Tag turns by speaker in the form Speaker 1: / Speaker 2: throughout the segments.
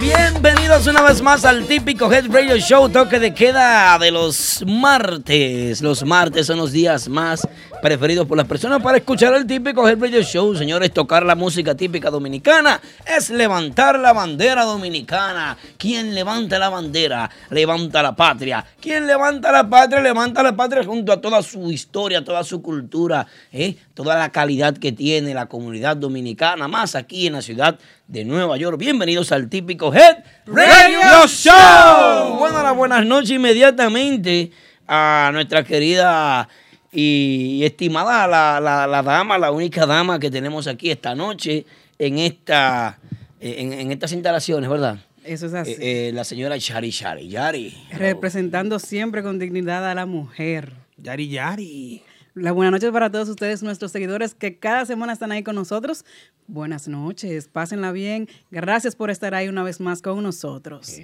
Speaker 1: Bienvenidos una vez más al típico Head Radio Show, toque de queda de los martes. Los martes son los días más preferidos por las personas para escuchar el típico Head Radio Show. Señores, tocar la música típica dominicana es levantar la bandera dominicana. Quien levanta la bandera, levanta la patria. Quien levanta la patria, levanta la patria junto a toda su historia, toda su cultura, ¿eh? toda la calidad que tiene la comunidad dominicana, más aquí en la ciudad de Nueva York. Bienvenidos al típico Head Radio Show. Bueno, las buenas noches inmediatamente a nuestra querida y estimada la, la- la dama, la única dama que tenemos aquí esta noche en, esta, en, en estas instalaciones, ¿verdad?
Speaker 2: Eso es así.
Speaker 1: Eh, eh, la señora Shari Shari Yari.
Speaker 2: Representando siempre con dignidad a la mujer.
Speaker 3: Yari Yari.
Speaker 2: La buena noche para todos ustedes, nuestros seguidores que cada semana están ahí con nosotros. Buenas noches, pásenla bien. Gracias por estar ahí una vez más con nosotros.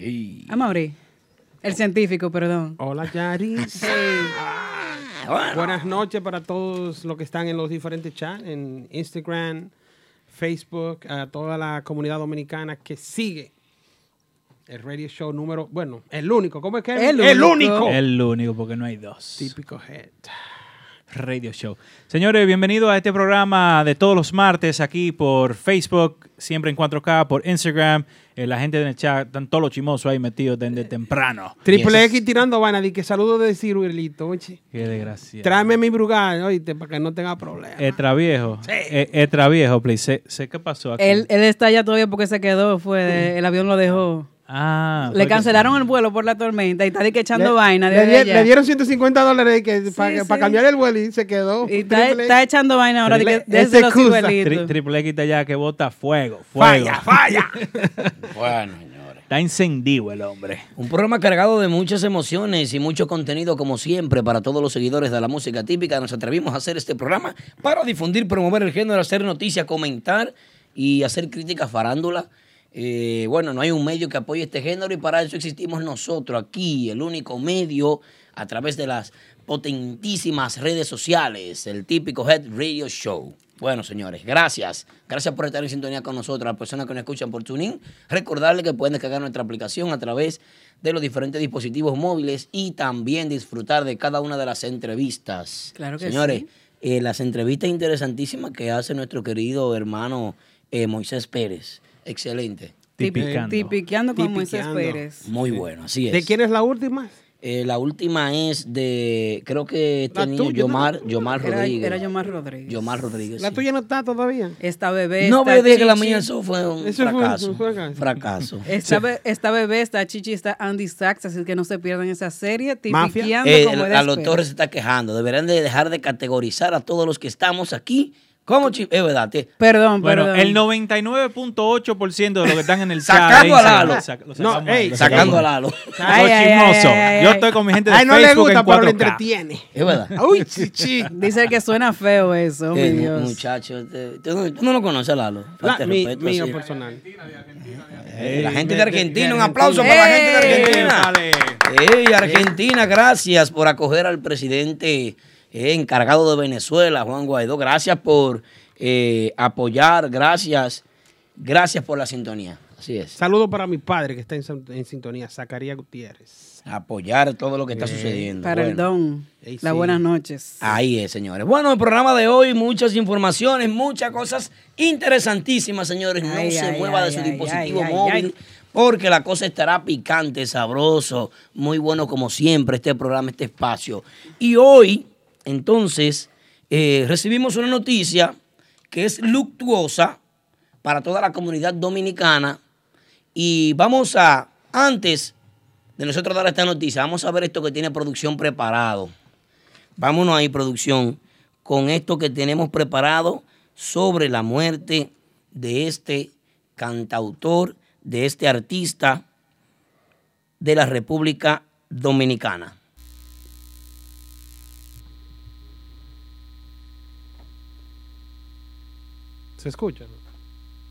Speaker 2: Amaury, el científico, perdón.
Speaker 3: Hola, Yaris. Buenas noches para todos los que están en los diferentes chats, en Instagram, Facebook, a toda la comunidad dominicana que sigue el radio show número, bueno, el único, ¿cómo es que es?
Speaker 4: El único, porque no hay dos.
Speaker 3: Típico head.
Speaker 4: Radio Show. Señores, bienvenidos a este programa de todos los martes aquí por Facebook, siempre en 4K, por Instagram. Eh, la gente en el chat, están todos los chimosos ahí metidos desde temprano.
Speaker 3: Triple X tirando vaina, di que saludo de ciruelito, oye.
Speaker 4: Qué desgracia.
Speaker 3: Tráeme mi brugal, oíste, para que no tenga problemas.
Speaker 4: Etra viejo. Eh, Etra viejo, please. Sé, sé qué pasó
Speaker 3: Eh,
Speaker 4: aquí.
Speaker 2: Él, él está allá todavía porque se quedó, fue de- el avión lo dejó.
Speaker 4: Ah,
Speaker 2: Le
Speaker 4: porque-
Speaker 2: cancelaron el vuelo por la tormenta y está de que echando
Speaker 3: Le-
Speaker 2: vaina.
Speaker 3: Le,
Speaker 2: desde
Speaker 3: di-
Speaker 2: allá.
Speaker 3: le dieron 150 dólares para
Speaker 2: sí.
Speaker 3: cambiar el vuelo y se quedó.
Speaker 2: Y está, está echando vaina ahora de que-
Speaker 3: Triple-
Speaker 2: desde los
Speaker 3: excusa.
Speaker 2: ciruelitos.
Speaker 4: este Tri- triple X está allá que bota fuego. fuego.
Speaker 3: Falla, falla.
Speaker 1: Bueno,
Speaker 4: Está encendido el hombre.
Speaker 1: Un programa cargado de muchas emociones y mucho contenido, como siempre, para todos los seguidores de la música típica. Nos atrevimos a hacer este programa para difundir, promover el género, hacer noticias, comentar y hacer críticas farándulas. Eh, bueno, no hay un medio que apoye este género y para eso existimos nosotros aquí, el único medio a través de las potentísimas redes sociales, el típico Head Radio Show. Bueno, señores, gracias. Gracias por estar en sintonía con nosotros, a las personas que nos escuchan por TuneIn. Recordarles que pueden descargar nuestra aplicación a través de los diferentes dispositivos móviles y también disfrutar de cada una de las entrevistas.
Speaker 2: Claro que
Speaker 1: Señores,
Speaker 2: sí.
Speaker 1: eh, las entrevistas interesantísimas que hace nuestro querido hermano eh, Moisés Pérez. Excelente.
Speaker 2: Tipiqueando. Tipiqueando con Moisés Pérez.
Speaker 1: Muy bueno, así es.
Speaker 3: ¿De quién es la última?
Speaker 1: Eh, la última es de, creo que este
Speaker 3: La
Speaker 1: niño,
Speaker 3: tuya, ¿no?
Speaker 1: Yomar, Yomar
Speaker 2: Era,
Speaker 1: Rodríguez.
Speaker 2: era Yomar Rodríguez.
Speaker 1: Yomar Rodríguez.
Speaker 3: La
Speaker 1: sí.
Speaker 3: tuya no está todavía.
Speaker 2: Esta bebé.
Speaker 1: No,
Speaker 2: está
Speaker 1: pero yo dije que la
Speaker 2: Chichi.
Speaker 1: mía eso fue un
Speaker 3: Eso fue-
Speaker 1: fracaso.
Speaker 3: fue acá.
Speaker 1: fracaso.
Speaker 2: Esta, be- esta bebé, está Chichi, está Andy Sachs, así que no se pierdan esa serie.
Speaker 1: Mafia.
Speaker 2: Tipiqueando
Speaker 1: Eh,
Speaker 2: como
Speaker 1: el-
Speaker 2: es de
Speaker 1: a los
Speaker 2: esperar.
Speaker 1: Torres se está quejando. Deberían de dejar de categorizar a todos los que estamos aquí como chi- Es verdad. te-
Speaker 2: Perdón,
Speaker 4: Bueno,
Speaker 2: perdón.
Speaker 4: el 99.8% de los que están en el chat.
Speaker 1: Sacando
Speaker 4: de
Speaker 1: a Lalo.
Speaker 4: Instagram, sac- lo
Speaker 3: No,
Speaker 4: sacamos,
Speaker 3: ey,
Speaker 4: lo
Speaker 1: sacando
Speaker 4: sacamos.
Speaker 1: a Lalo.
Speaker 4: Ay,
Speaker 2: Ay, ay,
Speaker 4: chismoso.
Speaker 2: ay, ay,
Speaker 4: Yo
Speaker 2: ay.
Speaker 4: estoy con mi gente de
Speaker 3: Ay, no le
Speaker 4: Facebook
Speaker 3: gusta,
Speaker 4: en
Speaker 3: pero le
Speaker 4: 4K.
Speaker 3: entretiene.
Speaker 1: Es verdad.
Speaker 3: Uy, chichi.
Speaker 2: Dice que suena feo eso, oh, mi
Speaker 1: Eh, mu-
Speaker 2: Dios.
Speaker 1: muchacho, te- tú, no, tú no lo conoces, Lalo.
Speaker 3: La,
Speaker 1: Falta de
Speaker 3: mi-
Speaker 1: respeto,
Speaker 3: mío
Speaker 1: sí.
Speaker 3: personal.
Speaker 1: Eh, la gente de Argentina, un
Speaker 3: Argentina.
Speaker 1: aplauso para la gente de Argentina.
Speaker 4: Vale.
Speaker 1: Ey, Argentina, gracias por acoger al presidente eh, encargado de Venezuela, Juan Guaidó. Gracias por eh, apoyar, gracias, gracias por la sintonía. Así es.
Speaker 3: Saludo para mi padre que está en, sin- en sintonía, Zacarías Gutiérrez.
Speaker 1: Apoyar todo lo que está sucediendo.
Speaker 2: Para el
Speaker 1: Bueno.
Speaker 2: don.
Speaker 3: Ey,
Speaker 2: Las
Speaker 3: sí.
Speaker 2: buenas noches.
Speaker 1: Ahí es, señores. Bueno, el programa de hoy, muchas informaciones, muchas cosas interesantísimas, señores. No
Speaker 2: Ay,
Speaker 1: se
Speaker 2: ay,
Speaker 1: mueva
Speaker 2: ay,
Speaker 1: de su
Speaker 2: ay,
Speaker 1: dispositivo
Speaker 2: ay, ay,
Speaker 1: móvil.
Speaker 2: ay.
Speaker 1: Porque la cosa estará picante, sabroso, muy bueno como siempre este programa, este espacio. Y hoy, entonces, eh, recibimos una noticia que es luctuosa para toda la comunidad dominicana. Y vamos a, antes de nosotros dar esta noticia. Vamos a ver esto que tiene producción preparado. Vámonos ahí, producción, con esto que tenemos preparado sobre la muerte de este cantautor, de este artista de la República Dominicana.
Speaker 3: ¿Se escucha?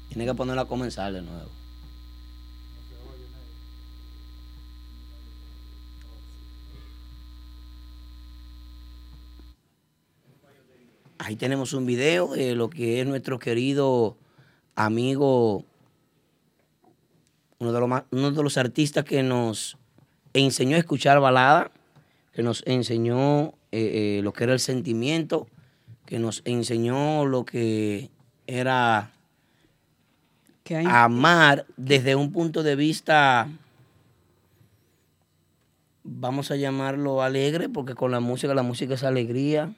Speaker 1: Tiene que ponerla a comenzar de nuevo. Ahí tenemos un video de lo que es nuestro querido amigo, uno de, los, ma- uno de los artistas que nos enseñó a escuchar balada, que nos enseñó eh, eh, lo que era el sentimiento, que nos enseñó lo que era
Speaker 2: Que hay-
Speaker 1: amar desde un punto de vista, vamos a llamarlo alegre, porque con la música, la música es alegría.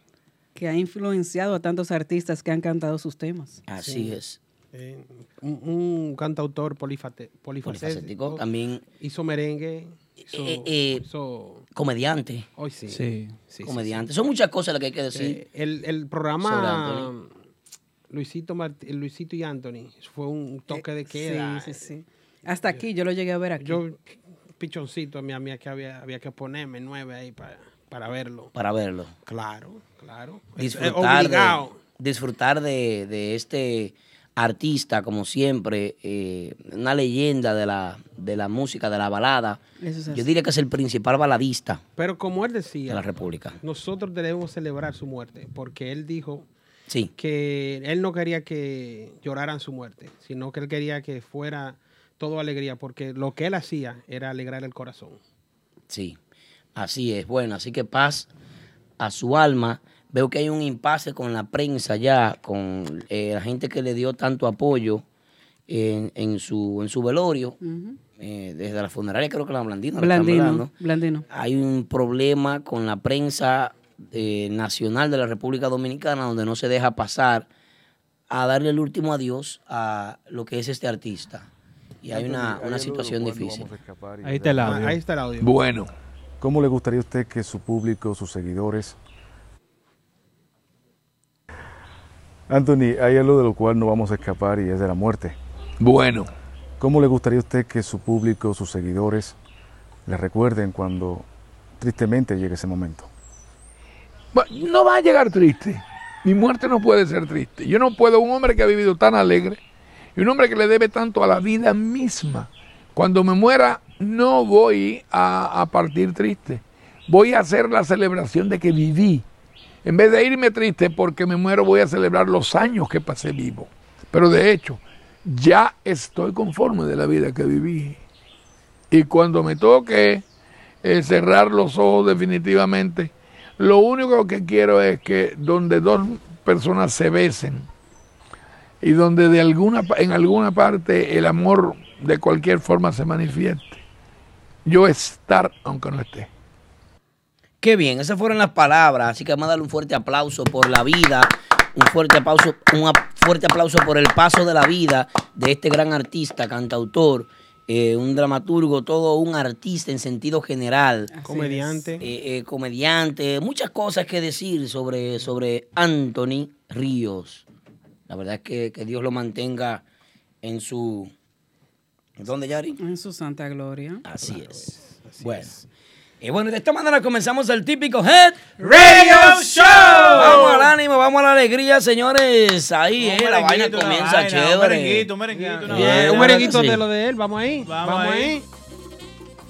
Speaker 2: que ha influenciado a tantos artistas que han cantado sus temas.
Speaker 1: Así es.
Speaker 3: Eh, un, un cantautor polifate- polifacético.
Speaker 1: Polifacético, también.
Speaker 3: oh, Hizo merengue. Hizo,
Speaker 1: Eh, eh,
Speaker 3: hizo-
Speaker 1: Comediante.
Speaker 3: Hoy sí.
Speaker 4: Sí.
Speaker 3: Sí, sí,
Speaker 1: comediante.
Speaker 3: sí.
Speaker 1: Son muchas cosas las que hay que decir.
Speaker 3: Eh, el, el
Speaker 1: Sobre
Speaker 3: programa
Speaker 1: Anthony.
Speaker 3: Luisito, Mart- Luisito y Anthony fue un toque de queda.
Speaker 2: Eh,
Speaker 3: eh.
Speaker 2: Sí, sí, sí. Hasta aquí, yo lo llegué a ver aquí.
Speaker 3: Yo, pichoncito, a mí, a mí que había, había que ponerme nueve ahí para, para verlo.
Speaker 1: para verlo.
Speaker 3: Claro, claro. Es- es
Speaker 1: Disfrutar, de,
Speaker 3: obligado.
Speaker 1: disfrutar de, de este artista, como siempre, eh, una leyenda de la, de la música, de la balada.
Speaker 2: Eso es así.
Speaker 1: Yo diría que es el principal baladista
Speaker 3: Pero como él
Speaker 1: de la
Speaker 3: decía,
Speaker 1: República.
Speaker 3: nosotros debemos celebrar su muerte, porque él dijo
Speaker 1: Sí,
Speaker 3: que él no quería que lloraran su muerte, sino que él quería que fuera todo alegría, porque lo que él hacía era alegrar el corazón.
Speaker 1: sí. Así es. Bueno, así que paz a su alma. Veo que hay un impasse con la prensa ya, con eh, la gente que le dio tanto apoyo en, en su, en su velorio.
Speaker 2: Ujú.
Speaker 1: eh, desde la funeraria, creo que la Blandina. la están
Speaker 2: Blandino,
Speaker 1: velando.
Speaker 2: Blandino.
Speaker 1: hay un problema con la prensa eh, nacional de la República Dominicana donde no se deja pasar a darle el último adiós a lo que es este artista. Y hay una, una situación difícil.
Speaker 4: Ahí está el
Speaker 3: Ah,
Speaker 4: audio.
Speaker 3: Ahí está el audio.
Speaker 5: Bueno. ¿Cómo le gustaría a usted que su público, sus seguidores... Anthony, hay algo de lo cual no vamos a escapar y es de la muerte. Bueno. ¿Cómo le gustaría a usted que su público, sus seguidores, le recuerden cuando tristemente llegue ese momento?
Speaker 6: Va- No va a llegar triste. Mi muerte no puede ser triste. Yo no puedo, un hombre que ha vivido tan alegre y un hombre que le debe tanto a la vida misma, cuando me muera no voy a, a partir triste. Voy a hacer la celebración de que viví. En vez de irme triste porque me muero, voy a celebrar los años que pasé vivo. Pero de hecho, ya estoy conforme de la vida que viví. Y cuando me toque eh, cerrar los ojos definitivamente, lo único que quiero es que donde dos personas se besen y donde de alguna, pa- en alguna parte el amor de cualquier forma se manifieste, yo estar aunque no esté.
Speaker 1: Qué bien, esas fueron las palabras. Así que vamos a darle un fuerte aplauso por la vida, un fuerte aplauso, un ap- fuerte aplauso por el paso de la vida de este gran artista, cantautor, eh, un dramaturgo, todo un artista en sentido general.
Speaker 2: Así
Speaker 3: Comediante.
Speaker 1: eh, eh, comediante, muchas cosas que decir sobre, sobre Anthony Ríos. La verdad es que, que Dios lo mantenga en su... ¿Dónde, Yari?
Speaker 2: En su santa gloria.
Speaker 1: Así es. bueno. Y bueno, de esta manera comenzamos el típico Head
Speaker 3: Radio Show.
Speaker 1: Vamos al ánimo, vamos a la alegría, señores. Ahí, eh, la vaina
Speaker 4: merenguito, una
Speaker 1: comienza
Speaker 4: vaina,
Speaker 1: chévere.
Speaker 4: Un merenguito, un merenguito, una
Speaker 1: Bien,
Speaker 3: Eh,
Speaker 4: vaina.
Speaker 3: un
Speaker 1: ahora
Speaker 3: merenguito
Speaker 1: sí.
Speaker 3: de lo de él, vamos ahí.
Speaker 4: Vamos
Speaker 3: Vamos,
Speaker 4: ahí.
Speaker 3: ahí.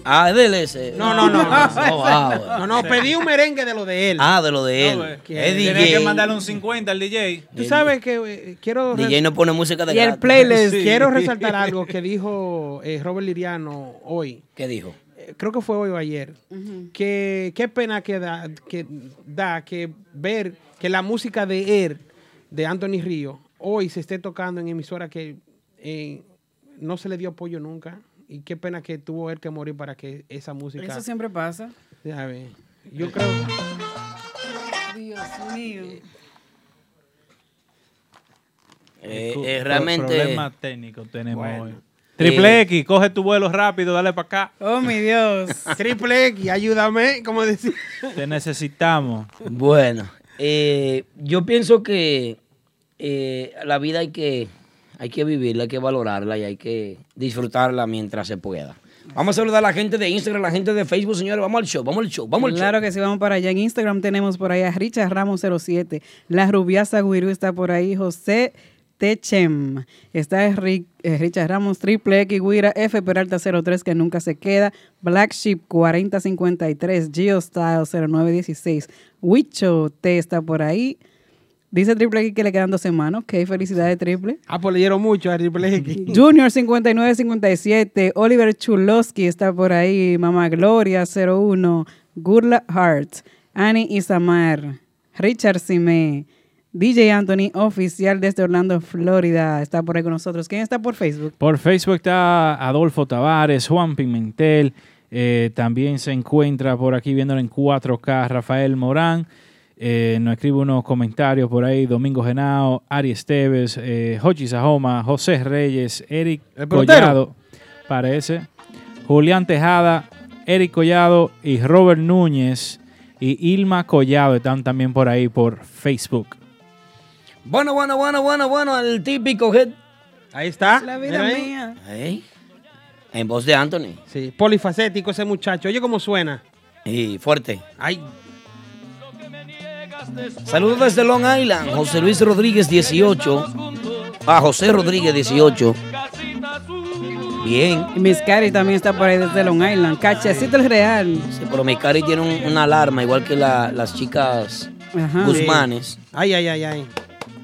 Speaker 1: Ah, DLC.
Speaker 3: No, no, no, no.
Speaker 1: ah, bueno.
Speaker 3: No, no, pedí un merengue de lo de él.
Speaker 1: Ah, de lo de él.
Speaker 4: No, eh,
Speaker 1: Es
Speaker 4: Tiene
Speaker 1: DJ.
Speaker 4: que mandarle un 50 al DJ.
Speaker 3: Tú sabes que eh, quiero re-
Speaker 1: DJ no pone música de
Speaker 2: Y el
Speaker 1: gratis.
Speaker 2: playlist.
Speaker 4: Sí.
Speaker 3: quiero resaltar algo que dijo eh, Robert Liriano hoy.
Speaker 1: ¿Qué dijo?
Speaker 3: Eh, Creo que fue hoy o ayer. Que qué pena que da, que da que ver que la música de él, de Anthony Río, hoy se esté tocando en emisora que eh, no se le dio apoyo nunca. Y qué pena que tuvo él que morir para que esa música.
Speaker 2: Eso siempre pasa.
Speaker 3: Déjame ver. Yo creo.
Speaker 2: Dios mío.
Speaker 1: Eh,
Speaker 4: Disculpe,
Speaker 1: eh,
Speaker 4: pro-
Speaker 1: realmente.
Speaker 4: Eh, Problema técnico tenemos
Speaker 3: Bueno.
Speaker 4: hoy. Triple
Speaker 1: Eh,
Speaker 4: X, coge tu vuelo rápido, dale para acá.
Speaker 2: Oh, mi Dios.
Speaker 3: Triple X, ayúdame, como decía.
Speaker 4: Te necesitamos.
Speaker 1: Bueno, eh, yo pienso que eh, la vida hay que, hay que vivirla, hay que valorarla y hay que disfrutarla mientras se pueda. Vamos a saludar a la gente de Instagram, a la gente de Facebook, señores. Vamos al show, vamos al show, vamos al show.
Speaker 2: Claro que sí, vamos para allá. En Instagram tenemos por allá a Richard Ramos 07. La Rubiasa Guirú está por ahí. José Techem. Está Enri- eh, Richard Ramos Triple X Guira F Peralta 03 que nunca se queda. Black Sheep 4053. Geo Style 0916. Wicho T está por ahí. Dice Triple X que le quedan dos semanas. Ok, felicidades Triple.
Speaker 3: Ah, pues leyeron mucho a Triple X.
Speaker 2: Junior 5957, Oliver Chulosky está por ahí, Mamá Gloria 01, Gurla Hart, Annie Isamar, Richard Simé, DJ Anthony, oficial desde Orlando, Florida, está por ahí con nosotros. ¿Quién está por Facebook?
Speaker 4: Por Facebook está Adolfo Tavares, Juan Pimentel. eh, también se encuentra por aquí viéndolo en 4K Rafael Morán. Eh, nos escribe unos comentarios por ahí. Domingo Genao, Ari Esteves, eh, Jochi Sajoma, José Reyes, Eric
Speaker 3: El pelotero.
Speaker 4: Collado, parece. Julián Tejada, Eric Collado y Robert Núñez y Ilma Collado están también por ahí por Facebook.
Speaker 1: Bueno, bueno, bueno, bueno, bueno, el típico head.
Speaker 3: Ahí está.
Speaker 2: La
Speaker 3: mira ahí.
Speaker 2: mía.
Speaker 1: Ahí. En voz de Anthony.
Speaker 3: Sí, polifacético ese muchacho. Oye cómo suena.
Speaker 1: Y fuerte.
Speaker 3: Ay,
Speaker 1: Saludos desde Long Island, José Luis Rodríguez 18. Ah, José Rodríguez 18. Bien.
Speaker 2: Y Miss Cari también está por ahí desde Long Island, Cachecito el Real.
Speaker 1: Sí, Pero mi cari tiene un- una alarma, igual que la- las chicas
Speaker 2: Ajá.
Speaker 1: Guzmanes.
Speaker 3: ay, ay, ay, ay.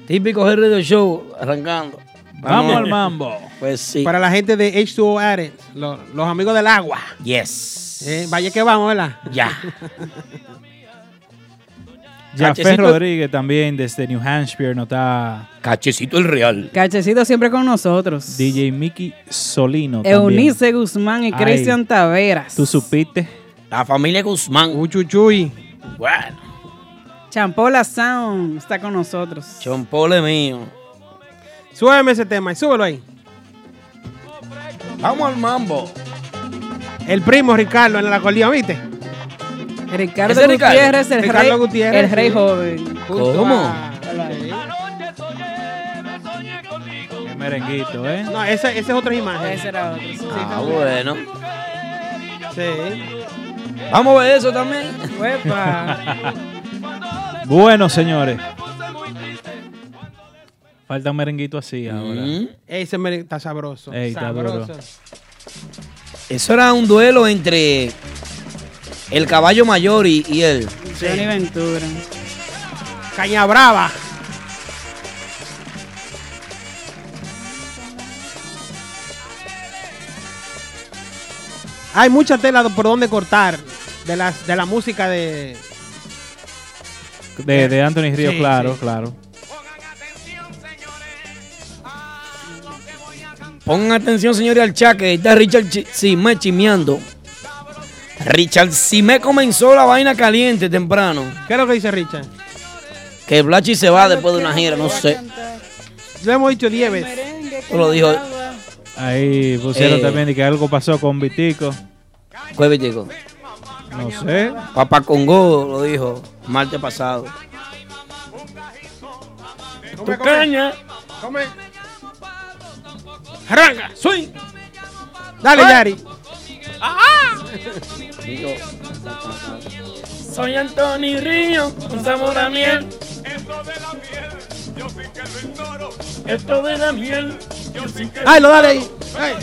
Speaker 1: Típico Jerry de Show, arrancando.
Speaker 4: Vamos al mambo.
Speaker 1: Pues sí.
Speaker 3: Para la gente de H2O Addicts, lo- los, amigos del agua.
Speaker 1: Yes.
Speaker 3: Eh, vaya que vamos, ¿verdad?
Speaker 1: Ya.
Speaker 4: Jafé
Speaker 1: Cachecito.
Speaker 4: Rodríguez también desde New Hampshire nos está
Speaker 1: Cachecito el Real.
Speaker 2: Cachecito siempre con nosotros.
Speaker 4: DJ Mickey Solino. también.
Speaker 2: Eunice Guzmán y
Speaker 4: Ay.
Speaker 2: Cristian Taveras.
Speaker 4: Tú supiste.
Speaker 1: La familia Guzmán.
Speaker 3: Uchuchuy.
Speaker 1: Bueno.
Speaker 2: Champola Sound está con nosotros.
Speaker 1: Chompole mío.
Speaker 3: Súbeme ese tema y súbelo ahí.
Speaker 1: Vamos al mambo.
Speaker 3: El primo Ricardo en la colía, ¿viste?
Speaker 2: Ricardo
Speaker 1: ¿Ese es Ricardo?
Speaker 2: Gutiérrez, el
Speaker 3: Ricardo
Speaker 2: rey,
Speaker 3: Gutiérrez,
Speaker 2: el rey
Speaker 3: sí.
Speaker 2: joven.
Speaker 3: Junto
Speaker 1: ¿Cómo?
Speaker 3: a- Sí.
Speaker 4: Qué merenguito, ¿eh?
Speaker 3: No, esa, esa es otra imagen.
Speaker 2: Ese era otro.
Speaker 1: Ah, bueno.
Speaker 3: Sí.
Speaker 1: Vamos a ver eso también.
Speaker 2: Uepa.
Speaker 4: Bueno, señores. Falta un merenguito así ahora.
Speaker 1: Mm.
Speaker 3: Ese mere- está sabroso.
Speaker 4: Ey, está
Speaker 3: sabroso.
Speaker 4: duro.
Speaker 1: Eso era un duelo entre el caballo mayor y, y él.
Speaker 2: Johnny Ventura.
Speaker 3: Caña brava. Hay mucha tela por donde cortar de las de la música de
Speaker 4: De, de Anthony Río,
Speaker 3: Sí,
Speaker 4: claro,
Speaker 3: sí.
Speaker 4: claro.
Speaker 1: Pongan atención, señores, al chat, que ahí está Richard Chi- Simé chimeando. Richard Simé comenzó la vaina caliente temprano.
Speaker 3: ¿Qué es lo que dice Richard?
Speaker 1: Que Blachi se va después de una gira, no sé.
Speaker 3: Lo hemos dicho 10 veces.
Speaker 1: Lo dijo.
Speaker 4: Ahí pusieron
Speaker 1: Eh.
Speaker 4: también de que algo pasó con Vitico.
Speaker 1: Jueves llegó.
Speaker 4: No sé.
Speaker 1: Papá Congo lo dijo martes pasado. Tu caña.
Speaker 3: Come. Arranca, swing. Dale, Yari.
Speaker 1: Digo, Soy Anthony Río, un sabor a miel. Esto de la miel,
Speaker 3: Ay, lo dale ahí. Ay.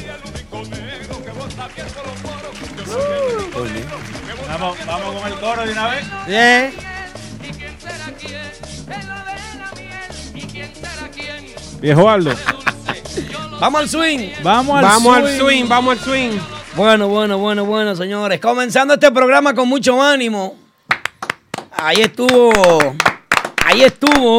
Speaker 4: Vamos, vamos con el coro de una vez.
Speaker 3: Bien.
Speaker 4: Viejo Aldo.
Speaker 1: Vamos al swing.
Speaker 4: Vamos al
Speaker 3: Vamos
Speaker 4: swing.
Speaker 3: al swing, vamos al swing.
Speaker 1: Bueno, bueno, bueno, bueno, señores. Comenzando este programa con mucho ánimo. Ahí estuvo. Ahí estuvo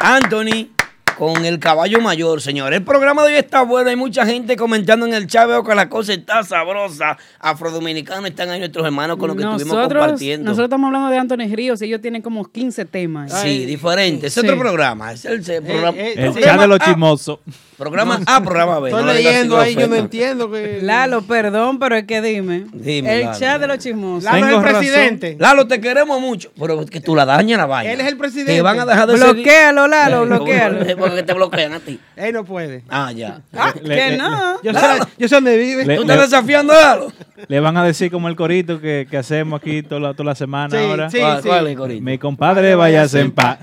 Speaker 1: Anthony con el caballo mayor, señor. El programa de hoy está bueno. Hay mucha gente comentando en el chat. Veo que la cosa está sabrosa. Afrodominicanos están ahí nuestros hermanos con lo que estuvimos compartiendo.
Speaker 2: Nosotros estamos hablando de Anthony Ríos y ellos tienen como 15 temas.
Speaker 1: Sí, diferente. Es
Speaker 2: Sí. Eh,
Speaker 1: otro programa. Es el, se- programa-
Speaker 4: El
Speaker 1: programa
Speaker 4: chat de los
Speaker 1: A,
Speaker 4: chismosos.
Speaker 1: Programa A, programa B. no le digas así, Fernando.
Speaker 2: entiendo que... Lalo, perdón, pero es que dime.
Speaker 1: Dime,
Speaker 2: el
Speaker 1: Lalo.
Speaker 2: chat de los chismosos.
Speaker 1: Lalo, te queremos mucho. Pero que tú la dañas la vaina.
Speaker 3: Él es el presidente.
Speaker 1: Te van a dejar de
Speaker 2: Bloquéalo, Lalo,
Speaker 1: Sí,
Speaker 3: bloquéalo.
Speaker 1: Porque te bloquean a ti.
Speaker 3: Él no puede.
Speaker 1: Ah, ya.
Speaker 4: Le- le-
Speaker 3: Yo sé, yo sé dónde vive.
Speaker 4: Le-
Speaker 3: Tú
Speaker 4: le-
Speaker 3: estás
Speaker 1: desafiando a Lalo.
Speaker 4: Le van a decir como el corito que, que hacemos aquí toda la, toda la semana
Speaker 3: Sí,
Speaker 4: ahora.
Speaker 3: sí, ¿Cuál- sí. cuál es el corito?
Speaker 4: Mi compadre vaya en paz.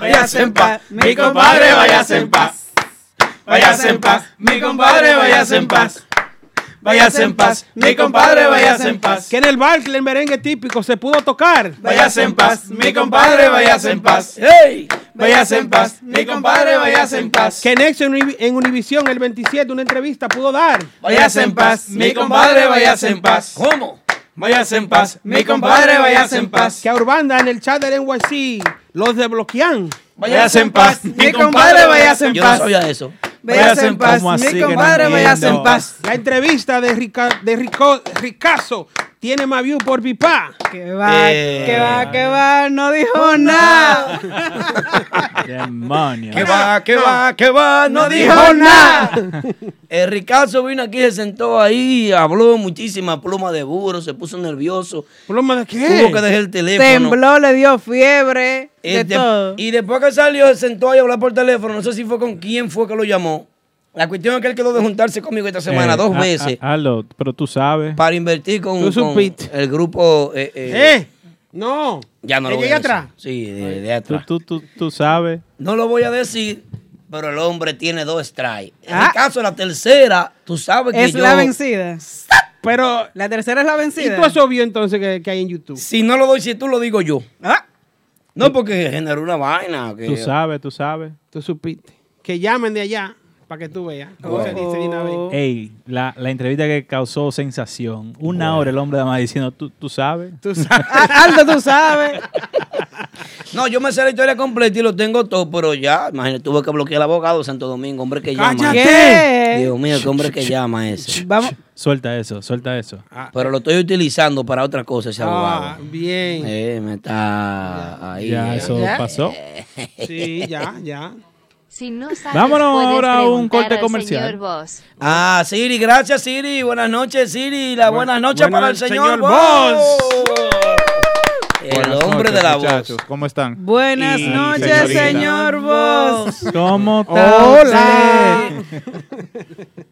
Speaker 3: Váyase en paz.
Speaker 4: Mi compadre, váyase en
Speaker 3: paz.
Speaker 4: Váyase en paz.
Speaker 3: Mi compadre, váyase en paz. Váyase en paz. Mi compadre, váyase en paz. Que en el barcle el merengue típico se pudo tocar.
Speaker 7: Váyase en paz, mi compadre, váyase en paz.
Speaker 1: ¡Ey!
Speaker 7: Váyase en paz, mi compadre, váyase en paz.
Speaker 3: Que Nexo en, Univ- en Univisión el 27 una entrevista pudo dar.
Speaker 7: Váyase en paz, mi compadre, váyase en paz.
Speaker 1: ¿Cómo?
Speaker 7: Váyase en paz, mi compadre, váyase en paz.
Speaker 3: Que a Urbanda en el chat del NYC los desbloquean.
Speaker 7: Váyase en paz, mi compadre, váyase en paz. Váyase en paz, mi compadre, váyase en paz.
Speaker 3: La entrevista de, Rica- de Rico- Ricazo tiene más view por Pipa.
Speaker 2: Que
Speaker 8: Eh,
Speaker 2: va,
Speaker 7: Eh.
Speaker 2: que va, que va, no
Speaker 8: Oh,
Speaker 2: dijo nada.
Speaker 4: Demonio.
Speaker 1: Que va, que va, que va, no dijo nada. El Ricazo vino aquí, se sentó ahí, habló muchísima pluma de burro, se puso nervioso.
Speaker 3: ¿Pluma de qué?
Speaker 1: Tuvo que dejar el teléfono.
Speaker 2: Tembló, le dio fiebre, de
Speaker 1: Eh, de-
Speaker 2: todo.
Speaker 1: Y después que salió, se sentó ahí a hablar por teléfono. No sé si fue con quién fue que lo llamó. La cuestión es que él quedó de juntarse conmigo esta semana
Speaker 4: Eh,
Speaker 1: dos
Speaker 4: a-
Speaker 1: veces
Speaker 4: a- Aldo, pero tú sabes.
Speaker 1: para invertir con,
Speaker 4: Tú
Speaker 1: con
Speaker 4: supiste.
Speaker 1: el grupo. eh, eh,
Speaker 3: ¡Eh! No.
Speaker 1: Ya no lo
Speaker 3: Ella
Speaker 1: voy
Speaker 3: ya
Speaker 1: a decir.
Speaker 3: atrás.
Speaker 1: Sí, de, de atrás.
Speaker 4: Tú, tú, tú sabes.
Speaker 1: No lo voy a decir, pero el hombre tiene dos strikes. En el caso de la tercera, tú sabes que
Speaker 2: Ah. Es
Speaker 1: yo...
Speaker 2: la vencida.
Speaker 3: Pero
Speaker 2: la tercera es la
Speaker 3: ¿Y
Speaker 2: vencida.
Speaker 3: tú eso vio entonces que, que hay en YouTube?
Speaker 1: Si no lo doy, si tú lo digo yo.
Speaker 7: Ah.
Speaker 1: No, porque generó una vaina. que-
Speaker 4: Tú sabes, tú sabes.
Speaker 3: Tú supiste. Que llamen de allá para que tú veas.
Speaker 4: Wow.
Speaker 3: Se dice de una vez.
Speaker 4: Ey, la, la entrevista que causó sensación. Una hora el hombre además diciendo, tú, tú sabes.
Speaker 3: Tú sabes.
Speaker 2: Ah, Aldo, tú sabes.
Speaker 1: No, yo me sé la historia completa y lo tengo todo, pero ya, Ah, imagínate, tuve que bloquear al abogado de Santo Domingo, hombre que llama.
Speaker 4: ¡Cállate!
Speaker 1: Dios mío, qué hombre que llama ese.
Speaker 2: Vamos.
Speaker 4: Suelta eso, suelta eso.
Speaker 3: Ah,
Speaker 1: Pero lo estoy utilizando para otra cosa ese abogado.
Speaker 3: bien.
Speaker 1: Eh, me está ahí.
Speaker 4: Ya, eso
Speaker 1: Eh.
Speaker 4: pasó.
Speaker 3: Sí, ya, ya.
Speaker 9: Si no sabes,
Speaker 4: Vámonos
Speaker 9: puedes
Speaker 4: ahora a un
Speaker 9: preguntar
Speaker 4: corte
Speaker 9: al
Speaker 4: comercial.
Speaker 9: señor Boss.
Speaker 1: Ah, Siri, gracias Siri. Buenas noches, Siri. La buenas noches
Speaker 8: buenas
Speaker 1: para el
Speaker 8: noches,
Speaker 1: señor,
Speaker 8: señor
Speaker 1: Boss. El
Speaker 8: Buenas
Speaker 1: hombre
Speaker 8: noches,
Speaker 1: de la voz.
Speaker 8: muchachos. ¿Cómo están?
Speaker 2: Buenas
Speaker 8: Y
Speaker 2: noches,
Speaker 8: señorita.
Speaker 2: señor Vos.
Speaker 4: ¿Cómo
Speaker 2: Hola.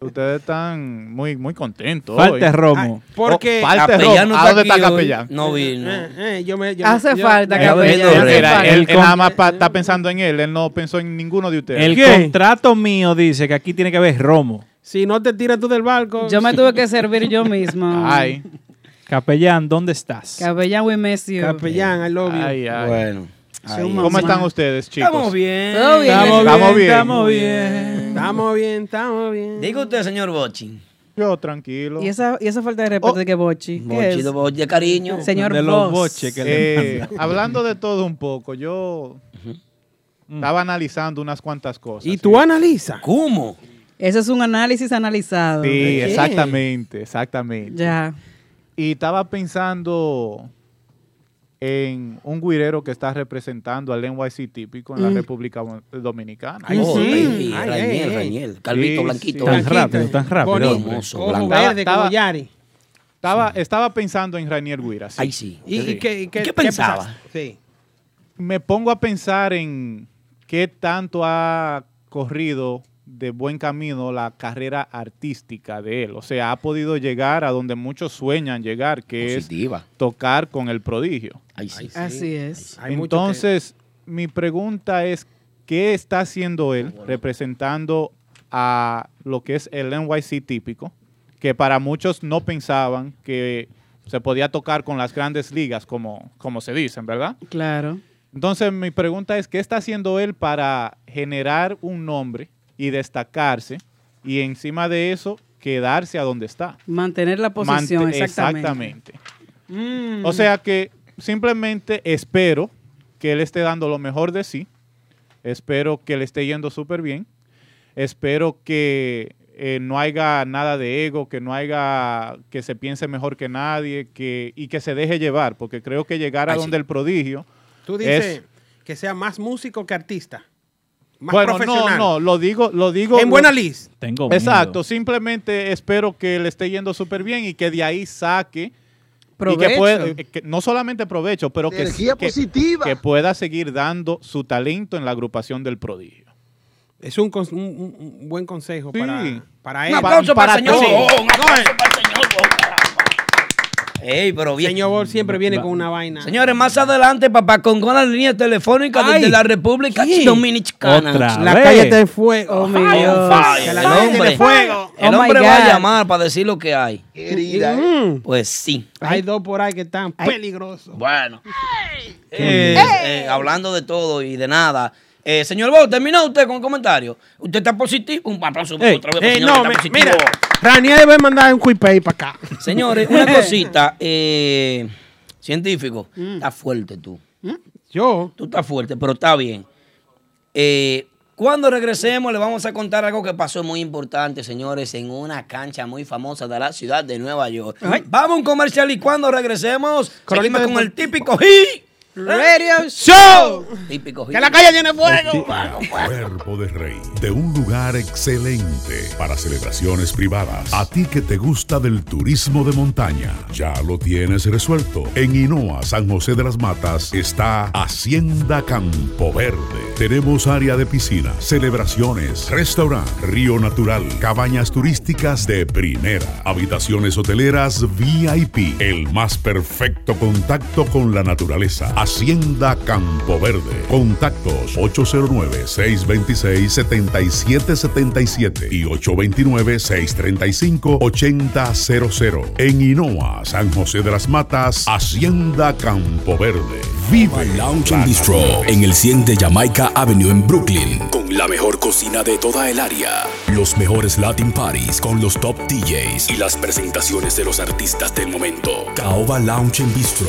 Speaker 8: Ustedes están muy, muy contentos.
Speaker 4: Falta
Speaker 8: hoy.
Speaker 4: es Romo.
Speaker 3: Ah, Porque-
Speaker 8: Oh, falta es
Speaker 3: Capellán
Speaker 8: Romo.
Speaker 3: no
Speaker 8: ¿A
Speaker 3: está
Speaker 8: dónde está
Speaker 3: aquí hoy.
Speaker 8: Capellán?
Speaker 1: No vino.
Speaker 3: Eh, eh, yo me, yo-
Speaker 2: Hace
Speaker 3: yo-
Speaker 2: falta,
Speaker 8: Él,
Speaker 2: cabrón.
Speaker 8: él- mira, él-
Speaker 4: El
Speaker 8: él nada más
Speaker 3: Eh,
Speaker 8: pa- está pensando en él. Él no pensó en ninguno de ustedes.
Speaker 4: El contrato mío dice que aquí tiene que haber Romo.
Speaker 3: Si no te tiras tú del barco.
Speaker 2: Yo me tuve que servir yo misma.
Speaker 4: Ay. Capellán, ¿dónde estás?
Speaker 2: Capellán, we miss you.
Speaker 3: Capellán, I love you.
Speaker 8: Ay, ay.
Speaker 1: Bueno.
Speaker 8: ¿Cómo están ustedes, chicos?
Speaker 1: Estamos bien.
Speaker 2: Todo bien.
Speaker 4: Estamos bien,
Speaker 8: Estamos bien.
Speaker 4: estamos bien.
Speaker 3: Estamos bien, estamos bien.
Speaker 1: Diga usted, señor Bochi.
Speaker 8: Yo tranquilo.
Speaker 2: Y esa, y esa
Speaker 3: Oh.
Speaker 2: falta de respeto de que Bochi. ¿Qué es?
Speaker 1: Bochi, Bochi, de cariño.
Speaker 2: Señor
Speaker 4: De los
Speaker 2: Vos.
Speaker 4: boches que le
Speaker 8: Eh, hablando de todo un poco, yo estaba analizando unas cuantas cosas.
Speaker 3: Y tú analizas.
Speaker 1: ¿Cómo?
Speaker 2: Ese es un análisis analizado.
Speaker 8: Sí,
Speaker 3: Ok.
Speaker 8: exactamente, exactamente.
Speaker 2: Ah, Ya.
Speaker 8: Y estaba pensando en un guirero que está representando al NYC típico en la
Speaker 2: Mm.
Speaker 8: República Dominicana.
Speaker 1: Ay,
Speaker 3: sí.
Speaker 1: sí.
Speaker 3: Ay,
Speaker 1: Rañel,
Speaker 3: ay, ay.
Speaker 1: Rañel. Calvito,
Speaker 8: Sí,
Speaker 1: blanquito.
Speaker 8: sí.
Speaker 4: Tan rápido, tan rápido.
Speaker 3: Bonito.
Speaker 4: hombre.
Speaker 1: Hermoso,
Speaker 3: Ojo
Speaker 1: blanco.
Speaker 3: verde como
Speaker 8: Estaba-
Speaker 3: Yari.
Speaker 8: Estaba, estaba pensando en Rainier Guira. sí.
Speaker 1: Ay, sí.
Speaker 3: ¿Y, y
Speaker 8: Sí.
Speaker 3: qué, y qué-
Speaker 1: ¿Qué
Speaker 3: qué
Speaker 1: pensaba?
Speaker 3: pensaste? Sí.
Speaker 8: Me pongo a pensar en qué tanto ha corrido de buen camino la carrera artística de él. O sea, ha podido llegar a donde muchos sueñan llegar, que
Speaker 1: Positiva.
Speaker 8: es tocar con el prodigio.
Speaker 1: Ay, sí.
Speaker 2: Así es.
Speaker 3: Hay mucho
Speaker 8: Entonces, mi pregunta es, ¿qué está haciendo él representando a lo que es el NYC típico? Que para muchos no pensaban que se podía tocar con las grandes ligas, como, como se dicen, ¿verdad?
Speaker 2: Claro.
Speaker 8: Entonces, mi pregunta es, ¿qué está haciendo él para generar un nombre y destacarse? Y encima de eso, quedarse a donde está.
Speaker 2: Mantener la posición,
Speaker 8: Mante- exactamente.
Speaker 2: exactamente.
Speaker 3: que- Mm.
Speaker 8: O sea que simplemente espero que él esté dando lo mejor de sí. Espero que le esté yendo súper bien. Espero que eh, no haya nada de ego, que no haya que se piense mejor que nadie que, y que se deje llevar, porque creo que llegar a
Speaker 3: Ay, sí.
Speaker 8: donde el prodigio
Speaker 3: Tú
Speaker 8: es-
Speaker 3: dices que sea más músico que artista. Más
Speaker 8: bueno, no,
Speaker 3: profesional.
Speaker 8: no, lo digo, lo digo.
Speaker 3: En
Speaker 8: lo-
Speaker 3: buena list.
Speaker 4: Tengo
Speaker 8: Exacto, simplemente espero que le esté yendo súper bien y que de ahí saque. Y que,
Speaker 7: Provecho.
Speaker 8: pueda- eh, que no solamente provecho, pero que,
Speaker 7: Energía
Speaker 8: que-
Speaker 7: positiva.
Speaker 8: que pueda seguir dando su talento en la agrupación del prodigio.
Speaker 3: Es un, cons- un- un- un buen consejo
Speaker 8: Sí.
Speaker 3: para, para
Speaker 8: Un
Speaker 3: él.
Speaker 8: aplauso para el señor
Speaker 3: todos.
Speaker 8: Bojón, un
Speaker 3: oh.
Speaker 1: Ey, pero bien.
Speaker 3: Señor Bor siempre viene con una vaina.
Speaker 1: Señores, más adelante, papá, con con las líneas telefónicas
Speaker 3: Ay,
Speaker 1: desde la República Dominicana.
Speaker 3: Otra La vez. calle del fuego.
Speaker 1: On
Speaker 3: mi Dios.
Speaker 1: fire.
Speaker 3: Que
Speaker 1: El
Speaker 3: la calle del
Speaker 1: hombre,
Speaker 3: fuego.
Speaker 1: el
Speaker 3: Oh my
Speaker 1: hombre va a
Speaker 3: God.
Speaker 1: llamar para decir lo que hay.
Speaker 3: Querida, ¿eh?
Speaker 1: Pues sí.
Speaker 3: Hay dos por ahí que están peligrosos.
Speaker 1: Bueno. Eh, eh, hablando de todo y de nada. Eh, señor Bo, termina usted con un comentario. Usted está positivo. Un aplauso
Speaker 3: Ey,
Speaker 1: otra vez.
Speaker 3: ey,
Speaker 1: señor,
Speaker 3: no,
Speaker 1: que está
Speaker 3: mi-
Speaker 1: positivo.
Speaker 3: mira, Ranier debe mandar un cuipay para acá.
Speaker 1: Señores, una cosita. eh, científico, estás fuerte tú.
Speaker 3: Yo.
Speaker 1: Tú estás fuerte, pero está bien. Eh, cuando regresemos, le vamos a contar algo que pasó muy importante, señores, en una cancha muy famosa de la ciudad de Nueva York. Vamos a un comercial y cuando regresemos,
Speaker 3: Corolita
Speaker 1: seguimos con
Speaker 3: de-
Speaker 1: el típico hit.
Speaker 3: Radio Show.
Speaker 1: Típico hit.
Speaker 3: Que la calle tiene fuego.
Speaker 9: Cuerpo de Rey, de un lugar excelente para celebraciones privadas. A ti que te gusta del turismo de montaña, ya lo tienes resuelto. En Hinoa, San José de las Matas, está Hacienda Campo Verde. Tenemos área de piscina, celebraciones, restaurante, río natural, cabañas turísticas de primera, habitaciones hoteleras VIP, el más perfecto contacto con la naturaleza. Hacienda Campo Verde. Contactos 809-626-7777 y 829-635-8000. En Inoa, San José de las Matas, Hacienda Campo Verde. Vive
Speaker 10: Lounge
Speaker 9: la
Speaker 10: and Bistro en el 100 de Jamaica Avenue en Brooklyn, con la mejor cocina de toda el área, los mejores Latin parties con los top DJs y las presentaciones de los artistas del momento. Caoba Lounge and Bistro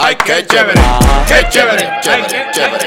Speaker 11: Ay, qué chévere. Qué chévere. Chévere, chévere,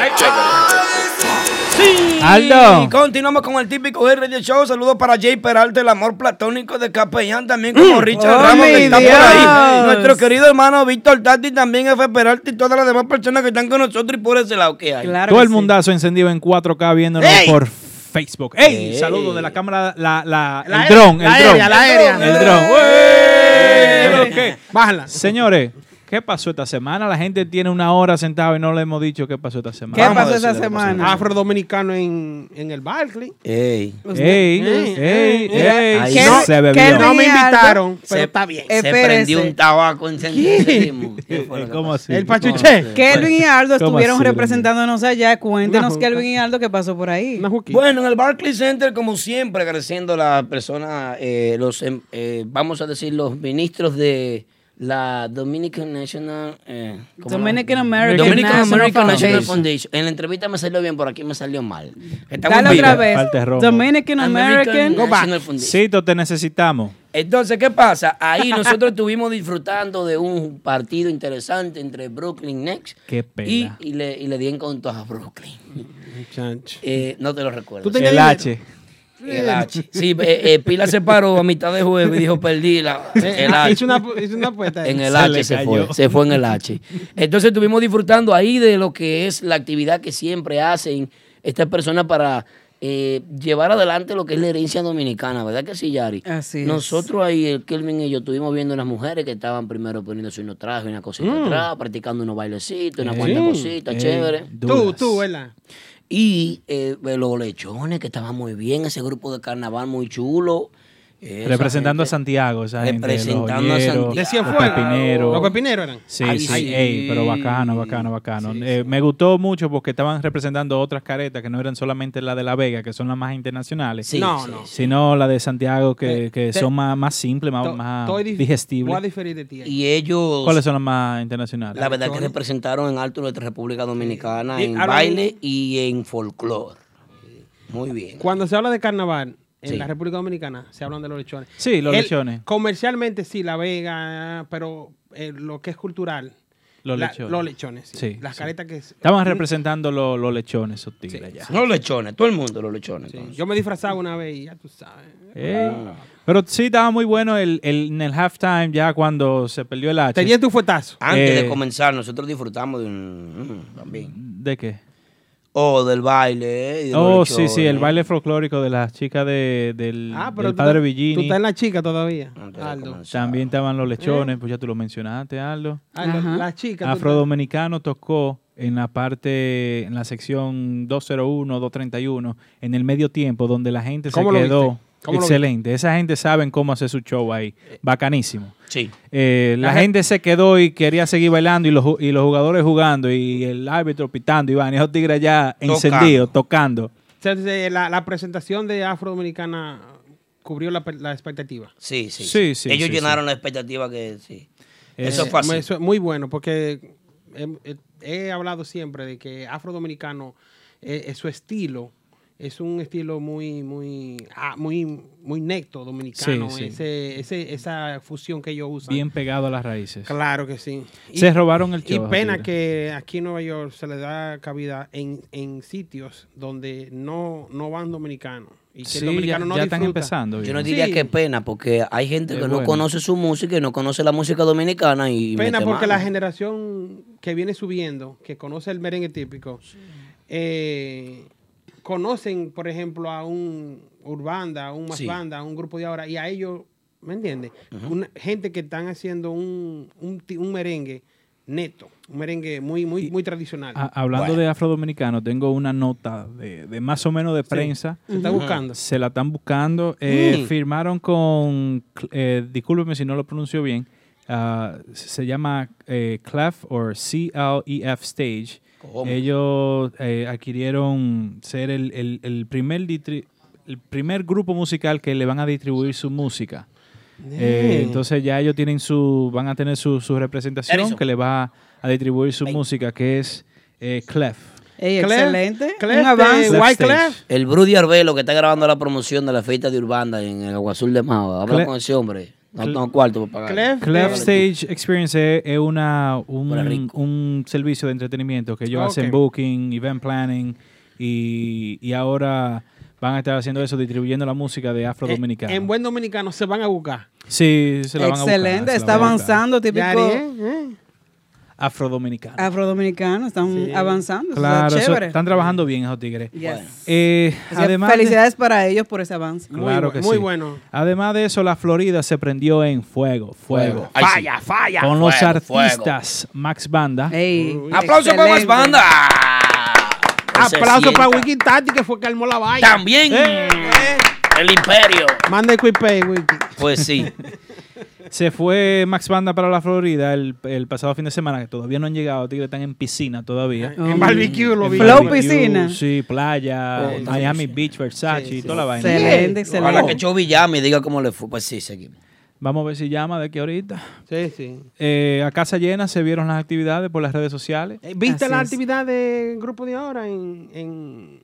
Speaker 1: Sí.
Speaker 4: Aldo.
Speaker 1: Continuamos con el típico Hit Radio Show. Saludos para Jay Peralta, el amor platónico de Capellán, también como
Speaker 7: Mm.
Speaker 1: Richard
Speaker 7: ¡Oh,
Speaker 1: Ramos,
Speaker 7: mi
Speaker 1: que está por
Speaker 7: Dios!
Speaker 1: ahí. Nuestro querido hermano Víctor Tati, también F. Peralta y todas las demás personas que están con nosotros y por ese lado que hay.
Speaker 4: Todo el mundazo encendido en 4K viéndonos
Speaker 1: ¡Ey!
Speaker 4: por Facebook. ¡Ey!
Speaker 1: ¡Ey!
Speaker 4: Saludos de la cámara, la, la,
Speaker 3: La
Speaker 4: el dron,
Speaker 3: aérea,
Speaker 4: el dron.
Speaker 3: la aérea, la
Speaker 4: El
Speaker 3: aérea.
Speaker 4: dron. ¡Ey! ¿Qué es lo que?
Speaker 3: Bájala.
Speaker 4: Señores, ¿qué pasó esta semana? La gente tiene una hora sentada y no le hemos dicho qué pasó esta semana.
Speaker 3: Vamos a
Speaker 4: esta
Speaker 3: decirle qué pasó. Afrodominicano en, en el Eh, Barclay.
Speaker 1: Ey.
Speaker 4: Ey,
Speaker 3: Ey,
Speaker 4: ey,
Speaker 3: ey,
Speaker 4: ey,
Speaker 1: Ahí
Speaker 4: se
Speaker 1: no.
Speaker 4: se bebió.
Speaker 3: Kelvin No me invitaron, pero está bien.
Speaker 1: Se
Speaker 2: Espérese.
Speaker 1: prendió un tabaco encendido.
Speaker 3: ¿Qué?
Speaker 1: ¿Qué fue lo que
Speaker 4: ¿Cómo
Speaker 1: pasó?
Speaker 4: así?
Speaker 3: El Pachuche.
Speaker 2: Kelvin y Aldo
Speaker 4: ¿Cómo
Speaker 2: estuvieron
Speaker 4: así,
Speaker 2: representándonos allá.
Speaker 3: Una
Speaker 2: Cuéntenos,
Speaker 3: junta.
Speaker 2: Kelvin y Aldo, qué pasó por ahí.
Speaker 3: Una juquita.
Speaker 1: Bueno, en el Barclays Center, como siempre, agradeciendo a las personas, eh, los, em- eh, vamos a decir, los ministros de la Dominican National... eh, ¿cómo
Speaker 2: Dominican
Speaker 1: era?
Speaker 2: American
Speaker 1: Dominican
Speaker 2: National
Speaker 1: American National
Speaker 2: Foundation.
Speaker 1: Foundation. En la entrevista me salió bien, por aquí me salió mal. Estamos
Speaker 2: Dale
Speaker 1: vivos.
Speaker 2: otra vez.
Speaker 4: Falta de romo.
Speaker 2: Dominican American.
Speaker 1: National Foundation.
Speaker 4: Cito, te necesitamos.
Speaker 1: Entonces, ¿qué pasa? Ahí nosotros estuvimos disfrutando de un partido interesante entre Brooklyn Nets
Speaker 4: Qué
Speaker 1: y,
Speaker 4: pena.
Speaker 1: y le, y le di en contos a Brooklyn.
Speaker 3: Chancho.
Speaker 1: Eh, no te lo recuerdo.
Speaker 3: Tú tenías
Speaker 4: El H.
Speaker 1: El H. Sí, eh, eh, Pila se paró a mitad de jueves y dijo, perdí la, el
Speaker 3: Ah, Hizo
Speaker 1: H.
Speaker 3: una, hizo una apuesta.
Speaker 1: En el
Speaker 4: Se
Speaker 1: H
Speaker 4: le
Speaker 1: se
Speaker 4: cayó.
Speaker 1: fue, se fue en el H. Entonces estuvimos disfrutando ahí de lo que es la actividad que siempre hacen estas personas para eh, llevar adelante lo que es la herencia dominicana, ¿verdad que sí, Yari?
Speaker 2: Así es.
Speaker 1: Nosotros ahí, el Kelvin y yo, estuvimos viendo unas mujeres que estaban primero poniéndose unos trajes, una cosita
Speaker 3: Mm.
Speaker 1: atrás, practicando unos bailecitos, una
Speaker 4: Ey.
Speaker 1: cuanta cosita,
Speaker 4: Ey,
Speaker 1: chévere.
Speaker 3: Eh, Tú,
Speaker 4: dudas.
Speaker 3: tú, ¿verdad?
Speaker 1: Y eh, los lechones, que estaban muy bien, ese grupo de carnaval muy chulo. Esa
Speaker 4: representando a
Speaker 1: gente.
Speaker 4: Santiago, esa gente, los
Speaker 1: Representando a
Speaker 4: joyeros,
Speaker 1: Santiago.
Speaker 3: De Cienfuegos.
Speaker 4: Los pepineros.
Speaker 3: Los pepineros eran.
Speaker 4: Sí,
Speaker 3: Ay,
Speaker 4: sí,
Speaker 3: sí.
Speaker 4: ey, pero bacano, bacano, bacano. Eh, Me gustó mucho porque estaban representando otras caretas que no eran solamente la de La Vega, que son las más internacionales.
Speaker 3: Sí, No, sí, no. Eh,
Speaker 4: Sino la de Santiago, que,
Speaker 3: te-
Speaker 4: que son más, más simples, más, más
Speaker 3: Estoy dif- Voy a
Speaker 4: digestibles.
Speaker 3: diferir de ti. ahí.
Speaker 1: Y ellos,
Speaker 4: ¿Cuáles son las más internacionales?
Speaker 1: la verdad que representaron en alto nuestra República Dominicana
Speaker 3: Y
Speaker 1: en
Speaker 3: hablan-
Speaker 1: baile y en folclore. Muy bien.
Speaker 3: Cuando se habla de carnaval en
Speaker 1: Sí.
Speaker 3: la República Dominicana, se hablan de los lechones.
Speaker 4: Sí, los
Speaker 3: El-
Speaker 4: lechones.
Speaker 3: Comercialmente sí, La Vega, pero eh, lo que es cultural.
Speaker 4: Los
Speaker 3: la-
Speaker 4: lechones.
Speaker 3: Los lechones, sí.
Speaker 4: Sí,
Speaker 3: Las
Speaker 4: sí.
Speaker 3: caretas que... es-
Speaker 4: Estaban representando los los lechones, esos tigres allá.
Speaker 1: Los lechones, todo el mundo los lechones. entonces.
Speaker 3: Yo me disfrazaba una vez y ya tú sabes.
Speaker 4: Eh, Pero sí estaba muy bueno el, el- en el halftime, ya cuando se perdió el H.
Speaker 3: Tenía tu fuetazo.
Speaker 1: Antes
Speaker 4: Eh,
Speaker 1: de comenzar, nosotros disfrutamos de un, mm, también.
Speaker 4: ¿De qué?
Speaker 1: Oh, del baile. eh, y de los
Speaker 4: Oh, sí, sí, el
Speaker 1: lechones.
Speaker 4: baile folclórico de las chicas de, del,
Speaker 3: Ah,
Speaker 4: del
Speaker 3: pero tú,
Speaker 4: padre
Speaker 3: tú
Speaker 4: Villini.
Speaker 3: estás en la chica todavía. Aldo.
Speaker 4: También estaban los lechones, pues ya tú lo mencionaste, Aldo.
Speaker 3: Aldo, la chica. tú
Speaker 4: Afrodominicano tocó en la parte, en la sección 201, 231, en el medio tiempo, donde la gente se
Speaker 3: ¿Cómo lo
Speaker 4: quedó.
Speaker 3: viste? Eh, ¿Cómo lo
Speaker 4: Excelente. Esa gente saben cómo hacer su show ahí. Bacanísimo.
Speaker 1: Sí.
Speaker 4: Eh, la
Speaker 3: Ajá.
Speaker 4: gente se quedó y quería seguir bailando y los, ju- y los jugadores jugando y el árbitro pitando y van esos tigres ya
Speaker 3: Tocando.
Speaker 4: encendidos, tocando.
Speaker 3: sabes. Entonces, la, la presentación de Afrodominicana cubrió la, la expectativa.
Speaker 1: Sí, sí.
Speaker 4: Sí,
Speaker 1: sí.
Speaker 4: sí,
Speaker 1: Ellos
Speaker 4: sí,
Speaker 1: llenaron
Speaker 4: sí. Eh,
Speaker 1: la expectativa que sí.
Speaker 4: Es-
Speaker 1: Eso fue así.
Speaker 3: Eh, Eso es muy bueno porque he, he- he hablado siempre de que afrodominicano, eh, eh, su estilo, es un estilo muy, muy, ah, muy, muy necto dominicano.
Speaker 4: Sí, sí.
Speaker 3: Ese, ese- esa fusión que ellos usan.
Speaker 4: Bien pegado a las raíces.
Speaker 3: Claro que sí.
Speaker 4: Se robaron el show,
Speaker 3: Y pena
Speaker 4: Javier.
Speaker 3: que aquí en Nueva York se le da cabida en, en sitios donde no, no van dominicanos. Y que
Speaker 4: Sí,
Speaker 3: el dominicano
Speaker 4: ya-
Speaker 3: no
Speaker 4: ya están
Speaker 3: disfruta.
Speaker 4: empezando,
Speaker 1: Yo no diría
Speaker 3: Sí.
Speaker 1: que pena, porque hay gente
Speaker 3: Es
Speaker 1: que
Speaker 3: bueno.
Speaker 1: no conoce su música y no conoce la música dominicana. y
Speaker 3: Pena
Speaker 1: mete
Speaker 3: porque
Speaker 1: mano.
Speaker 3: la generación que viene subiendo, que conoce el merengue típico, eh, conocen, por ejemplo, a un Urbanda, a un Más
Speaker 1: Sí.
Speaker 3: Banda, a un grupo de ahora, y a ellos, ¿me entiendes? Una- gente que están haciendo un, un, ti- un merengue neto, un merengue muy, muy, muy tradicional.
Speaker 4: A- Ah, hablando de afrodominicano, tengo una nota de, de más o menos de prensa.
Speaker 3: Se está
Speaker 4: Ujú.
Speaker 3: buscando.
Speaker 4: Se la están buscando. Eh,
Speaker 3: Mm.
Speaker 4: Firmaron con, cl- eh, discúlpeme si no lo pronuncio bien, ah, se llama eh, CLEF o CLEF E Stage. Ellos eh, adquirieron ser el, el- el primer ditri- el primer grupo musical que le van a distribuir su música. Eh,
Speaker 3: Bien.
Speaker 4: entonces ya ellos tienen su, van a tener su, su representación
Speaker 3: Edison.
Speaker 4: que le va a distribuir su música, que es eh, Clef.
Speaker 2: Ey,
Speaker 3: Clef,
Speaker 2: excelente.
Speaker 3: Clef
Speaker 2: Un
Speaker 3: de
Speaker 2: avance.
Speaker 4: White
Speaker 3: White
Speaker 4: Stage.
Speaker 3: Clef.
Speaker 1: El Brudy Arbelo que está grabando la promoción de la fiesta de Urbanda en el Aguazul de Mao. Habla
Speaker 4: Cle-
Speaker 1: con ese hombre. No
Speaker 4: Cle-
Speaker 1: tengo cuarto para pagar.
Speaker 3: Clef
Speaker 4: Clef
Speaker 3: de-
Speaker 4: Stage Experience es- es una,
Speaker 1: Puerto
Speaker 4: un, un servicio de entretenimiento que ellos
Speaker 3: Ah,
Speaker 4: hacen
Speaker 3: ok.
Speaker 4: booking, event planning y, y ahora van a estar haciendo eso, distribuyendo la música de afro dominicano.
Speaker 3: eh, En buen dominicano se van a buscar.
Speaker 4: sí, se la van a buscar,
Speaker 2: Excelente,
Speaker 4: se la
Speaker 2: está
Speaker 4: van a buscar.
Speaker 2: avanzando, típico
Speaker 3: Ya, ¿eh? ¿eh?
Speaker 4: Afrodominicano.
Speaker 2: afrodominicano, están avanzando. eso
Speaker 4: Claro,
Speaker 2: está
Speaker 4: eso-
Speaker 2: chévere.
Speaker 4: están trabajando bien esos tigres.
Speaker 2: Yes.
Speaker 4: Eh,
Speaker 2: Así que
Speaker 4: además de-
Speaker 2: felicidades para ellos por ese avance.
Speaker 4: Claro que
Speaker 3: muy
Speaker 4: sí.
Speaker 3: bueno.
Speaker 4: Además de eso, la Florida se prendió en fuego, fuego.
Speaker 1: Ay, sí.
Speaker 4: Con
Speaker 1: Fuego,
Speaker 4: los
Speaker 1: fuego.
Speaker 4: artistas Max Banda.
Speaker 1: ¡Aplauso para más banda! Se
Speaker 3: Aplauso
Speaker 1: sienta.
Speaker 3: para Wiki Tati que fue que armó la vaina. Eh.
Speaker 1: También el imperio.
Speaker 3: Manda el quipay, Wiki.
Speaker 1: Pues sí.
Speaker 4: Se fue Max Banda para la Florida el, el pasado fin de semana, que todavía no han llegado, tigres están en piscina todavía.
Speaker 3: En barbecue lo vi.
Speaker 4: En
Speaker 2: Flow
Speaker 4: barbecue,
Speaker 2: piscina.
Speaker 4: Sí, playa,
Speaker 1: Oh, está
Speaker 4: Miami Beach, Versace y toda la vaina.
Speaker 2: Excelente,
Speaker 1: Ojalá
Speaker 2: excelente.
Speaker 1: que Chovy llame y diga cómo le fue. Pues sí, seguimos.
Speaker 4: Vamos a ver si llama de aquí ahorita.
Speaker 3: Sí, sí.
Speaker 4: Eh, a casa llena se vieron las actividades por las redes sociales.
Speaker 3: Eh, ¿Viste
Speaker 2: Así
Speaker 3: la
Speaker 2: es.
Speaker 3: actividad del grupo de ahora en, en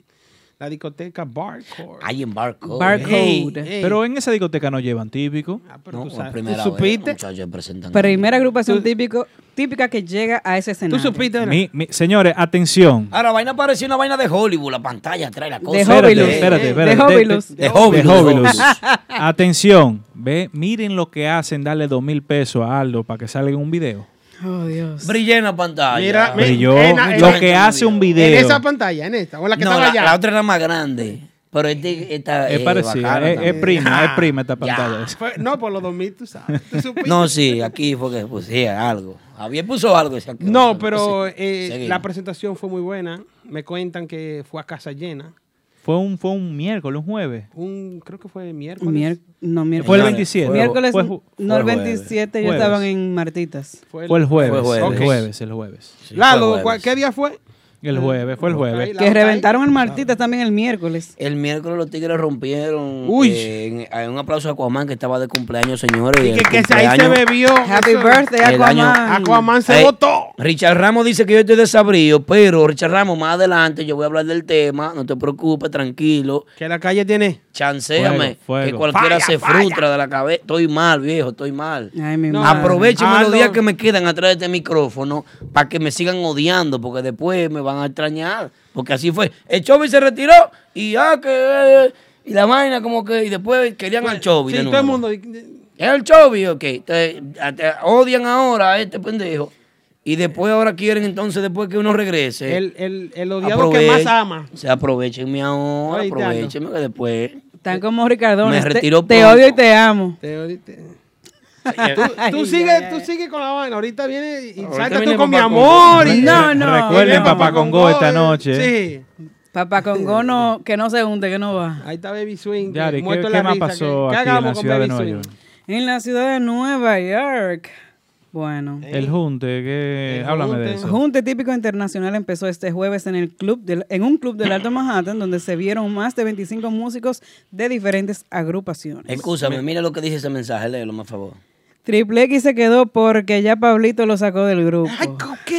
Speaker 3: la discoteca Barcore?
Speaker 1: Ahí en Barco.
Speaker 2: Barco.
Speaker 3: Ey,
Speaker 2: Code.
Speaker 3: Oh, ey.
Speaker 4: Pero en esa discoteca no llevan típico.
Speaker 3: Ah, pero
Speaker 1: No,
Speaker 3: tú,
Speaker 1: por
Speaker 3: sabes.
Speaker 1: primera
Speaker 3: ¿Tú
Speaker 1: Vez,
Speaker 3: supiste?
Speaker 1: muchachos, presentan.
Speaker 2: Primera agrupación típico, típica que llega a
Speaker 3: ¿Tú
Speaker 2: ese escenario.
Speaker 3: supiste? Ana?
Speaker 4: Mi- mi- señores, atención.
Speaker 1: Ahora, vaina parecía una vaina de Hollywood, la pantalla trae la cosa.
Speaker 2: De
Speaker 4: Espérate,
Speaker 2: Hobilus.
Speaker 4: espérate,
Speaker 2: Eh,
Speaker 4: espérate.
Speaker 2: de Hobilus.
Speaker 1: De Hobilus.
Speaker 4: De Hobilus.
Speaker 1: De Hobilus.
Speaker 4: Atención, ve, miren lo que hacen, darle dos mil pesos a Aldo para que salga en un video.
Speaker 2: Oh, Dios.
Speaker 1: Brilla en la pantalla.
Speaker 3: Mira, mira.
Speaker 4: Brilló
Speaker 3: en la- en
Speaker 4: lo
Speaker 3: la-
Speaker 4: que hace un
Speaker 3: En
Speaker 4: video.
Speaker 3: esa pantalla, en esta, o en la que
Speaker 1: no,
Speaker 3: estaba
Speaker 1: la,
Speaker 3: allá.
Speaker 1: la otra era más grande. Pero este, esta
Speaker 4: Es
Speaker 1: eh,
Speaker 4: parecida,
Speaker 1: bacana
Speaker 4: es, es
Speaker 1: también.
Speaker 4: prima, es
Speaker 3: Ah,
Speaker 4: prima esta
Speaker 1: ya.
Speaker 4: pantalla. esa.
Speaker 3: Fue- no, por los 2000, tú sabes. ¿Tú supiste?
Speaker 1: No, sí, aquí fue que pusía algo. Javier puso algo. ese aquí.
Speaker 3: No, pero
Speaker 1: Sí.
Speaker 3: eh,
Speaker 1: Seguimos.
Speaker 3: la presentación fue muy buena. Me cuentan que fue a casa llena.
Speaker 4: Fue un, fue un miércoles, un jueves.
Speaker 3: Un, creo que fue miércoles.
Speaker 2: Mier- no, miércoles.
Speaker 4: Fue el 27.
Speaker 2: Miércoles,
Speaker 4: Fue ju-
Speaker 2: no
Speaker 4: fue
Speaker 2: el
Speaker 4: jueves.
Speaker 2: 27, yo
Speaker 4: Jueves.
Speaker 2: estaban en Martitas.
Speaker 4: Fue el jueves.
Speaker 1: Fue jueves.
Speaker 4: El
Speaker 1: Ok.
Speaker 4: jueves, el jueves.
Speaker 3: Lalo, ¿cuál- ¿qué día fue?
Speaker 4: El jueves, fue el jueves.
Speaker 2: Que reventaron el Martitas también el miércoles.
Speaker 1: El miércoles los tigres rompieron.
Speaker 2: Uy.
Speaker 1: eh, en- hay un aplauso a Aquaman que estaba de cumpleaños, señores.
Speaker 3: Y que-
Speaker 1: el
Speaker 3: que se- ahí se
Speaker 1: cumpleaños-
Speaker 3: bebió
Speaker 2: Happy
Speaker 3: eso.
Speaker 2: birthday,
Speaker 1: el año-
Speaker 2: Aquaman.
Speaker 1: Eh, Richard Ramos dice que yo estoy desabrío, pero Richard Ramos, más adelante yo voy a hablar del tema. No te preocupes, tranquilo.
Speaker 3: Que la calle tiene.
Speaker 1: Chancéame.
Speaker 3: Fuego, fuego.
Speaker 1: Que cualquiera
Speaker 3: Falla,
Speaker 1: se
Speaker 3: falla.
Speaker 1: frustra de la cabeza. Estoy mal, viejo, estoy mal.
Speaker 3: No. madre.
Speaker 1: Aprovechen
Speaker 3: Ah,
Speaker 1: los
Speaker 3: no.
Speaker 1: días que me quedan atrás de este micrófono para que me sigan odiando, porque después me van a extrañar. Porque así fue. El Chovy se retiró y ah, que. eh, y la vaina, como que. Y después querían al Chovy.
Speaker 3: Pues, Sí,
Speaker 1: de
Speaker 3: todo el
Speaker 1: nuevo.
Speaker 3: mundo.
Speaker 1: Es el Chovy, ok. Te, a- te odian ahora a este pendejo. Y después ahora quieren entonces, después que uno regrese.
Speaker 3: El, el, el odiado que más
Speaker 1: aprovechen-
Speaker 3: ama.
Speaker 1: Se aprovechenme ahora,
Speaker 3: Ay, te amo.
Speaker 1: aprovechenme que después.
Speaker 2: Están como Ricardo.
Speaker 1: Me
Speaker 2: te-
Speaker 1: retiró
Speaker 2: Te,
Speaker 1: pronto.
Speaker 2: odio y te amo.
Speaker 3: Te odio y te- Tú, tú sigues tú sigue con la vaina. Ahorita viene y salta tú
Speaker 4: viene
Speaker 3: con mi
Speaker 4: Papá
Speaker 3: amor.
Speaker 4: Congo.
Speaker 3: y-
Speaker 4: No, no. Recuerden Papá Congo esta noche.
Speaker 3: Sí.
Speaker 2: Papá Congo no, que no se hunde, que no va.
Speaker 3: Ahí está Baby Swing.
Speaker 4: Yari, ¿qué,
Speaker 3: muerto
Speaker 4: qué
Speaker 3: la
Speaker 4: más
Speaker 3: risa,
Speaker 4: pasó
Speaker 3: ¿qué- qué
Speaker 4: aquí en
Speaker 3: hagamos
Speaker 4: la
Speaker 3: con
Speaker 4: ciudad de
Speaker 3: Baby
Speaker 4: Nueva
Speaker 3: Swing?
Speaker 4: York?
Speaker 2: En la ciudad de Nueva York. Bueno.
Speaker 4: El junte, que... háblame de eso.
Speaker 2: Junte típico internacional empezó este jueves en el club del- en un club del Alto Manhattan donde se vieron más de 25 músicos de diferentes agrupaciones.
Speaker 1: Escúchame, mira lo que dice ese mensaje, léelo, por favor.
Speaker 2: Triple X se quedó porque ya Pablito lo sacó del grupo.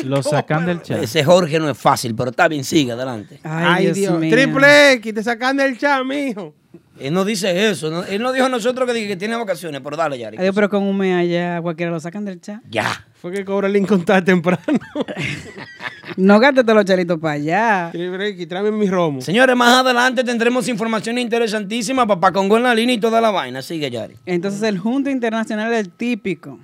Speaker 4: Lo sacan del chat.
Speaker 1: Ese Jorge no es fácil, pero está bien, sigue adelante.
Speaker 3: Ay, Dios, Triple X, te sacan del chat, mijo.
Speaker 1: Él no dice eso. no- él no dijo a nosotros que, dije que tiene vacaciones, pero dale, Yari.
Speaker 2: Adiós, pero con un me allá cualquiera lo sacan del chat.
Speaker 1: Ya.
Speaker 3: Fue que cobró el incontar temprano.
Speaker 2: No gástate los chelitos para allá.
Speaker 3: Triple X, tráeme mi romo.
Speaker 1: Señores, más adelante tendremos información interesantísima, papá con en la línea y toda la vaina. Sigue, Yari.
Speaker 2: Entonces el Junte Internacional del típico.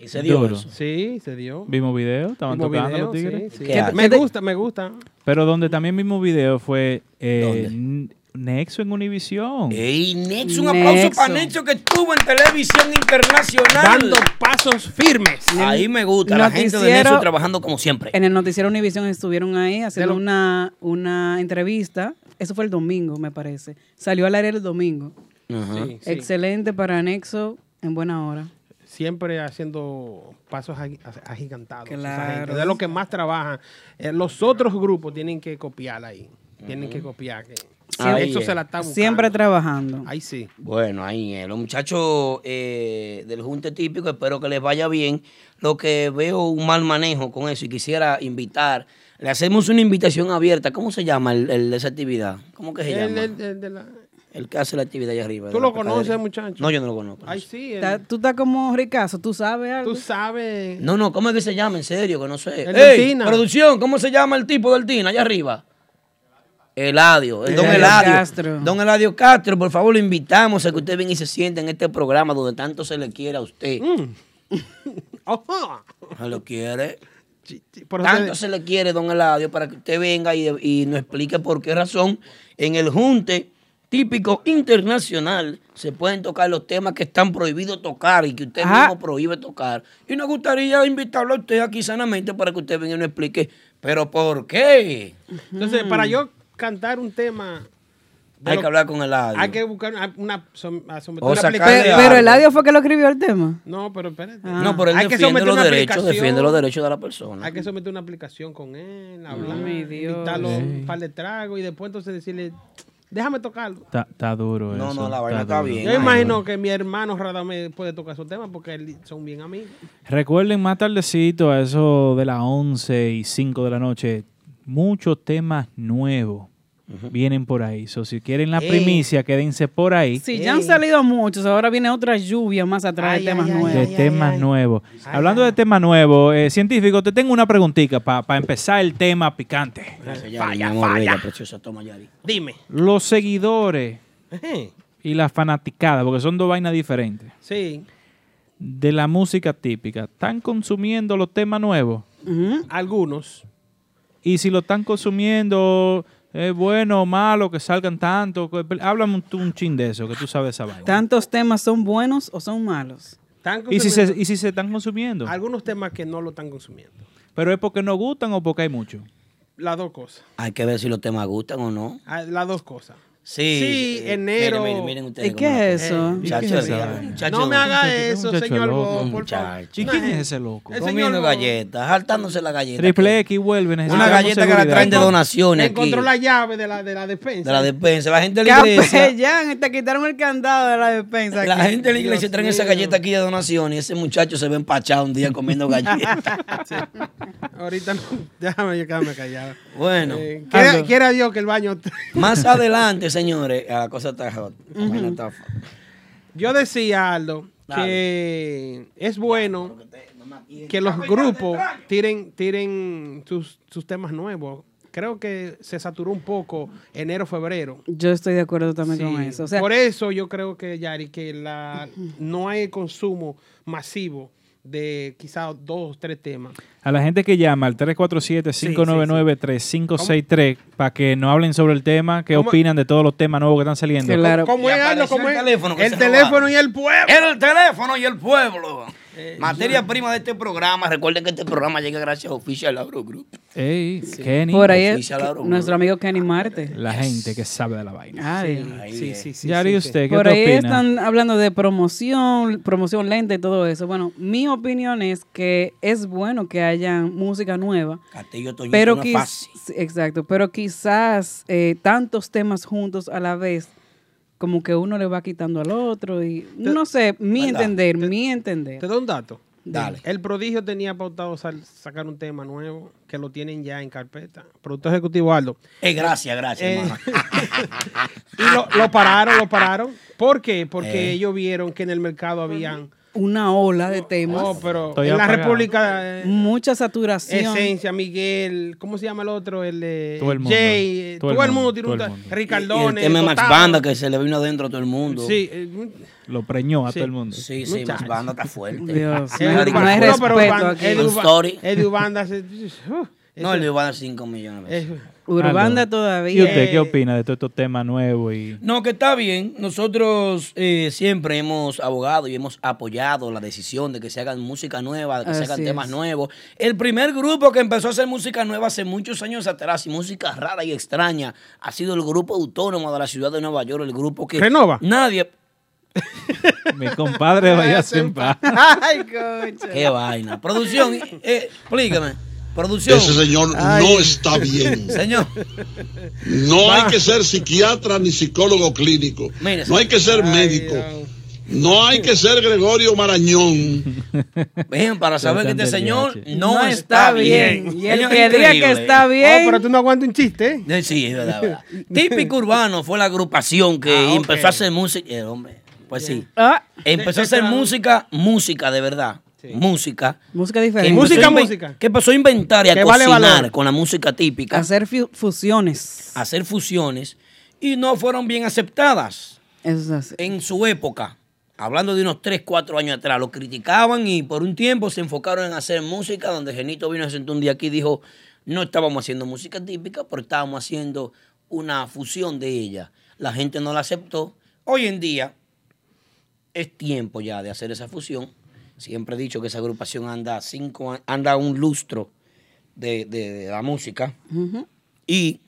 Speaker 1: Y se dio
Speaker 4: Duro.
Speaker 1: eso.
Speaker 3: Sí, se dio.
Speaker 4: Vimos video, estaban
Speaker 3: Vimos
Speaker 4: tocando
Speaker 3: video,
Speaker 4: los tigres.
Speaker 3: sí, sí. Me gusta, me gusta.
Speaker 4: Pero donde también vimos video fue eh, N- Nexo en Univisión.
Speaker 1: Ey, Nexo, un aplauso para Nexo que estuvo en televisión internacional.
Speaker 3: Dando pasos firmes.
Speaker 1: Ahí me gusta, la gente de
Speaker 2: Noticiero-
Speaker 1: Nexo trabajando como siempre.
Speaker 2: En el noticiero Univision estuvieron ahí haciendo una, una entrevista. Eso fue el domingo, me parece. Salió al aire el domingo.
Speaker 1: Ajá.
Speaker 3: Sí, sí.
Speaker 2: Excelente para Anexo en buena hora.
Speaker 3: Siempre haciendo pasos agi- agigantados. esa
Speaker 2: Claro.
Speaker 3: gente. De lo que más trabajan. Eh, los otros grupos tienen que copiar ahí. Tienen que copiar. Eh, que-
Speaker 1: Ah, Ahí
Speaker 3: Eso
Speaker 1: es.
Speaker 3: se la está buscando.
Speaker 2: Siempre trabajando.
Speaker 3: Ahí sí.
Speaker 1: Bueno, ahí eh, los muchachos eh, del Junte Típico, espero que les vaya bien. Lo que veo un mal manejo con eso y quisiera invitar, le hacemos una invitación abierta. ¿Cómo se llama el, el de esa actividad? ¿Cómo que se
Speaker 3: El-
Speaker 1: llama? El,
Speaker 3: el- el de la-
Speaker 1: que hace la actividad allá arriba.
Speaker 3: ¿Tú
Speaker 1: de
Speaker 3: lo
Speaker 1: la picadera.
Speaker 3: conoces, muchacho?
Speaker 1: No, yo no lo conozco.
Speaker 3: Ay, sí. el-
Speaker 2: Está- tú estás como ricazo, tú sabes algo.
Speaker 3: tú sabes.
Speaker 1: No, no, ¿cómo es que se llama? En serio, que no sé.
Speaker 3: El de
Speaker 1: Ey,
Speaker 3: Tina.
Speaker 1: producción, ¿cómo se llama el tipo del Tina allá arriba? Eladio, el don
Speaker 2: Eladio
Speaker 1: Eladio.
Speaker 2: Castro.
Speaker 1: Don Eladio Castro, por favor, lo invitamos a que usted venga y se siente en este programa donde tanto se le quiere a usted.
Speaker 3: Mm. Ojo.
Speaker 1: ¿Se lo quiere?
Speaker 3: Por eso te-
Speaker 1: Tanto se le quiere, don Eladio, para que usted venga y, y nos explique por qué razón en el junte típico internacional se pueden tocar los temas que están prohibidos tocar y que usted
Speaker 2: Ah.
Speaker 1: mismo prohíbe tocar. Y nos gustaría invitarlo a usted aquí sanamente para que usted venga y nos explique, pero ¿por qué?
Speaker 3: Entonces, para
Speaker 1: Mm.
Speaker 3: yo cantar un tema,
Speaker 1: Hay
Speaker 3: lo-
Speaker 1: que hablar con Eladio.
Speaker 3: hay que buscar una, una, som- a someter
Speaker 1: O
Speaker 3: una
Speaker 1: sacarle
Speaker 2: Pe-
Speaker 3: aplicación.
Speaker 1: algo. Ah.
Speaker 2: pero Eladio fue que lo escribió el tema.
Speaker 3: No, pero espérate.
Speaker 1: No, pero él
Speaker 3: Hay que
Speaker 1: defiende
Speaker 3: someter
Speaker 1: los
Speaker 3: una
Speaker 1: derechos,
Speaker 3: aplicación.
Speaker 1: defiende los derechos de la persona.
Speaker 3: Hay que someter una aplicación con él, hablar,
Speaker 2: mi Dios.
Speaker 3: invitarlo a un par de tragos y después entonces decirle, déjame tocarlo.
Speaker 4: Está, está duro
Speaker 1: No,
Speaker 4: eso.
Speaker 1: no, la vaina está
Speaker 4: duro.
Speaker 1: bien.
Speaker 3: Yo
Speaker 1: Ay,
Speaker 3: imagino que mi hermano Radamés puede tocar esos temas porque él- son bien amigos.
Speaker 4: Recuerden más tardecito, a eso de las 11 y 5 de la noche, muchos temas nuevos vienen por ahí. So, si quieren la
Speaker 3: Ey.
Speaker 4: primicia, quédense por ahí
Speaker 2: Sí, ya han salido muchos. Ahora viene otra lluvia más atrás de temas nuevos.
Speaker 4: de temas nuevos. Hablando de temas nuevos, eh, científico, te tengo una preguntita para empezar el tema picante.
Speaker 1: Gracias, Yari, mi amor, bella, preciosa, toma, Yari.
Speaker 3: Dime.
Speaker 4: Los seguidores
Speaker 3: Ejé.
Speaker 4: y la fanaticada, porque son dos vainas diferentes,
Speaker 3: Sí.
Speaker 4: de la música típica, ¿están consumiendo los temas nuevos?
Speaker 3: Algunos.
Speaker 4: Y si lo están consumiendo, es bueno o malo que salgan tanto. que- Háblame un, un chin de eso, que tú sabes esa vaina.
Speaker 2: ¿Tantos temas son buenos o son malos?
Speaker 3: Están
Speaker 4: ¿Y si, se,
Speaker 3: consumiendo
Speaker 4: y si se están consumiendo,
Speaker 3: algunos temas que no lo están consumiendo.
Speaker 4: pero es porque no gustan o porque hay mucho.
Speaker 3: las dos cosas.
Speaker 1: Hay que ver si los temas gustan o no.
Speaker 3: Ah, Las dos cosas.
Speaker 1: Sí.
Speaker 3: Sí,
Speaker 1: eh,
Speaker 3: enero.
Speaker 1: Miren, miren, miren ustedes
Speaker 3: ¿Y
Speaker 1: cómo
Speaker 3: qué
Speaker 1: nos-
Speaker 3: es eso?
Speaker 1: Eh, muchacho
Speaker 3: ¿Y qué es
Speaker 1: de vida,
Speaker 3: eso?
Speaker 1: muchacho
Speaker 3: No
Speaker 1: de
Speaker 3: me
Speaker 1: vida.
Speaker 3: haga eso, Muchacho señor loco. Bo, por favor.
Speaker 1: Muchacho.
Speaker 4: ¿Y quién es ese loco? El
Speaker 1: Comiendo
Speaker 4: señor Bo.
Speaker 1: galletas, saltándose la galleta.
Speaker 4: Triple X vuelve.
Speaker 1: Una
Speaker 4: necesitamos
Speaker 1: galleta que la
Speaker 4: seguridad.
Speaker 1: traen de donaciones aquí.
Speaker 3: Encontró la llave de la, de la defensa.
Speaker 1: De la despensa. La gente de la iglesia.
Speaker 2: Capellán, te quitaron el candado de la despensa.
Speaker 1: La
Speaker 2: aquí.
Speaker 1: gente de la iglesia
Speaker 2: Dios
Speaker 1: traen esa
Speaker 2: mío.
Speaker 1: galleta aquí de donación y ese muchacho se ve empachado un día comiendo galletas.
Speaker 3: Ahorita no. Déjame quedarme callado.
Speaker 1: Bueno.
Speaker 3: Eh, quiera, quiera Dios que el baño.
Speaker 1: Más adelante, señores, a la cosa está hot. La
Speaker 3: Ujú.
Speaker 1: vaina está hot.
Speaker 3: Yo decía, Aldo,
Speaker 1: Dale.
Speaker 3: que es bueno que los grupos tiren, tiren sus, sus temas nuevos. Creo que se saturó un poco enero, febrero.
Speaker 2: Yo estoy de acuerdo también con
Speaker 3: Sí,
Speaker 2: eso. O sea,
Speaker 3: Por eso yo creo que, Yari, que la, no hay consumo masivo de quizás dos o tres temas.
Speaker 4: A la gente que llama al 347-599-3563 para que no hablen sobre el tema, qué
Speaker 3: ¿Cómo-
Speaker 4: opinan de todos los temas nuevos que están saliendo.
Speaker 3: ¿Cómo es Aldo? ¿Cómo
Speaker 1: el
Speaker 3: es?
Speaker 1: teléfono que
Speaker 3: el
Speaker 1: se
Speaker 3: teléfono y el pueblo.
Speaker 1: El teléfono y el pueblo. Eh, Materia prima de este programa. Recuerden que este programa llega gracias a Official Agro Group.
Speaker 4: Ey, Kenny.
Speaker 2: por ahí es
Speaker 1: Oficial Aro-
Speaker 2: nuestro amigo Kenny Marte.
Speaker 4: La gente que sabe de la vaina.
Speaker 2: Ay.
Speaker 4: Sí, sí, sí. Yari, ¿usted qué
Speaker 2: Por
Speaker 4: te
Speaker 2: ahí
Speaker 4: opina?
Speaker 2: están hablando de promoción, promoción lenta y todo eso. Bueno, mi opinión es que es bueno que haya música nueva.
Speaker 1: Castillo Toyota,
Speaker 2: pero
Speaker 1: una
Speaker 2: quiz-
Speaker 1: fase.
Speaker 2: sí, Exacto, pero quizás eh, tantos temas juntos a la vez, como que uno le va quitando al otro y no sé, mi
Speaker 3: ¿Verdad?
Speaker 2: entender, mi entender.
Speaker 3: Te doy un dato.
Speaker 2: Dale.
Speaker 3: El prodigio tenía pautado sal- sacar un tema nuevo que lo tienen ya en carpeta. Productor ejecutivo Aldo.
Speaker 1: Eh, gracias, gracias,
Speaker 3: Eh,
Speaker 1: hermano.
Speaker 3: Y lo, lo pararon, lo pararon. ¿Por qué? Porque
Speaker 2: Eh.
Speaker 3: ellos vieron que en el mercado habían
Speaker 2: Una ola de temas.
Speaker 3: No, Oh, pero Estoy en la apagado. República, eh,
Speaker 2: mucha saturación.
Speaker 3: Esencia, Miguel, ¿cómo se llama el otro? El, eh,
Speaker 1: Todo el mundo.
Speaker 3: Jay, eh,
Speaker 1: Todo el
Speaker 3: todo el mundo,
Speaker 1: mundo,
Speaker 3: tiene
Speaker 1: todo
Speaker 3: un
Speaker 1: el
Speaker 3: ta-
Speaker 1: mundo.
Speaker 3: Ricardone,
Speaker 1: Y el tema de Max
Speaker 3: Totano.
Speaker 1: Banda que se le vino adentro a todo el mundo.
Speaker 3: Sí, eh,
Speaker 4: Lo preñó a
Speaker 1: Sí.
Speaker 4: todo el mundo.
Speaker 1: Sí, sí, Max Banda está fuerte.
Speaker 4: Dios,
Speaker 1: El
Speaker 4: no hay-
Speaker 1: Ubanda-
Speaker 4: no hay
Speaker 1: pero
Speaker 4: respeto
Speaker 1: Ubanda-
Speaker 4: aquí.
Speaker 1: el
Speaker 4: Un
Speaker 1: Uba-
Speaker 4: story.
Speaker 3: Eddie Ubanda. se- uh,
Speaker 1: No,
Speaker 3: eso-
Speaker 1: el de Urbanda 5 millones de veces.
Speaker 2: Urbanda
Speaker 4: Aldo,
Speaker 2: todavía.
Speaker 4: ¿Y usted qué
Speaker 2: Eh,
Speaker 4: opina de todos estos temas nuevos? Y...
Speaker 1: No, que está bien. Nosotros eh, siempre hemos abogado y hemos apoyado la decisión de que se hagan música nueva, de que se
Speaker 12: Así
Speaker 1: hagan temas
Speaker 12: es.
Speaker 1: nuevos. El primer grupo que empezó a hacer música nueva hace muchos años atrás y música rara y extraña ha sido el grupo autónomo de la ciudad de Nueva York, el grupo que...
Speaker 4: Renova.
Speaker 1: Nadie...
Speaker 4: Mi compadre vaya sin paz.
Speaker 2: Ay, coche.
Speaker 1: Qué vaina. Producción, eh, eh, explícame. Producción.
Speaker 13: Ese señor no está bien.
Speaker 1: Señor.
Speaker 13: No hay que ser psiquiatra ni psicólogo clínico.
Speaker 1: Mire,
Speaker 13: No hay que ser médico. No hay que ser Gregorio Marañón.
Speaker 1: Ven para saber que este señor no, está, bien.
Speaker 2: Y el
Speaker 1: Señor,
Speaker 2: que diga que
Speaker 1: increíble.
Speaker 2: está
Speaker 7: Oh,
Speaker 2: bien.
Speaker 3: pero tú no aguantas un chiste.
Speaker 1: Eh, Sí, es verdad, verdad. Típico Urbano fue la agrupación que empezó a hacer música. eh, hombre, pues sí.
Speaker 2: Ah.
Speaker 1: Empezó a hacer música, música de verdad. Música.
Speaker 2: Música
Speaker 1: Que
Speaker 2: diferente.
Speaker 1: empezó a inven- Que empezó a inventar y a
Speaker 2: Que vale
Speaker 1: cocinar
Speaker 2: valor.
Speaker 1: con la música típica,
Speaker 2: Hacer fu- fusiones.
Speaker 1: a hacer fusiones y no fueron bien aceptadas
Speaker 2: Eso es así.
Speaker 1: en su época. Hablando de unos 3, 4 años atrás, lo criticaban y por un tiempo se enfocaron en hacer música, donde Genito vino, se sentó un día aquí y dijo, no estábamos haciendo música típica, pero estábamos haciendo una fusión de ella. La gente no la aceptó. Hoy en día es tiempo ya de hacer esa fusión. Siempre he dicho que esa agrupación anda cinco, a- anda un lustro de, de- de la música
Speaker 2: Ujú.
Speaker 1: y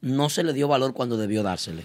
Speaker 1: no se le dio valor cuando debió dársele.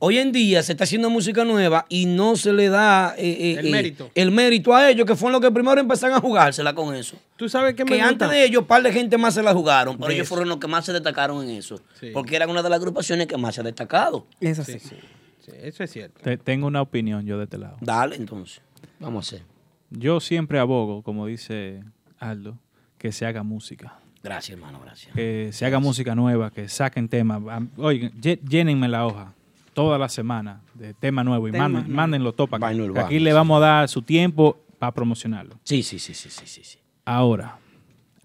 Speaker 1: Hoy en día se está haciendo música nueva y no se le da eh, eh,
Speaker 3: El
Speaker 1: eh,
Speaker 3: mérito.
Speaker 1: el mérito a ellos, que fueron los que primero empezaron a jugársela con eso.
Speaker 3: Tú sabes que
Speaker 1: Que
Speaker 3: me gusta?
Speaker 1: antes de ellos, un par de gente más se la jugaron, pero
Speaker 3: De
Speaker 1: ellos
Speaker 3: eso.
Speaker 1: fueron los que más se destacaron en eso. Porque eran una de las agrupaciones que más se ha destacado.
Speaker 2: Es
Speaker 3: Sí, sí, sí, eso es cierto.
Speaker 4: Te- tengo una opinión yo de este lado.
Speaker 1: Dale, entonces. Vamos a hacer.
Speaker 4: Yo siempre abogo, como dice Aldo, que se haga música.
Speaker 1: Gracias, hermano, gracias.
Speaker 4: Que se haga música nueva, que saquen temas. Am- Oigan, lle- llénenme la hoja toda la semana de tema nuevo y
Speaker 1: Tema
Speaker 4: manden-
Speaker 1: nuevo.
Speaker 4: mándenlo topa. Aquí,
Speaker 1: urbana,
Speaker 4: aquí le vamos a dar su tiempo para promocionarlo.
Speaker 1: Sí, sí, sí, sí, sí, sí. sí.
Speaker 4: Ahora,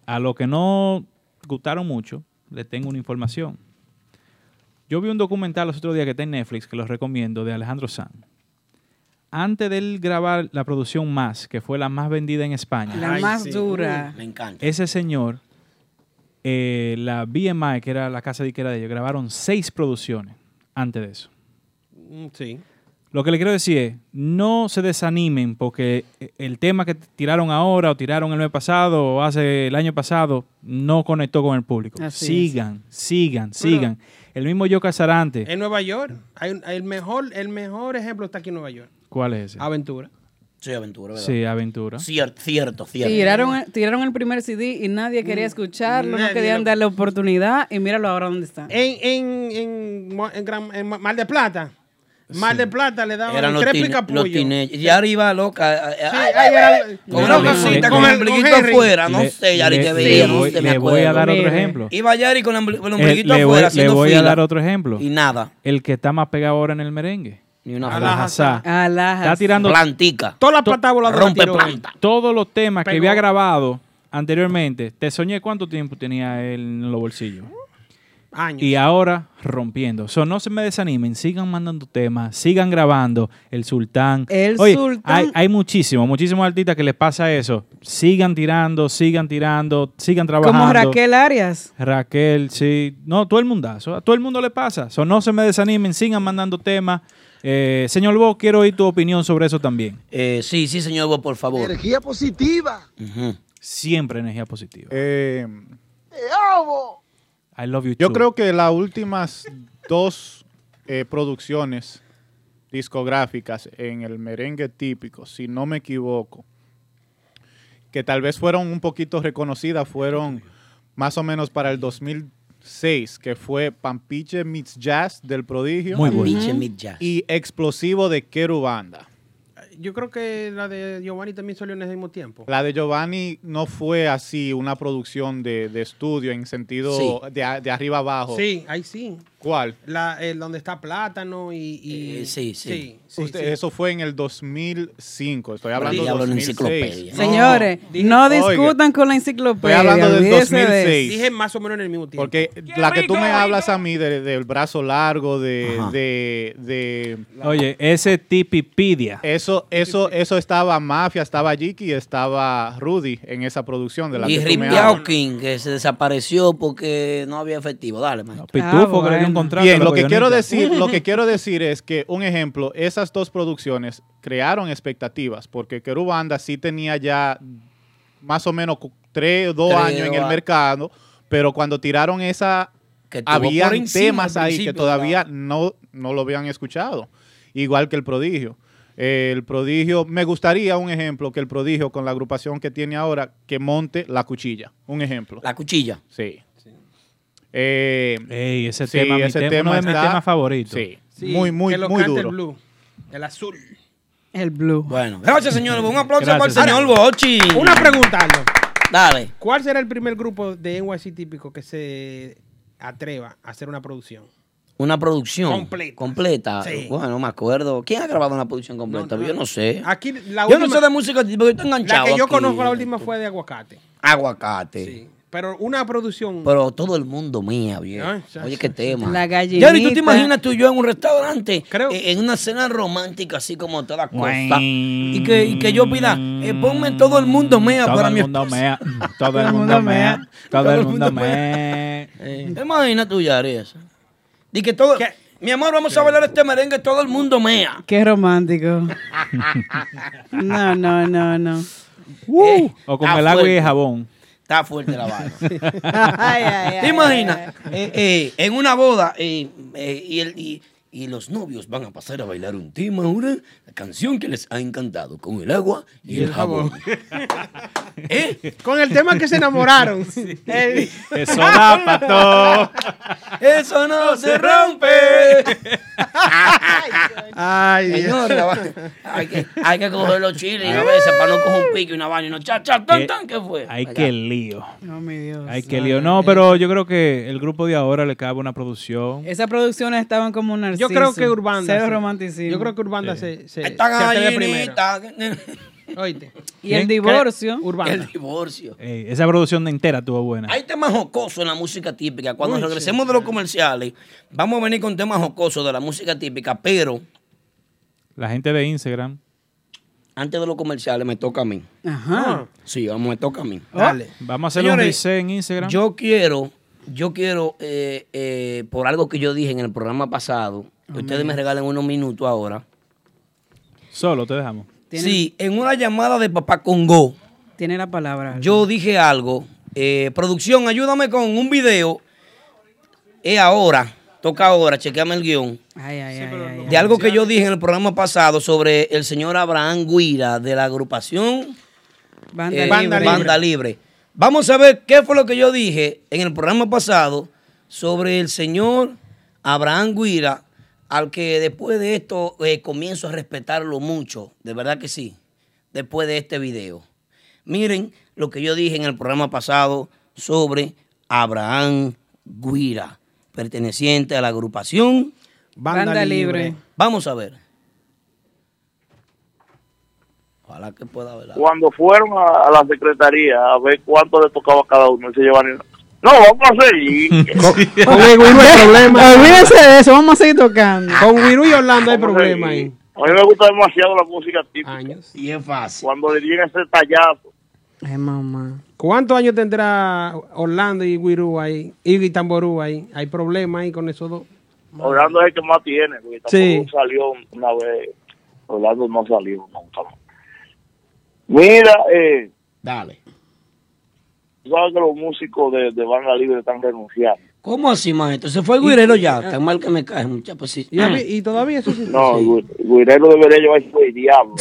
Speaker 4: a lo que no gustaron mucho, le tengo una información. Yo vi un documental los otros días que está en Netflix, que los recomiendo, de Alejandro Sanz. Antes de él grabar la producción Más, que fue la más vendida en España.
Speaker 2: La Ay, más sí. dura.
Speaker 1: Me encanta.
Speaker 4: Ese señor, eh, la BMI, que era la casa disquera de ellos, grabaron seis producciones antes de eso.
Speaker 3: Mm, Sí.
Speaker 4: Lo que le quiero decir es, no se desanimen porque eh, el tema que tiraron ahora o tiraron el mes pasado o hace el año pasado no conectó con el público.
Speaker 3: Así
Speaker 4: sigan, sigan, sigan. El mismo Yo Casarante.
Speaker 3: En Nueva York, hay un- el, mejor, el mejor ejemplo está aquí en Nueva York.
Speaker 4: ¿Cuál es ese?
Speaker 3: Aventura.
Speaker 1: Sí, aventura,
Speaker 3: ¿verdad?
Speaker 4: Sí, Aventura.
Speaker 1: Cierto, cierto, cierto.
Speaker 2: Tiraron, tiraron el primer CD y nadie quería escucharlo,
Speaker 3: Mm, Nadie
Speaker 2: no querían
Speaker 3: lo-
Speaker 2: darle oportunidad y míralo ahora dónde está.
Speaker 3: En, en, en, Mo- en Gran- en Ma- Mar de Plata. Mar de Plata le daban
Speaker 1: Eran los,
Speaker 3: tres
Speaker 1: teen- los
Speaker 3: picapollos.
Speaker 1: teenagers. Y ahora iba loca. ay, ay,
Speaker 3: ahí
Speaker 1: ay,
Speaker 3: era-
Speaker 1: ay, Con una
Speaker 3: Le-
Speaker 1: cosita,
Speaker 3: le-
Speaker 1: con el
Speaker 3: con
Speaker 1: ombliguito
Speaker 3: Henry.
Speaker 1: afuera. No
Speaker 4: Le-
Speaker 1: sé, Yari,
Speaker 4: le-
Speaker 1: que
Speaker 4: le
Speaker 1: veía.
Speaker 4: voy-
Speaker 1: no sé, me
Speaker 4: le voy a
Speaker 1: acuerdo.
Speaker 4: dar otro ejemplo.
Speaker 1: Iba Yari con el ombli- el
Speaker 4: Eh,
Speaker 1: ombliguito
Speaker 4: le voy,
Speaker 1: afuera
Speaker 4: le
Speaker 1: haciendo
Speaker 4: voy a
Speaker 1: fila.
Speaker 4: dar otro ejemplo.
Speaker 1: Y nada.
Speaker 4: El que está más pegado ahora en el merengue.
Speaker 1: Ni una
Speaker 4: Alajazá.
Speaker 2: A la
Speaker 4: Está tirando
Speaker 1: plantica.
Speaker 3: Todas las patas voladoras
Speaker 4: rompe
Speaker 3: tiró él.
Speaker 4: planta. Todos los temas que
Speaker 3: Pegó.
Speaker 4: había grabado anteriormente. Te soñé cuánto tiempo tenía él en los bolsillos.
Speaker 3: Años.
Speaker 4: Y ahora rompiendo. So, no se me desanimen, sigan mandando temas, sigan grabando. El Sultán.
Speaker 2: El
Speaker 4: Oye,
Speaker 2: Sultán.
Speaker 4: Hay, hay muchísimos, muchísimos artistas que les pasa eso. Sigan tirando, sigan tirando, sigan trabajando.
Speaker 2: Como Raquel Arias.
Speaker 4: Raquel, sí. No, todo el mundazo. A todo el mundo le pasa. So, no se me desanimen, sigan mandando temas. Eh, señor Bo, quiero oír tu opinión sobre eso también.
Speaker 1: Eh, sí, sí, señor Bo, por favor.
Speaker 12: Energía positiva.
Speaker 4: Siempre energía positiva.
Speaker 12: Te amo.
Speaker 4: I love you
Speaker 8: Eh, Yo
Speaker 4: too.
Speaker 8: creo que las últimas dos eh, producciones discográficas en el merengue típico, si no me equivoco, que tal vez fueron un poquito reconocidas, fueron más o menos para el 2006, que fue Pampiche Meets Jazz del Prodigio.
Speaker 1: Muy bueno. Pampiche Meets Jazz.
Speaker 8: Y Explosivo de Querubanda.
Speaker 3: Yo creo que la de Giovanni también salió en ese mismo tiempo.
Speaker 8: La de Giovanni no fue así una producción de, de estudio en sentido
Speaker 3: Sí.
Speaker 8: de, a- de arriba abajo.
Speaker 3: Sí, ahí sí.
Speaker 8: ¿Cuál?
Speaker 3: La, eh, donde está plátano y. y-
Speaker 8: Eh, Usted-
Speaker 3: sí.
Speaker 8: Eso fue en el 2005. Estoy hablando de
Speaker 3: Diablo, la
Speaker 8: 2006.
Speaker 2: Señores,
Speaker 8: dije-
Speaker 2: no
Speaker 8: Oiga,
Speaker 2: discutan con la enciclopedia.
Speaker 8: Estoy hablando del
Speaker 2: olvídese de eso.
Speaker 8: 2006.
Speaker 3: Dije más o menos en el mismo tiempo.
Speaker 8: Porque la que tú me hablas a mí de- del brazo largo, de,
Speaker 4: Ajá.
Speaker 8: de, de-
Speaker 4: Oye, ese tipipedia.
Speaker 8: Eso, eso, eso estaba Mafia, estaba Jiki, estaba Rudy en esa producción de la
Speaker 1: Y
Speaker 8: que tú me hablas.
Speaker 1: Ripiao King, que se desapareció porque no había efectivo. Dale, maestro.
Speaker 8: Bien, lo que quiero decir, lo que quiero decir es que un ejemplo, esas dos producciones crearon expectativas porque Querubanda sí tenía ya más o menos cu- tres o dos
Speaker 4: Tres,
Speaker 8: años en el
Speaker 4: dos a-
Speaker 8: mercado, pero cuando tiraron esa
Speaker 4: estuvo
Speaker 8: había
Speaker 4: por encima
Speaker 8: temas
Speaker 4: al
Speaker 8: ahí que
Speaker 4: principio,
Speaker 8: todavía no no lo habían escuchado, igual que el prodigio. Eh, El prodigio, me gustaría un ejemplo que el prodigio con la agrupación que tiene ahora que monte la cuchilla, un ejemplo.
Speaker 1: La cuchilla.
Speaker 8: Sí. Eh,
Speaker 4: Ey, ese
Speaker 8: sí,
Speaker 4: tema, mi
Speaker 8: ese
Speaker 4: tema,
Speaker 8: tema
Speaker 4: uno de mis
Speaker 8: está-
Speaker 4: temas favoritos.
Speaker 8: Sí.
Speaker 3: Sí,
Speaker 8: Muy, muy,
Speaker 3: que lo
Speaker 8: muy
Speaker 3: canta
Speaker 8: duro.
Speaker 3: El blue, el azul.
Speaker 2: El blue.
Speaker 1: Bueno, gracias, señor Bo. Un aplauso
Speaker 8: Gracias,
Speaker 1: para el
Speaker 8: señor.
Speaker 1: señor Bochi.
Speaker 3: Una pregunta, Aldo.
Speaker 1: Dale.
Speaker 3: ¿Cuál será el primer grupo de NYC típico que se atreva a hacer una producción?
Speaker 1: Una producción
Speaker 3: Completa.
Speaker 1: completa.
Speaker 3: Sí.
Speaker 1: Bueno, no me acuerdo. ¿Quién ha grabado una producción completa? yo no sé.
Speaker 3: Aquí Ah, la
Speaker 1: yo
Speaker 3: última-
Speaker 1: no sé de música tipo, yo estoy
Speaker 3: La
Speaker 1: enganchado.
Speaker 3: que yo
Speaker 1: aquí.
Speaker 3: conozco la última fue de aguacate.
Speaker 1: Aguacate.
Speaker 3: Pero una producción.
Speaker 1: Pero todo el mundo mía, viejo.
Speaker 3: Ay, ya,
Speaker 1: Oye,
Speaker 3: ya,
Speaker 1: qué
Speaker 3: ya.
Speaker 1: tema.
Speaker 3: La
Speaker 1: gallinita. Yari, ¿tú te
Speaker 3: gallinita.
Speaker 1: imaginas tú y yo en un restaurante? eh, En una cena romántica, así como toda cosa. Y que, y que yo pida, eh, ponme todo el mundo mía
Speaker 4: Todo
Speaker 1: para
Speaker 4: el
Speaker 1: mi
Speaker 4: mundo
Speaker 1: esposa.
Speaker 4: mea, todo el mundo mea, todo el mundo mea.
Speaker 1: Eh, ¿Te imaginas tú, Yari, eso? Di que todo... Mi amor, vamos a bailar este merengue, todo el mundo mea.
Speaker 2: Qué romántico. No, no, no, no. Eh,
Speaker 4: O con
Speaker 1: Está
Speaker 4: el agua y
Speaker 1: fuerte.
Speaker 4: el jabón.
Speaker 1: Está fuerte la vaina.
Speaker 2: Ay, ay,
Speaker 1: ¿Te
Speaker 2: ay,
Speaker 1: imaginas? Eh, eh, en una boda eh, eh, y, el- y- y los novios van a pasar a bailar un tema ahora, la canción que les ha encantado, con el agua y, el jabón. ¿Eh?
Speaker 3: Con el tema que se enamoraron. El-
Speaker 4: Eso da pato.
Speaker 1: Eso no se rompe. Ay, Señor,
Speaker 3: Dios.
Speaker 1: la va- hay, que, hay que coger los chiles a veces para no coger un pico y una vaina y no cha, cha, tan,
Speaker 4: Eh,
Speaker 1: tan, ¿qué fue?
Speaker 4: Ay,
Speaker 1: Allá.
Speaker 4: qué lío.
Speaker 2: No, mi Dios.
Speaker 4: Ay, qué lío. No, pero yo creo que el grupo de ahora le cabe una producción.
Speaker 2: Esas producciones estaban como un narciso.
Speaker 3: Yo creo que Urbanda.
Speaker 2: Cero
Speaker 3: se-
Speaker 2: romanticismo.
Speaker 3: Yo creo que Urbanda se, se,
Speaker 1: Esta
Speaker 3: se atreve
Speaker 1: gallinita.
Speaker 3: Oíste.
Speaker 2: Y el divorcio.
Speaker 3: Urbana.
Speaker 1: El divorcio.
Speaker 4: Ey, Eh, esa producción entera estuvo buena.
Speaker 1: Hay temas jocosos en la música típica. Cuando
Speaker 4: Uy,
Speaker 1: regresemos de los comerciales, vamos a venir con temas jocosos de la música típica, pero
Speaker 4: La gente de Instagram.
Speaker 1: antes de los comerciales me toca a mí.
Speaker 2: Ajá.
Speaker 1: Sí, vamos, me toca a mí.
Speaker 4: Dale. Vamos a hacer un
Speaker 1: Ah. Señores,
Speaker 4: reset en Instagram.
Speaker 1: Yo quiero, yo quiero, eh, eh, por algo que yo dije en el programa pasado, que ustedes me regalen unos minutos ahora,
Speaker 4: Solo te dejamos.
Speaker 1: Sí, en una llamada de Papá Congo,
Speaker 2: Tiene la palabra.
Speaker 1: yo dije algo. eh, producción, ayúdame con un video. Es ahora, toca ahora, chequeame el guión.
Speaker 2: Ay, ay, ay, ay, ay.
Speaker 1: De algo que yo dije en el programa pasado sobre el señor Abraham Guira de la agrupación
Speaker 2: Banda
Speaker 1: eh,
Speaker 2: Libre.
Speaker 1: Banda Libre. Vamos a ver qué fue lo que yo dije en el programa pasado sobre el señor Abraham Guira, al que después de esto eh, comienzo a respetarlo mucho, de verdad que sí, después de este video. Miren lo que yo dije en el programa pasado sobre Abraham Guira, perteneciente a la agrupación
Speaker 2: Banda Banda Libre. Libre.
Speaker 1: Vamos a ver. Ojalá que pueda ver.
Speaker 14: Cuando fueron a, a la secretaría a ver cuánto le tocaba a cada uno, él se llevan y- No, vamos a seguir.
Speaker 3: Con el Guirú hay problema.
Speaker 2: Olvídense de eso, vamos a seguir tocando.
Speaker 3: Con Wiru y Orlando hay problema ahí.
Speaker 14: A mí me gusta demasiado la música típica. Y es fácil. Cuando le llega ese tallazo.
Speaker 2: Ay, mamá.
Speaker 3: ¿Cuántos años tendrá Orlando y Wiru ahí? Y Tamború ahí. Hay problema ahí con esos dos.
Speaker 14: Orlando es el que más tiene, porque tampoco
Speaker 3: Sí.
Speaker 14: salió una vez. Orlando no salió nunca más. Mira, eh. Dale. Tú sabes que los músicos de, de banda libre están renunciando.
Speaker 1: ¿Cómo así, maestro? Se fue el guirero ya. Tan mal que me cae, muchacho. Pues sí.
Speaker 3: Y, a mí- y todavía eso sí.
Speaker 14: No, Gu- Guirero debería llevarse el diablo.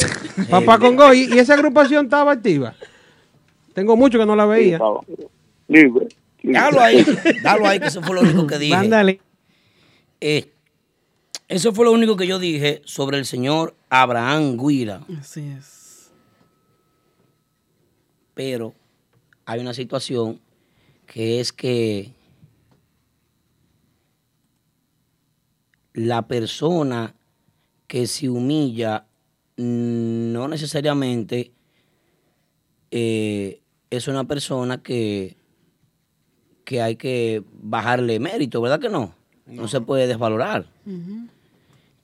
Speaker 3: Papá Congo, ¿y, y esa agrupación estaba activa? Tengo mucho que no la veía.
Speaker 14: Libre.
Speaker 1: Dalo ahí, dalo ahí, que eso fue lo único que dije.
Speaker 3: Ándale.
Speaker 1: Eh, eso fue lo único que yo dije sobre el señor Abraham Guira.
Speaker 2: Así es.
Speaker 1: Pero hay una situación que es que la persona que se humilla mm, no necesariamente eh, es una persona que, que hay que bajarle mérito, ¿verdad que no? No se puede desvalorar.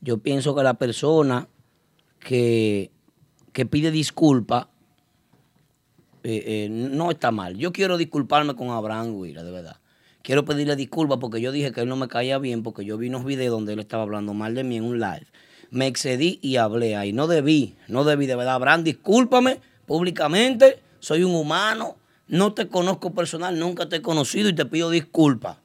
Speaker 1: Yo pienso que la persona que, que pide disculpa eh, eh, no está mal. Yo quiero disculparme con Abraham Guira, de verdad. Quiero pedirle disculpas porque yo dije que él no me caía bien porque yo vi unos videos donde él estaba hablando mal de mí en un live. Me excedí y hablé ahí. No debí, no debí, de verdad. Abraham, discúlpame públicamente. Soy un humano. No te conozco personal, nunca te he conocido y te pido disculpas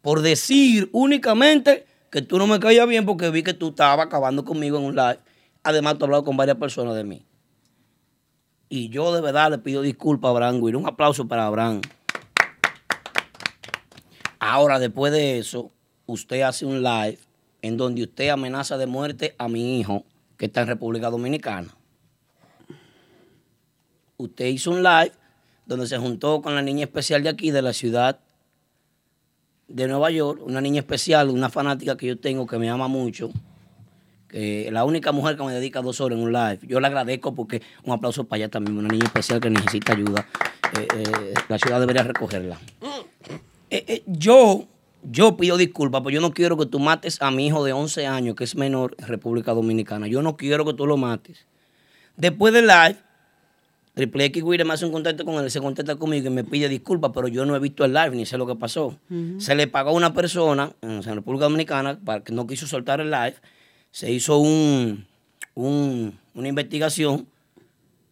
Speaker 1: por decir únicamente que tú no me caías bien porque vi que tú estabas acabando conmigo en un live. Además, tú has hablado con varias personas de mí. Y yo de verdad le pido disculpas a Abraham Guirú. Un aplauso para Abraham. Ahora, después de eso, usted hace un live en donde usted amenaza de muerte a mi hijo que está en República Dominicana. Usted hizo un live donde se juntó con la niña especial de aquí, de la ciudad de Nueva York, una niña especial, una fanática que yo tengo que me ama mucho, que es la única mujer que me dedica dos horas en un live. Yo le agradezco porque un aplauso para ella también, una niña especial que necesita ayuda. Eh, eh, la ciudad debería recogerla. Eh, eh, yo, yo pido disculpas, pero yo no quiero que tú mates a mi hijo de 11 años, que es menor en República Dominicana. Yo no quiero que tú lo mates. Después del live, Triple X Guire me hace un contacto con él, se contacta conmigo y me pide disculpas, pero yo no he visto el live ni sé lo que pasó. Se le pagó a una persona en la República Dominicana para que no quiso soltar el live. Se hizo un, un- una investigación,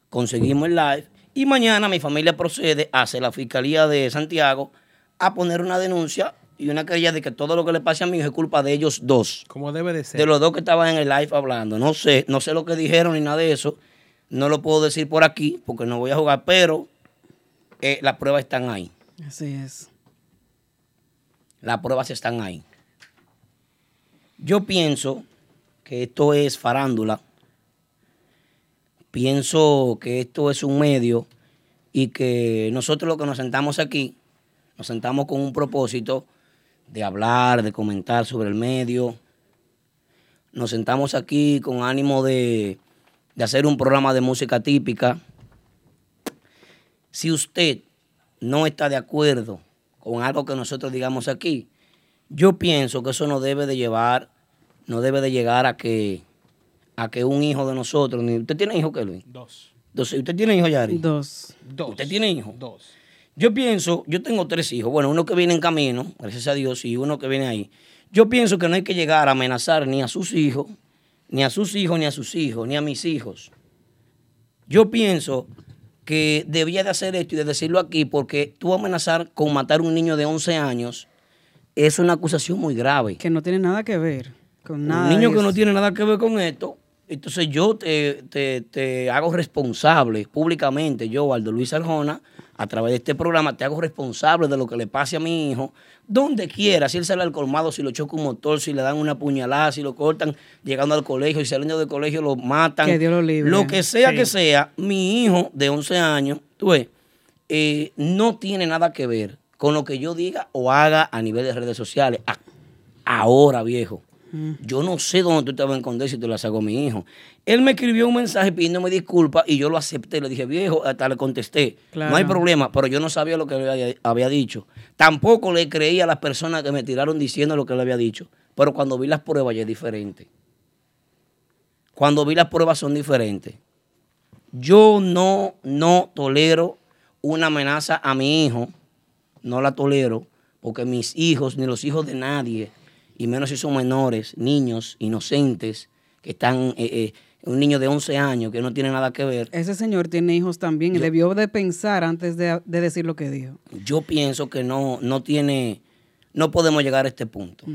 Speaker 1: conseguimos el live y mañana mi familia procede hacia la Fiscalía de Santiago a poner una denuncia y una querella de que todo lo que le pase a mi hijo es culpa de ellos dos.
Speaker 3: Como debe de ser.
Speaker 1: De los dos que estaban en el live hablando. No sé, no sé lo que dijeron ni nada de eso. No lo puedo decir por aquí porque no voy a jugar, pero eh, las pruebas están ahí.
Speaker 2: Así es.
Speaker 1: Las pruebas están ahí. Yo pienso que esto es farándula. Pienso que esto es un medio y que nosotros lo que nos sentamos aquí, nos sentamos con un propósito de hablar, de comentar sobre el medio. Nos sentamos aquí con ánimo de, de hacer un programa de música típica. Si usted no está de acuerdo con algo que nosotros digamos aquí, yo pienso que eso no debe de llevar, no debe de llegar a que, a que un hijo de nosotros, ni- ¿usted tiene hijo, Kelvin?
Speaker 4: Dos.
Speaker 1: Dos. ¿Usted tiene hijos, Yari?
Speaker 2: Dos.
Speaker 1: ¿Usted tiene hijos? Dos. Yo pienso, yo tengo tres hijos. Bueno, uno que viene en camino, gracias a Dios, y uno que viene ahí. Yo pienso que no hay que llegar a amenazar ni a sus hijos, ni a sus hijos, ni a sus hijos, ni a mis hijos. Yo pienso que debía de hacer esto y de decirlo aquí porque tú amenazar con matar a un niño de 11 años es una acusación muy grave.
Speaker 2: Que no tiene nada que ver con nada.
Speaker 1: Un niño
Speaker 2: de
Speaker 1: que
Speaker 2: eso.
Speaker 1: no tiene nada que ver con esto, entonces yo te, te- te hago responsable públicamente, yo, Aldo Luis Arjona, a través de este programa, te hago responsable de lo que le pase a mi hijo, donde quiera, si él sale al colmado, si lo choca un motor, si le dan una puñalada, si lo cortan llegando al colegio, si saliendo del colegio lo matan.
Speaker 2: Que Dios lo libre.
Speaker 1: que sea
Speaker 2: Sí.
Speaker 1: que sea, mi hijo de 11 años, tú ves, eh, no tiene nada que ver con lo que yo diga o haga a nivel de redes sociales. A- ahora, viejo. Yo no sé dónde tú te vas a esconder si tú las hago a mi hijo. Él me escribió un mensaje pidiéndome disculpas y yo lo acepté. Le dije, viejo, hasta le contesté.
Speaker 15: Claro.
Speaker 1: No hay problema, pero yo no sabía lo que le había- había dicho. Tampoco le creí a las personas que me tiraron diciendo lo que le había dicho. Pero cuando vi las pruebas ya es diferente. Cuando vi las pruebas son diferentes. Yo no, no tolero una amenaza a mi hijo. No la tolero porque mis hijos, ni los hijos de nadie, y menos si son menores, niños inocentes, que están, eh, eh, un niño de 11 años que no tiene nada que ver,
Speaker 2: Ese señor tiene hijos también y debió de pensar antes de, de decir lo que dijo.
Speaker 1: yo pienso que no, no tiene, no podemos llegar a este punto.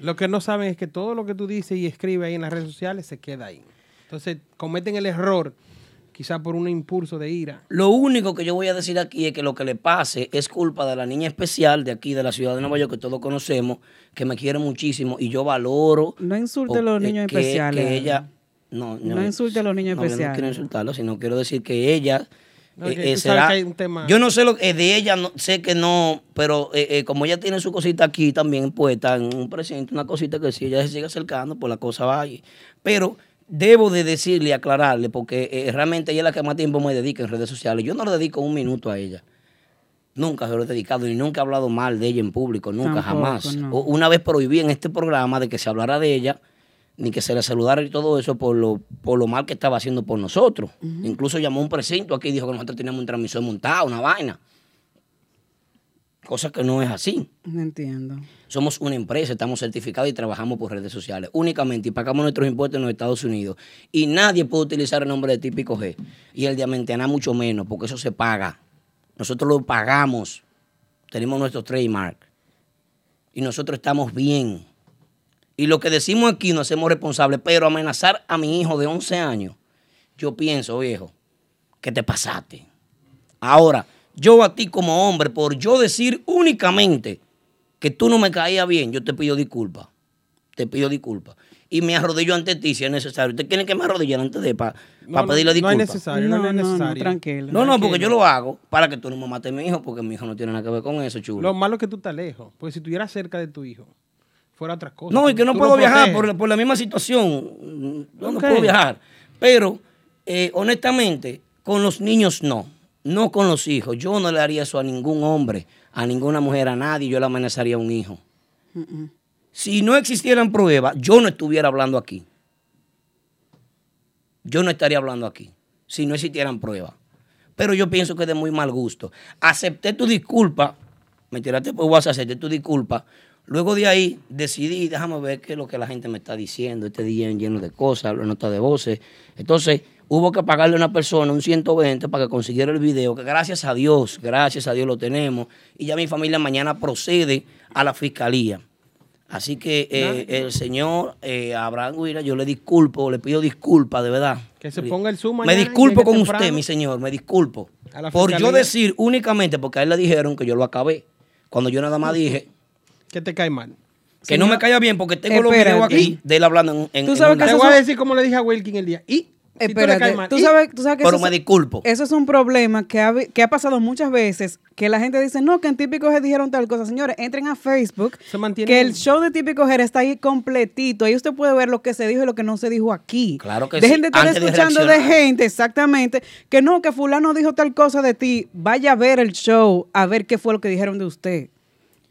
Speaker 3: Lo que no saben es que todo lo que tú dices y escribes ahí en las redes sociales se queda ahí. Entonces cometen el error, quizá por un impulso de ira.
Speaker 1: Lo único que yo voy a decir aquí es que lo que le pase es culpa de la niña especial de aquí, de la ciudad de Nueva York, que todos conocemos, que me quiere muchísimo y yo valoro.
Speaker 2: No insulte a
Speaker 1: o-
Speaker 2: los
Speaker 1: eh,
Speaker 2: niños
Speaker 1: que-
Speaker 2: especiales.
Speaker 1: Que ella, no,
Speaker 2: No insulte a los niños
Speaker 1: no, yo No quiero
Speaker 2: especiales.
Speaker 1: insultarlo, sino quiero decir que ella
Speaker 3: No,
Speaker 1: eh,
Speaker 3: que tú
Speaker 1: eh,
Speaker 3: sabes
Speaker 1: será.
Speaker 3: que hay un tema-
Speaker 1: Yo no sé lo eh, de ella, no, sé que no, pero eh, eh, como ella tiene su cosita aquí también puesta en un presente, una cosita que si ella se sigue acercando, pues la cosa va ahí. Pero debo de decirle, y aclararle, porque eh, realmente ella es la que más tiempo me dedica en redes sociales. Yo no le dedico un minuto a ella. Nunca se lo he dedicado y nunca he hablado mal de ella en público, nunca,
Speaker 15: Tampoco,
Speaker 1: jamás.
Speaker 15: no.
Speaker 1: O- Una vez prohibí en este programa de que se hablara de ella, ni que se le saludara y todo eso por lo, por lo mal que estaba haciendo por nosotros. Incluso llamó a un precinto aquí y dijo que nosotros teníamos un transmisor montado, una vaina. Cosa que no es así.
Speaker 2: No entiendo.
Speaker 1: Somos una empresa, estamos certificados y trabajamos por redes sociales únicamente y pagamos nuestros impuestos en los Estados Unidos. Y nadie puede utilizar el nombre de Típico G y el de Amenteaná mucho menos, porque eso se paga. Nosotros lo pagamos. Tenemos nuestro trademark. Y nosotros estamos bien. Y lo que decimos aquí nos hacemos responsables, pero amenazar a mi hijo de 11 años, yo pienso, viejo, que te pasaste. Ahora, yo a ti como hombre, por yo decir únicamente que tú no me caías bien, yo te pido disculpas. Te pido disculpas. Y me arrodillo ante ti si es necesario. Usted quiere que me arrodille ante ti para
Speaker 3: No, no,
Speaker 1: pedirle
Speaker 3: no
Speaker 1: disculpas.
Speaker 3: es necesario, no, no es No, no, no, necesario. tranquilo.
Speaker 1: No, no, porque yo
Speaker 3: Tranquilo.
Speaker 1: lo hago para que tú no me mates a mi hijo, porque mi hijo no tiene nada que ver con eso, chulo.
Speaker 3: Lo malo es que tú estás lejos, porque si estuvieras cerca de tu hijo, fuera otra cosa.
Speaker 1: No, y
Speaker 3: Tú-
Speaker 1: que no
Speaker 3: tú
Speaker 1: puedo
Speaker 3: lo
Speaker 1: viajar
Speaker 3: proteges.
Speaker 1: por, por la misma situación. No, no
Speaker 3: Ok.
Speaker 1: puedo viajar. Pero, eh, honestamente, con los niños no. No con los hijos. Yo no le haría eso a ningún hombre, a ninguna mujer, a nadie. Yo le amenazaría a un hijo. Si no existieran pruebas, yo no estuviera hablando aquí. Yo no estaría hablando aquí. Si no existieran pruebas. Pero yo pienso que es de muy mal gusto. Acepté tu disculpa. Me tiraste por WhatsApp, acepté tu disculpa. Luego de ahí decidí, déjame ver qué es lo que la gente me está diciendo. Este día lleno de cosas, la nota de voces. Entonces hubo que pagarle a una persona un 120 para que consiguiera el video, que gracias a Dios, gracias a Dios lo tenemos. Y ya mi familia mañana procede a la fiscalía. Así que eh, el señor eh, Abraham Guira, yo le disculpo, le pido disculpas de verdad.
Speaker 3: Que se ponga el Zoom
Speaker 1: Me
Speaker 3: mañana y
Speaker 1: disculpo
Speaker 3: llegue
Speaker 1: con
Speaker 3: temprano.
Speaker 1: usted, mi señor, me disculpo.
Speaker 3: A la
Speaker 1: Por yo
Speaker 3: fiscalía.
Speaker 1: decir únicamente, porque a él le dijeron que yo lo acabé. Cuando yo nada más dije.
Speaker 3: Que te cae mal.
Speaker 1: Que no me caiga bien porque tengo
Speaker 3: Espérate.
Speaker 1: los videos aquí de él hablando en. en-
Speaker 3: Tú
Speaker 1: en
Speaker 3: sabes
Speaker 1: un
Speaker 3: que te
Speaker 1: live.
Speaker 3: voy a decir como le dije a Wilkin el día. Y si tú le
Speaker 2: Espérate,
Speaker 3: caes mal.
Speaker 2: tú
Speaker 3: y-
Speaker 2: sabes, tú sabes que
Speaker 1: Pero
Speaker 2: eso
Speaker 1: me
Speaker 2: es-
Speaker 1: disculpo.
Speaker 2: Eso es un problema que ha, que ha pasado muchas veces, que la gente dice, no, que en Típico G dijeron tal cosa. Señores, entren a Facebook, que el show de Típico G está ahí completito. Ahí usted puede ver lo que se dijo y lo que no se dijo aquí.
Speaker 1: Claro que
Speaker 2: Dejen
Speaker 1: sí,
Speaker 2: de estar
Speaker 1: antes de
Speaker 2: escuchando de,
Speaker 1: reaccionar.
Speaker 2: gente, exactamente, que no, que fulano dijo tal cosa de ti. Vaya a ver el show, a ver qué fue lo que dijeron de usted.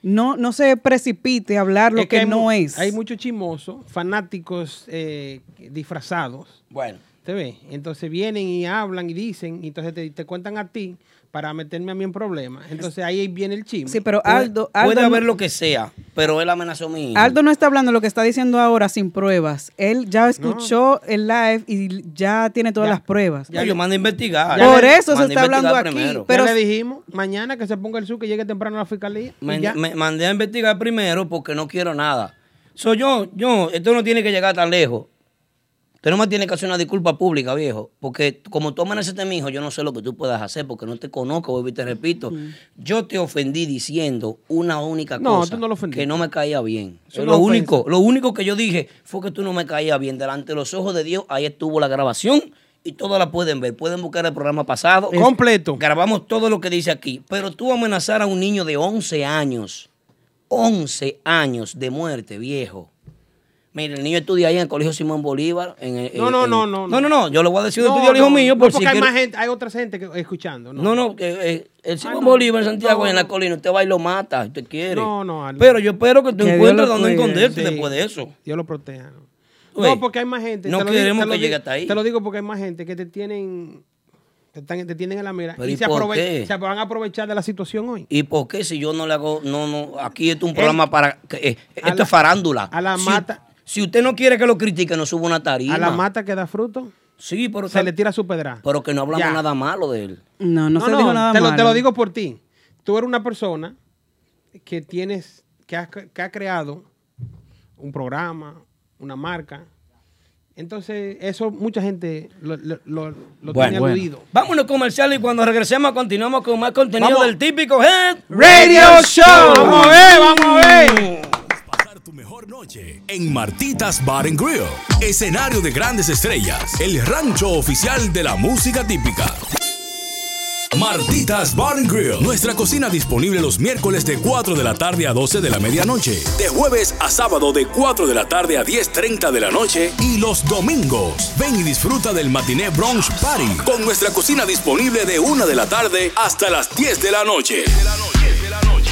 Speaker 2: No, no se precipite a hablar lo
Speaker 3: Es
Speaker 2: que,
Speaker 3: hay
Speaker 2: no
Speaker 3: mu-
Speaker 2: es.
Speaker 3: Hay muchos chismosos, fanáticos eh, disfrazados.
Speaker 1: Bueno.
Speaker 3: ¿Te ves? Entonces vienen y hablan y dicen, y entonces te, te cuentan a ti para meterme a mí en problemas. Entonces ahí viene el chisme.
Speaker 2: Sí, pero Aldo-
Speaker 3: Puede-
Speaker 2: Aldo
Speaker 1: Puede
Speaker 2: no-
Speaker 1: haber lo que sea, pero él amenazó a mi hijo.
Speaker 2: Aldo no está hablando lo que está diciendo ahora sin pruebas. Él ya escuchó el live y ya tiene todas
Speaker 3: Ya.
Speaker 2: las pruebas.
Speaker 1: Ya yo mando a investigar.
Speaker 2: Por
Speaker 1: Ya le-
Speaker 2: eso se
Speaker 1: mando a
Speaker 2: está hablando
Speaker 1: investigar
Speaker 2: aquí,
Speaker 1: primero.
Speaker 2: pero-
Speaker 3: Ya le dijimos, mañana que se ponga el sur, que llegue temprano a la fiscalía. y
Speaker 1: Me,
Speaker 3: ya.
Speaker 1: me mandé a investigar primero porque no quiero nada. Soy yo, yo, esto no tiene que llegar tan lejos. Usted no me tiene que hacer una disculpa pública, viejo. Porque como tú amenazaste a mi hijo, yo no sé lo que tú puedas hacer porque no te conozco, vuelvo y te repito. Yo te ofendí diciendo una única
Speaker 3: No,
Speaker 1: cosa.
Speaker 3: tú no lo ofendiste.
Speaker 1: Que no me caía bien.
Speaker 3: Eso
Speaker 1: Es
Speaker 3: no
Speaker 1: lo
Speaker 3: es
Speaker 1: único, lo único que yo dije fue que tú no me caías bien. Delante de los ojos de Dios, ahí estuvo la grabación y todas la pueden ver. Pueden buscar el programa pasado.
Speaker 3: Completo.
Speaker 1: Grabamos todo lo que dice aquí. Pero tú amenazar a un niño de 11 años, 11 años de muerte, viejo. Mira, el niño estudia ahí en el Colegio Simón Bolívar. En el- eh,
Speaker 3: No, no,
Speaker 1: en-
Speaker 3: no, no,
Speaker 1: No, no, no. Yo le voy a decir
Speaker 3: No,
Speaker 1: donde estudia el hijo
Speaker 3: no,
Speaker 1: mío
Speaker 3: no,
Speaker 1: por si
Speaker 3: porque hay,
Speaker 1: quiere-
Speaker 3: más gente, hay otra gente que, escuchando. No, Ah,
Speaker 1: no, no, que, eh, el Simón Bolívar en Santiago, en la colina, usted va y lo mata, si usted quiere.
Speaker 3: No, no, Aldo.
Speaker 1: Pero yo espero que tú
Speaker 3: Que Dios
Speaker 1: encuentres
Speaker 3: lo
Speaker 1: donde
Speaker 3: cuide,
Speaker 1: esconderte
Speaker 3: sí.
Speaker 1: después de eso.
Speaker 3: Dios lo proteja.
Speaker 1: Oye,
Speaker 3: no, porque hay más gente.
Speaker 1: no
Speaker 3: te lo digo-
Speaker 1: queremos
Speaker 3: te lo
Speaker 1: que
Speaker 3: digo-
Speaker 1: llegue hasta ahí.
Speaker 3: Te lo digo porque hay más gente que te tienen, te, están- te tienen en la mira
Speaker 1: Pero
Speaker 3: y,
Speaker 1: ¿y
Speaker 3: se,
Speaker 1: por
Speaker 3: aprove-
Speaker 1: qué?
Speaker 3: se van a aprovechar de la situación hoy.
Speaker 1: ¿Y por qué si yo no le hago, no, no, aquí esto es un programa para, que, eh, esto es farándula. A la mata. Si usted no quiere que lo critiquen, no suba una tarima.
Speaker 3: A la mata que da fruto.
Speaker 1: Sí, pero
Speaker 3: se le tira su pedra.
Speaker 1: Pero que no hablamos
Speaker 3: Ya.
Speaker 1: nada malo de él.
Speaker 2: No, no, se dijo nada
Speaker 3: te lo,
Speaker 2: malo.
Speaker 3: te lo digo por ti. Tú eres una persona que tienes, que has cre- que ha creado un programa, una marca. Entonces, eso mucha gente lo, lo- lo- lo tiene aludido.
Speaker 1: Vámonos comerciales y cuando regresemos continuamos con más contenido
Speaker 3: Vamos.
Speaker 1: del típico Head
Speaker 3: Radio Show. Vamos a ver, vamos a ver.
Speaker 10: En Martitas Bar and Grill, escenario de grandes estrellas, el rancho oficial de la música típica. Martitas Bar and Grill, nuestra cocina disponible los miércoles de 4 de la tarde a 12 de la medianoche, de jueves a sábado de 4 de la tarde a 10.30 de la noche y los domingos. Ven y disfruta del matiné brunch party con nuestra cocina disponible de 1 de la tarde hasta las 10 de la noche.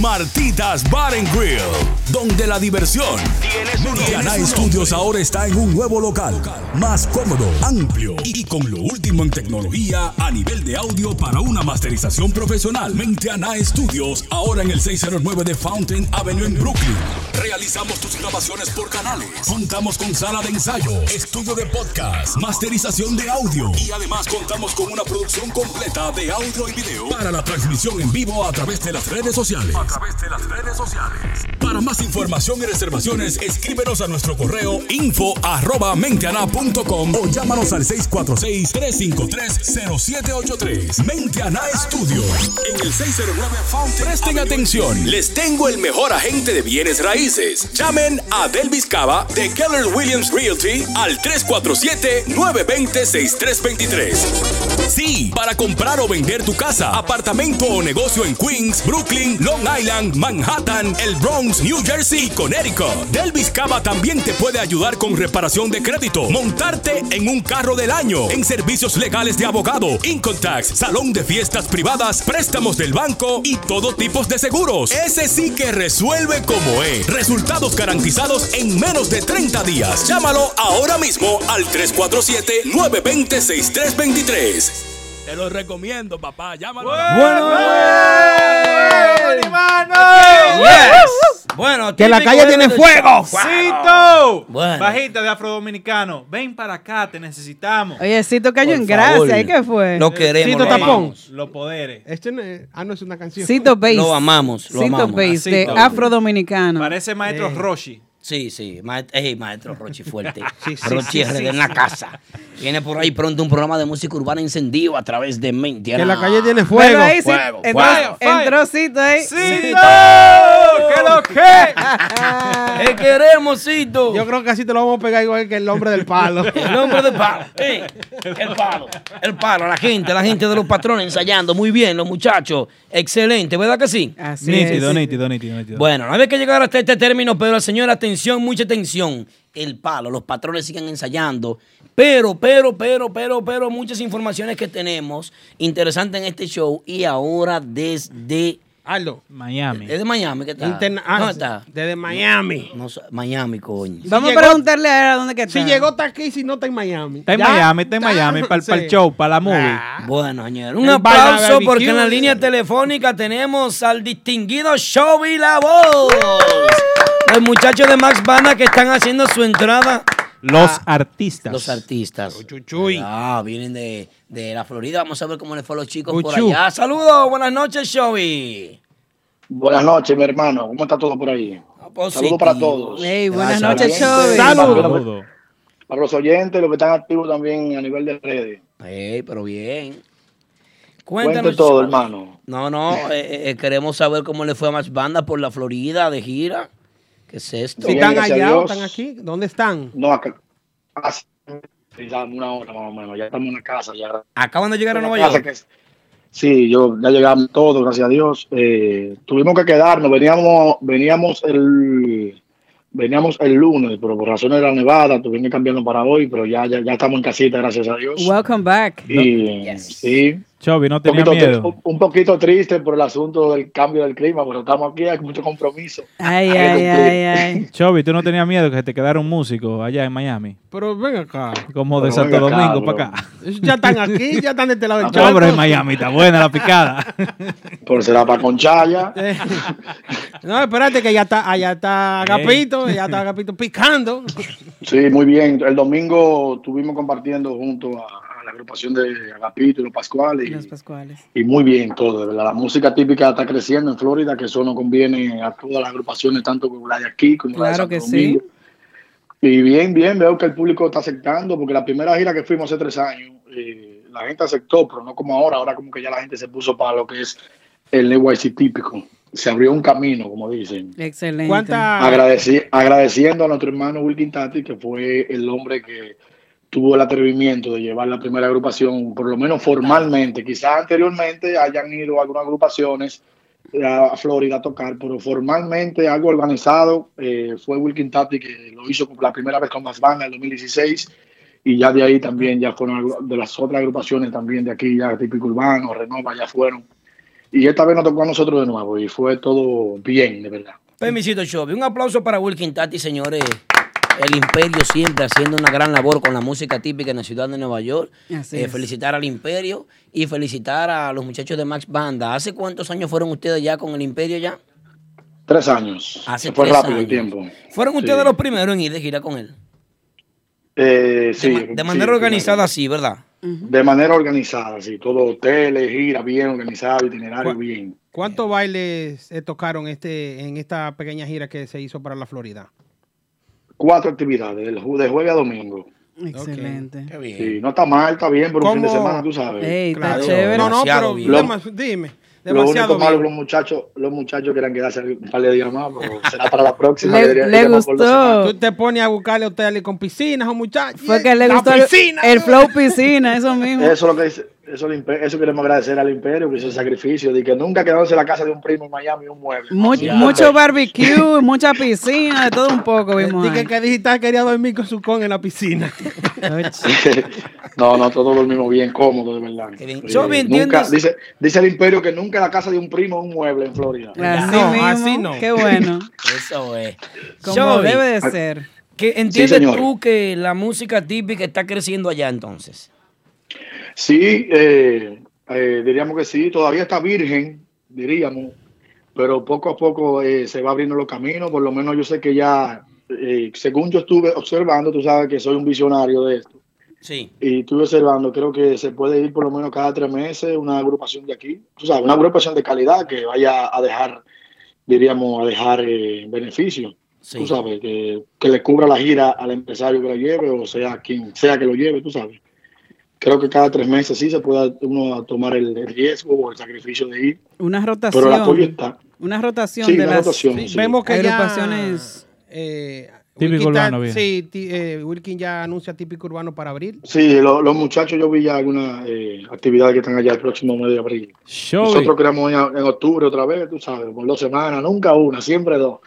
Speaker 10: Martitas Bar and Grill, donde la diversión Diana Studios ahora está en un nuevo local, más cómodo, amplio y con lo último en tecnología a nivel de audio para una masterización profesional. Mentiana Studios ahora en el 609 de Fountain Avenue en Brooklyn. Realizamos tus grabaciones por canales. Contamos con sala de ensayo, estudio de podcast, masterización de audio y además contamos con una producción completa de audio y video para la transmisión en vivo a través de las redes sociales. A través de las redes sociales. Para más información y reservaciones, escríbenos a nuestro correo info arroba menteana.com o llámanos al 646-353-0783. Menteana Studios. En el 609 Fountain. Presten atención, les tengo el mejor agente de bienes raíces. Llamen a Delvis Cava de Keller Williams Realty al 347-920-6323. Sí, para comprar o vender tu casa, apartamento o negocio en Queens, Brooklyn, Long Island, Manhattan, el Bronx, New Jersey y Connecticut. Delvis Cava también te puede ayudar con reparación de crédito, montarte en un carro del año, en servicios legales de abogado, income tax, salón de fiestas privadas, préstamos del banco y todo tipo de seguros. Ese sí que resuelve como es. Resultados garantizados en menos de 30 días. Llámalo ahora mismo al 347-920-6323. Te lo recomiendo, papá. Llámalo.
Speaker 1: Bueno,
Speaker 3: Que la
Speaker 4: típico
Speaker 3: calle
Speaker 4: de-
Speaker 3: tiene fuego.
Speaker 4: ¡Cito!
Speaker 1: Bueno.
Speaker 4: Bajita de afrodominicano, ven para acá, te necesitamos.
Speaker 2: Oye, Cito cayó
Speaker 4: Por
Speaker 2: en
Speaker 4: favor.
Speaker 2: gracia. ¿Y qué fue?
Speaker 4: Lo
Speaker 3: tapón.
Speaker 4: amamos, Los poderes.
Speaker 3: Esto no es, ah, no es una canción.
Speaker 2: Cito Bass. Cito
Speaker 4: Ah,
Speaker 2: Bass,
Speaker 4: Cito.
Speaker 2: de afrodominicano.
Speaker 4: Parece maestro
Speaker 2: Eh,
Speaker 4: Roshi.
Speaker 1: Sí, sí, maest- ey, maestro Rochi fuerte.
Speaker 4: Sí, sí, sí,
Speaker 1: Rochi RD
Speaker 4: sí,
Speaker 1: en la
Speaker 4: sí.
Speaker 1: casa. Viene por ahí pronto un programa de música urbana encendido a través de Mentiana.
Speaker 3: Que la calle tiene
Speaker 2: Pero ahí sí,
Speaker 1: Fuego,
Speaker 2: entró,
Speaker 1: fuego.
Speaker 2: entró Cito ahí.
Speaker 1: ¡Cito!
Speaker 4: ¡Que lo
Speaker 1: qué? ¿Qué queremos, Cito?
Speaker 3: Yo creo que así te lo vamos a pegar igual que el hombre del palo.
Speaker 1: El hombre del palo. sí, el palo. El palo. La gente, la gente de los patrones ensayando muy bien, los muchachos. Excelente, ¿verdad que sí? Así
Speaker 4: Nítido, nítido, nítido, nítido.
Speaker 1: Bueno, no había que llegar hasta este término, pero señora, atención, mucha atención. El palo, los patrones siguen ensayando. Pero, pero, pero, pero, pero, muchas informaciones que tenemos interesantes en este show. Y ahora desde.
Speaker 3: Aldo.
Speaker 4: Miami.
Speaker 1: Desde Miami, ¿qué está?
Speaker 3: Interna- ah,
Speaker 1: ¿Dónde está?
Speaker 3: Desde Miami.
Speaker 1: No sé, Miami, coño.
Speaker 2: Vamos
Speaker 3: llegó-
Speaker 2: a preguntarle a él a dónde que está.
Speaker 3: Si llegó está aquí, si no está en Miami.
Speaker 4: Está en
Speaker 3: Ya,
Speaker 4: Miami, está en Miami, para el,
Speaker 3: sí. Ah.
Speaker 4: show, para la movie.
Speaker 1: Bueno, señor. Un aplauso porque en la línea telefónica tenemos al distinguido Showy La Voz. Los muchachos de Max Banda que están haciendo su entrada. Ah,
Speaker 4: Los artistas.
Speaker 1: Los artistas. Ah, vienen de, de la Florida. Vamos a ver cómo les fue a los chicos por
Speaker 15: Uchu.
Speaker 1: allá. Saludos, buenas noches, Showy.
Speaker 15: Buenas noches, mi hermano. ¿Cómo está todo por ahí?
Speaker 1: Positivo.
Speaker 15: Saludos para todos.
Speaker 1: Ey,
Speaker 2: Ah, buenas noches,
Speaker 15: Saludos.
Speaker 2: Chovy.
Speaker 4: Saludos.
Speaker 15: Para los oyentes, los que están activos también a nivel de redes.
Speaker 1: Ey, pero bien.
Speaker 15: Cuéntanos
Speaker 1: Cuéntanos,
Speaker 15: todo,
Speaker 1: Showy.
Speaker 15: hermano.
Speaker 1: No, no, eh, eh, queremos saber cómo le fue a Max Banda por la Florida de gira. ¿Qué es esto?
Speaker 3: Si están allá o están aquí, ¿dónde están?
Speaker 15: No, acá. Hace una hora más o menos. Ya estamos en la casa. Ya.
Speaker 1: Acaban de llegar a Nueva
Speaker 15: Una casa
Speaker 1: York.
Speaker 15: que- Sí, yo ya llegamos todos, gracias a Dios. Eh, tuvimos que quedarnos, veníamos, veníamos el veníamos el lunes, pero por razones de la nevada tuvimos que cambiarnos para hoy, pero ya, ya, ya estamos en casita, gracias a Dios.
Speaker 2: Welcome back.
Speaker 15: Y sí,
Speaker 4: Chovy, no
Speaker 15: un
Speaker 4: tenía
Speaker 15: poquito,
Speaker 4: miedo.
Speaker 15: un- un poquito triste por el asunto del cambio del clima, pero estamos aquí, hay mucho compromiso.
Speaker 2: Ay,
Speaker 15: Hay que
Speaker 2: ay,
Speaker 15: cumplir.
Speaker 2: ay, ay.
Speaker 4: Chovy, tú no tenías miedo que se te quedara un músico allá en Miami.
Speaker 3: Pero ven acá.
Speaker 4: Como de
Speaker 3: Pero
Speaker 4: Santo
Speaker 3: venga acá,
Speaker 4: Domingo
Speaker 3: bro.
Speaker 4: para acá.
Speaker 3: Ya están aquí, ya están de este lado del charco.
Speaker 4: Pobre Miami, está buena la picada.
Speaker 15: Por será para Conchaya.
Speaker 3: Eh, No, espérate que ya está, allá está Agapito, ya está Agapito picando.
Speaker 15: Sí, muy bien. El domingo estuvimos compartiendo junto a, a la agrupación de Agapito y los Pascuales. y-
Speaker 2: Pascuales.
Speaker 15: Y muy bien todo, de verdad. La música típica está creciendo en Florida, que eso nos conviene a todas las agrupaciones, tanto como la de aquí como la de
Speaker 2: Claro
Speaker 15: Santo
Speaker 2: que sí.
Speaker 15: Domingo. Y bien, bien, veo que el público está aceptando, porque la primera gira que fuimos hace tres años, eh, la gente aceptó, pero no como ahora. Ahora como que ya la gente se puso para lo que es el NYC típico. Se abrió un camino, como dicen.
Speaker 2: Excelente.
Speaker 15: Agradeci- agradeciendo a nuestro hermano Wilkin Tati, que fue el hombre que tuvo el atrevimiento de llevar la primera agrupación, por lo menos formalmente. Quizás anteriormente hayan ido algunas agrupaciones a Florida a tocar, pero formalmente algo organizado eh, fue Wilkin Tati que lo hizo la primera vez con más banda en 2016 y ya de ahí también ya fueron algo- de las otras agrupaciones también de aquí ya típico urbano, Renova ya fueron y esta vez nos tocó a nosotros de nuevo y fue todo bien de verdad.
Speaker 1: Permisito, Chovy. Un aplauso para Wilkin Tati, señores. El Imperio siempre haciendo una gran labor con la música típica en la ciudad de Nueva York.
Speaker 2: Así
Speaker 1: Eh,
Speaker 2: es.
Speaker 1: felicitar al Imperio y felicitar a los muchachos de Max Banda. ¿Hace cuántos años fueron ustedes ya con el Imperio ya?
Speaker 15: Tres años.
Speaker 1: Hace
Speaker 15: Fue
Speaker 1: tres
Speaker 15: rápido el
Speaker 1: años.
Speaker 15: tiempo.
Speaker 1: ¿Fueron ustedes
Speaker 15: Sí.
Speaker 1: los primeros en ir de gira con él?
Speaker 15: Eh, sí,
Speaker 1: De manera organizada, sí, ¿verdad?
Speaker 15: De manera organizada, sí. Todo hoteles, gira bien organizado, itinerario bien.
Speaker 3: ¿Cuántos bailes eh, tocaron este, en esta pequeña gira que se hizo para la Florida?
Speaker 15: Cuatro actividades, del ju- de jueves a domingo.
Speaker 2: Excelente.
Speaker 15: Sí, no está mal, está bien, pero un fin de semana, tú sabes.
Speaker 3: Claro. No, no, pero
Speaker 15: Lo-
Speaker 3: demas- dime.
Speaker 15: lo único
Speaker 3: Demasiado
Speaker 15: malo
Speaker 3: bien.
Speaker 15: que los muchachos, los muchachos querían quedarse un par de días más, pero será para la próxima.
Speaker 2: Le-
Speaker 15: deberían
Speaker 2: le
Speaker 15: irse más por dos semanas.
Speaker 3: Tú te pones a buscarle hoteles con piscinas a un muchacho.
Speaker 2: Fue que le
Speaker 3: La
Speaker 2: gustó el,
Speaker 3: piscina.
Speaker 2: el flow piscina, eso mismo.
Speaker 15: Eso, es lo que dice- eso, el impe- eso queremos agradecer al imperio que hizo el sacrificio de que nunca quedándose en la casa de un primo en Miami un mueble.
Speaker 2: Much-
Speaker 15: Ya.
Speaker 2: mucho barbecue, mucha piscina, de todo un poco vimos.
Speaker 3: Dije
Speaker 2: ahí.
Speaker 3: que dijiste quería dormir con su con en la piscina.
Speaker 15: no, no, todos dormimos bien cómodo, de verdad. Sí,
Speaker 3: Yo me entiendo-
Speaker 15: nunca- dice, dice el imperio que nunca la casa de un primo es un mueble en Florida.
Speaker 2: Así mismo,
Speaker 1: ¿Ah,
Speaker 2: Qué bueno.
Speaker 1: Eso es.
Speaker 2: Como
Speaker 1: Chovy,
Speaker 2: debe de ser.
Speaker 1: ¿qué- ¿Entiendes
Speaker 15: señor.
Speaker 1: tú que la música típica está creciendo allá entonces?
Speaker 15: Sí, eh, eh, diríamos que sí, todavía está virgen, diríamos, pero poco a poco eh, se va abriendo los caminos, por lo menos yo sé que ya, eh, según yo estuve observando, tú sabes que soy un visionario de esto,
Speaker 1: Sí.
Speaker 15: y estuve observando, creo que se puede ir por lo menos cada tres meses una agrupación de aquí, tú sabes, una agrupación de calidad que vaya a dejar, diríamos, a dejar eh, beneficio.
Speaker 1: Sí.
Speaker 15: Tú sabes, que, que le cubra la gira al empresario que lo lleve o sea quien sea que lo lleve, tú sabes creo que cada tres meses sí se puede uno tomar el el riesgo o el sacrificio de ir,
Speaker 2: Una
Speaker 15: pero el apoyo
Speaker 2: rotación.
Speaker 15: está.
Speaker 2: Una rotación
Speaker 15: Sí,
Speaker 2: de
Speaker 15: una
Speaker 2: las
Speaker 15: rotación, sí.
Speaker 3: Vemos que ya,
Speaker 2: agrupaciones.
Speaker 3: eh,
Speaker 15: Típico
Speaker 3: Wilkin está-
Speaker 15: urbano viene.
Speaker 3: Sí, ti- eh, Wilkin ya anuncia típico urbano para abril.
Speaker 15: Sí, lo- los muchachos, yo vi ya algunas eh, actividades que están allá el próximo mes de abril.
Speaker 4: Show
Speaker 15: Nosotros queremos ir a- en octubre otra vez, tú sabes, por dos semanas, nunca una, siempre dos.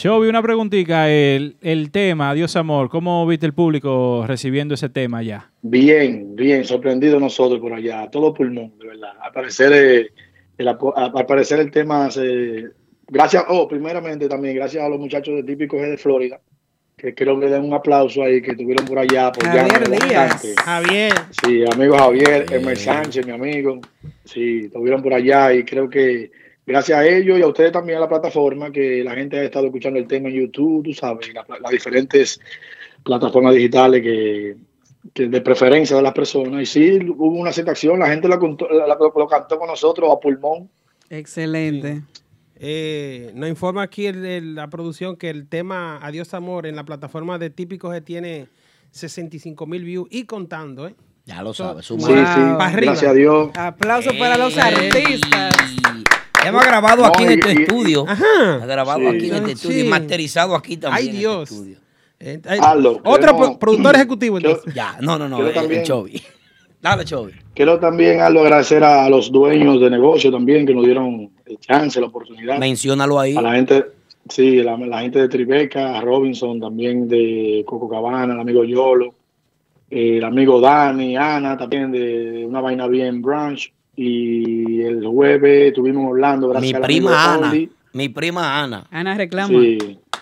Speaker 4: Yo vi una preguntita, el, el tema, Dios amor, ¿cómo viste el público recibiendo ese tema ya?
Speaker 15: Bien, bien, sorprendido nosotros por allá, a todo pulmón, de verdad. Al parecer, eh, el, apo- a- al parecer el tema, se- gracias, oh, primeramente también, gracias a los muchachos de Típico G de Florida, que quiero que den un aplauso ahí, que estuvieron por allá apoyando.
Speaker 3: Javier Díaz.
Speaker 15: bastante.
Speaker 3: Javier.
Speaker 15: Sí, amigo Javier, Emer Sánchez, mi amigo. Sí, estuvieron por allá y creo que gracias a ellos y a ustedes también a la plataforma que la gente ha estado escuchando el tema en YouTube, tú sabes, y la- las diferentes plataformas digitales que, que de preferencia de las personas. Y sí, hubo una aceptación, la gente lo, contó- la- la- lo cantó con nosotros a pulmón.
Speaker 2: Excelente.
Speaker 3: Eh, nos informa aquí el- el- la producción que el tema Adiós Amor en la plataforma de Típico G tiene 65 mil views y contando, ¿eh?
Speaker 1: Ya lo
Speaker 3: So-
Speaker 1: sabes.
Speaker 3: Sí, sí,
Speaker 1: suma.
Speaker 3: Para arriba. gracias a Dios.
Speaker 2: Aplauso para los
Speaker 1: Ey.
Speaker 2: artistas.
Speaker 1: Hemos grabado aquí en
Speaker 3: No, y-
Speaker 1: este
Speaker 3: y-
Speaker 1: estudio.
Speaker 3: Ajá.
Speaker 1: Ha grabado
Speaker 3: Sí.
Speaker 1: aquí en este
Speaker 3: Sí.
Speaker 1: estudio y masterizado aquí también.
Speaker 3: Ay,
Speaker 1: en
Speaker 3: Dios.
Speaker 1: Este estudio.
Speaker 3: Eh, ay, Otro pro- productor ejecutivo, entonces.
Speaker 1: Ya, no, no, no.
Speaker 15: Quiero
Speaker 1: eh,
Speaker 15: también-
Speaker 1: el Chovy. Dale, Chovy.
Speaker 15: Quiero también Aldo, agradecer a, a los dueños de negocio también que nos dieron el chance, la oportunidad.
Speaker 1: Menciónalo ahí.
Speaker 15: A la gente, sí, la, la gente de Tribeca, a Robinson, también de Coco Cabana, el amigo Yolo, eh, el amigo Dani, Ana, también de Una Vaina Bien Branch. Y el jueves estuvimos en Orlando, gracias
Speaker 1: Mi
Speaker 15: al amigo
Speaker 1: prima Ana.
Speaker 15: Oli.
Speaker 1: Mi prima Ana.
Speaker 2: Ana reclama.
Speaker 15: Sí.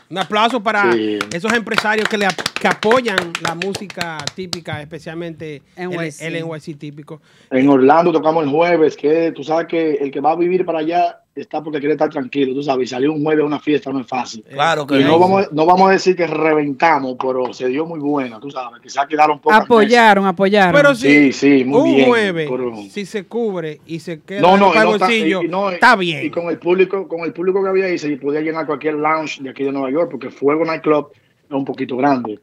Speaker 3: Un aplauso para
Speaker 15: Sí.
Speaker 3: esos empresarios que, le, ap- que apoyan la música típica, especialmente el-
Speaker 15: NYC.
Speaker 3: el NYC típico.
Speaker 15: En Orlando tocamos el jueves, que tú sabes que el que va a vivir para allá está porque quiere estar tranquilo, tú sabes, y salir un jueves a una fiesta no es fácil.
Speaker 2: Eh,
Speaker 1: Claro que
Speaker 15: Y no
Speaker 1: no.
Speaker 15: vamos, no vamos a decir que reventamos, pero se dio muy buena, tú sabes. Quizás quedaron pocas
Speaker 2: Apoyaron, apoyaron.
Speaker 3: Pero si
Speaker 15: Sí, sí, muy
Speaker 3: un
Speaker 15: bien,
Speaker 3: jueves,
Speaker 15: pero-
Speaker 3: si se cubre y se queda
Speaker 15: No, no,
Speaker 3: en
Speaker 15: y
Speaker 3: el
Speaker 15: no está,
Speaker 3: bolsillo,
Speaker 15: y- y no,
Speaker 3: está
Speaker 15: y-
Speaker 3: bien.
Speaker 15: Y con el público, con el público que había ahí se podía llenar cualquier lounge de aquí de Nueva York, porque Fuego Nightclub es un poquito grande.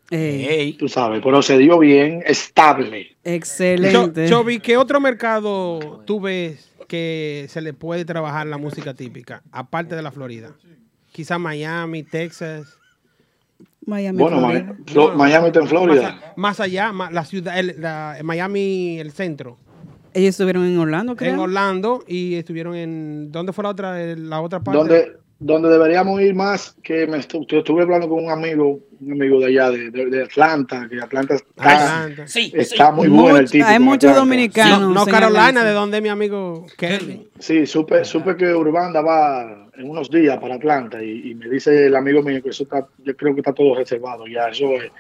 Speaker 15: Tú sabes, pero se dio bien, estable.
Speaker 2: Excelente.
Speaker 3: Yo vi que otro mercado tú ves que se le puede trabajar la música típica, aparte de la Florida. Quizá Miami, Texas.
Speaker 2: Miami,
Speaker 15: Bueno,
Speaker 2: Florida.
Speaker 15: Ma- Flo- Miami está en Florida.
Speaker 3: Más, a- más allá, ma- la ciudad, el- la- Miami, el centro.
Speaker 2: Ellos estuvieron en Orlando, creo.
Speaker 3: En Orlando y estuvieron en. ¿Dónde fue la otra, la otra parte?
Speaker 15: Donde, donde deberíamos ir más, que me estu- yo estuve hablando con un amigo, un amigo de allá, de, de- de Atlanta, que Atlanta está,
Speaker 3: Atlanta.
Speaker 15: está muy bueno el título. Atlanta.
Speaker 3: No, no, Carolina, de donde es mi amigo Kelly.
Speaker 15: Sí, supe, supe que Urbanda va en unos días para Atlanta y, y me dice el amigo mío que eso está, yo creo que está todo reservado ya, eso es